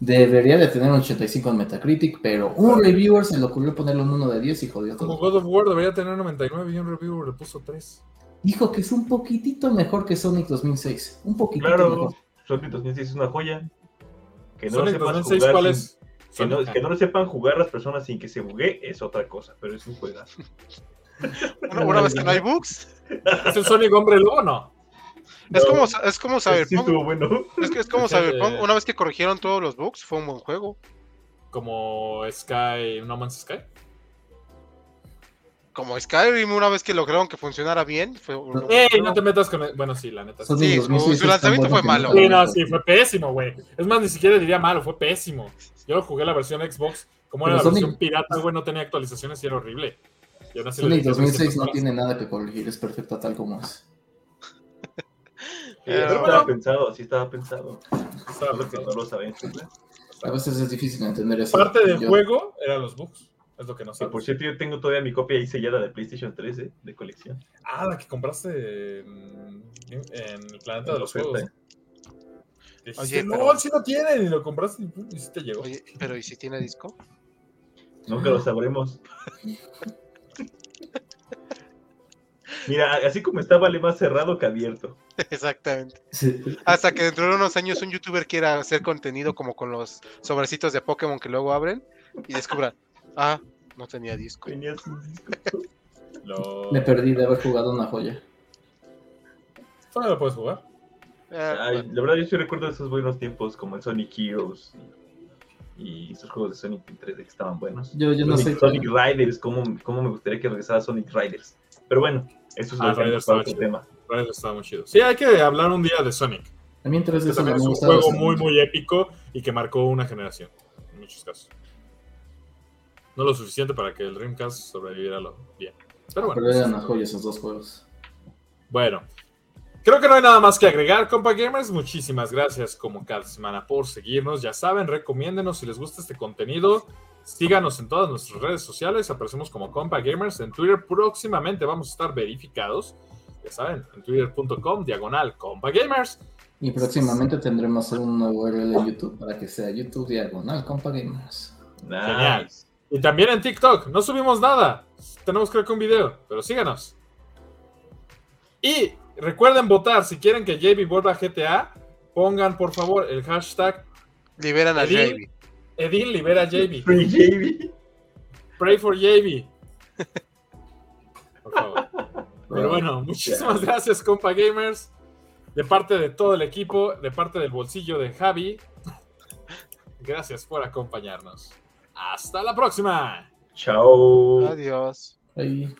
Debería de tener un 85 en Metacritic, pero un reviewer se le ocurrió ponerle un 1 de 10 y jodió
Como
todo.
God of War debería tener 99 y un reviewer le puso 3.
Dijo que es un poquitito mejor que Sonic 2006. Un poquitito
Claro,
mejor.
Sonic 2006 es una joya. Que no, lo
Sonic
sepan
2006,
jugar
¿cuál
sin-
es?
que, no,
Sonic.
que no lo sepan jugar las personas sin que se bugue es otra cosa, pero es un juegazo.
Una, una vez que no hay bugs.
¿Es el Sonic Hombre Lobo? No.
Es
No,
como, es como
Sí
Cyberpunk.
estuvo bueno.
Es, que es como
Ese de-
Cyberpunk. Una vez que corrigieron todos los bugs, fue un buen juego.
Como Sky, No Man's Sky.
Como Skyrim, una vez que lograron que funcionara bien, fue un-
¡Ey! No te metas con. Bueno, sí, la neta.
Sonic
Sí, su-
2006
su
es tan
lanzamiento fue
que
malo.
Sí, no, sí, fue pésimo, güey. Es más, ni siquiera diría malo, fue pésimo. Yo lo jugué la versión Xbox. Como era
Pero
la
Sonic-
versión pirata, güey, no tenía actualizaciones y era horrible. Y aún así le
Sonic
dije,
2006 no
300
tiene nada que corregir, es perfecta tal como es.
Sí, así
Pero
estaba
bueno.
pensado, así estaba pensado.
pesos.
Solo que no lo saben.
A veces es difícil entender eso.
Parte del
Yo-
juego eran los bugs. Es lo que no
Que, por
sabes.
cierto, yo tengo todavía mi copia ahí sellada de PlayStation 3 ¿eh? de colección.
Ah, la que compraste en, en el planeta de los
Oferta.
juegos. Que Dijiste,
Oye,
no,
pero-
sí lo tienen y lo compraste y, pum, y sí te llegó.
Oye, pero ¿y si tiene disco?
Nunca lo sabremos. Mira, así como está, vale más cerrado que abierto.
Exactamente.
Sí.
Hasta que dentro de unos años un youtuber quiera hacer contenido como con los sobrecitos de Pokémon que luego abren y descubran, ah, no tenía disco.
Tenías un disco.
Lo...
Me perdí de haber jugado una joya.
Todavía lo puedes jugar.
Ah,
Ay,
bueno.
la verdad, yo sí recuerdo esos buenos tiempos como el Sonic Heroes y esos juegos de Sonic en 3D que estaban buenos.
Yo, yo no
Sonic,
sé.
Sonic Riders, ¿cómo, cómo me gustaría que regresara Sonic Riders. Pero bueno, eso es
Ah,
lo que
Riders
nos para
estaba
otro
chido.
tema.
Pero eso estaba muy chido. Sí, hay que hablar un día de Sonic.
A mí en 3D
que
solo
también
me
es un
gustaba
juego
ese
muy,
mucho.
muy épico y que marcó una generación, en muchos casos. No lo suficiente para que el Dreamcast sobreviviera lo bien. Pero bueno.
Pero eran
eso
una
es
joya esos dos juegos.
Bueno, creo que no hay nada más que agregar, compa gamers. Muchísimas gracias, como cada semana, por seguirnos. Ya saben, recomiéndenos si les gusta este contenido. Síganos en todas nuestras redes sociales. Aparecemos como compa gamers en Twitter. Próximamente vamos a estar verificados. Ya saben, en twitter.com diagonal compa gamers.
Y próximamente tendremos un nuevo URL en YouTube para que sea YouTube diagonal, compa gamers.
Nice.
Genial. Y también en TikTok. No subimos nada. Tenemos creo que un video, pero síganos. Y recuerden votar. Si quieren que JB vuelva a GTA, pongan por favor el hashtag
Liberan al
Eli-
Javi.
Edil libera a JB.
Free JB.
Pray for JB. Por favor. Pero bueno, muchísimas gracias, compa gamers. De parte de todo el equipo, de parte del bolsillo de Javi. Gracias por acompañarnos. Hasta la próxima.
Chao.
Adiós.
Ahí.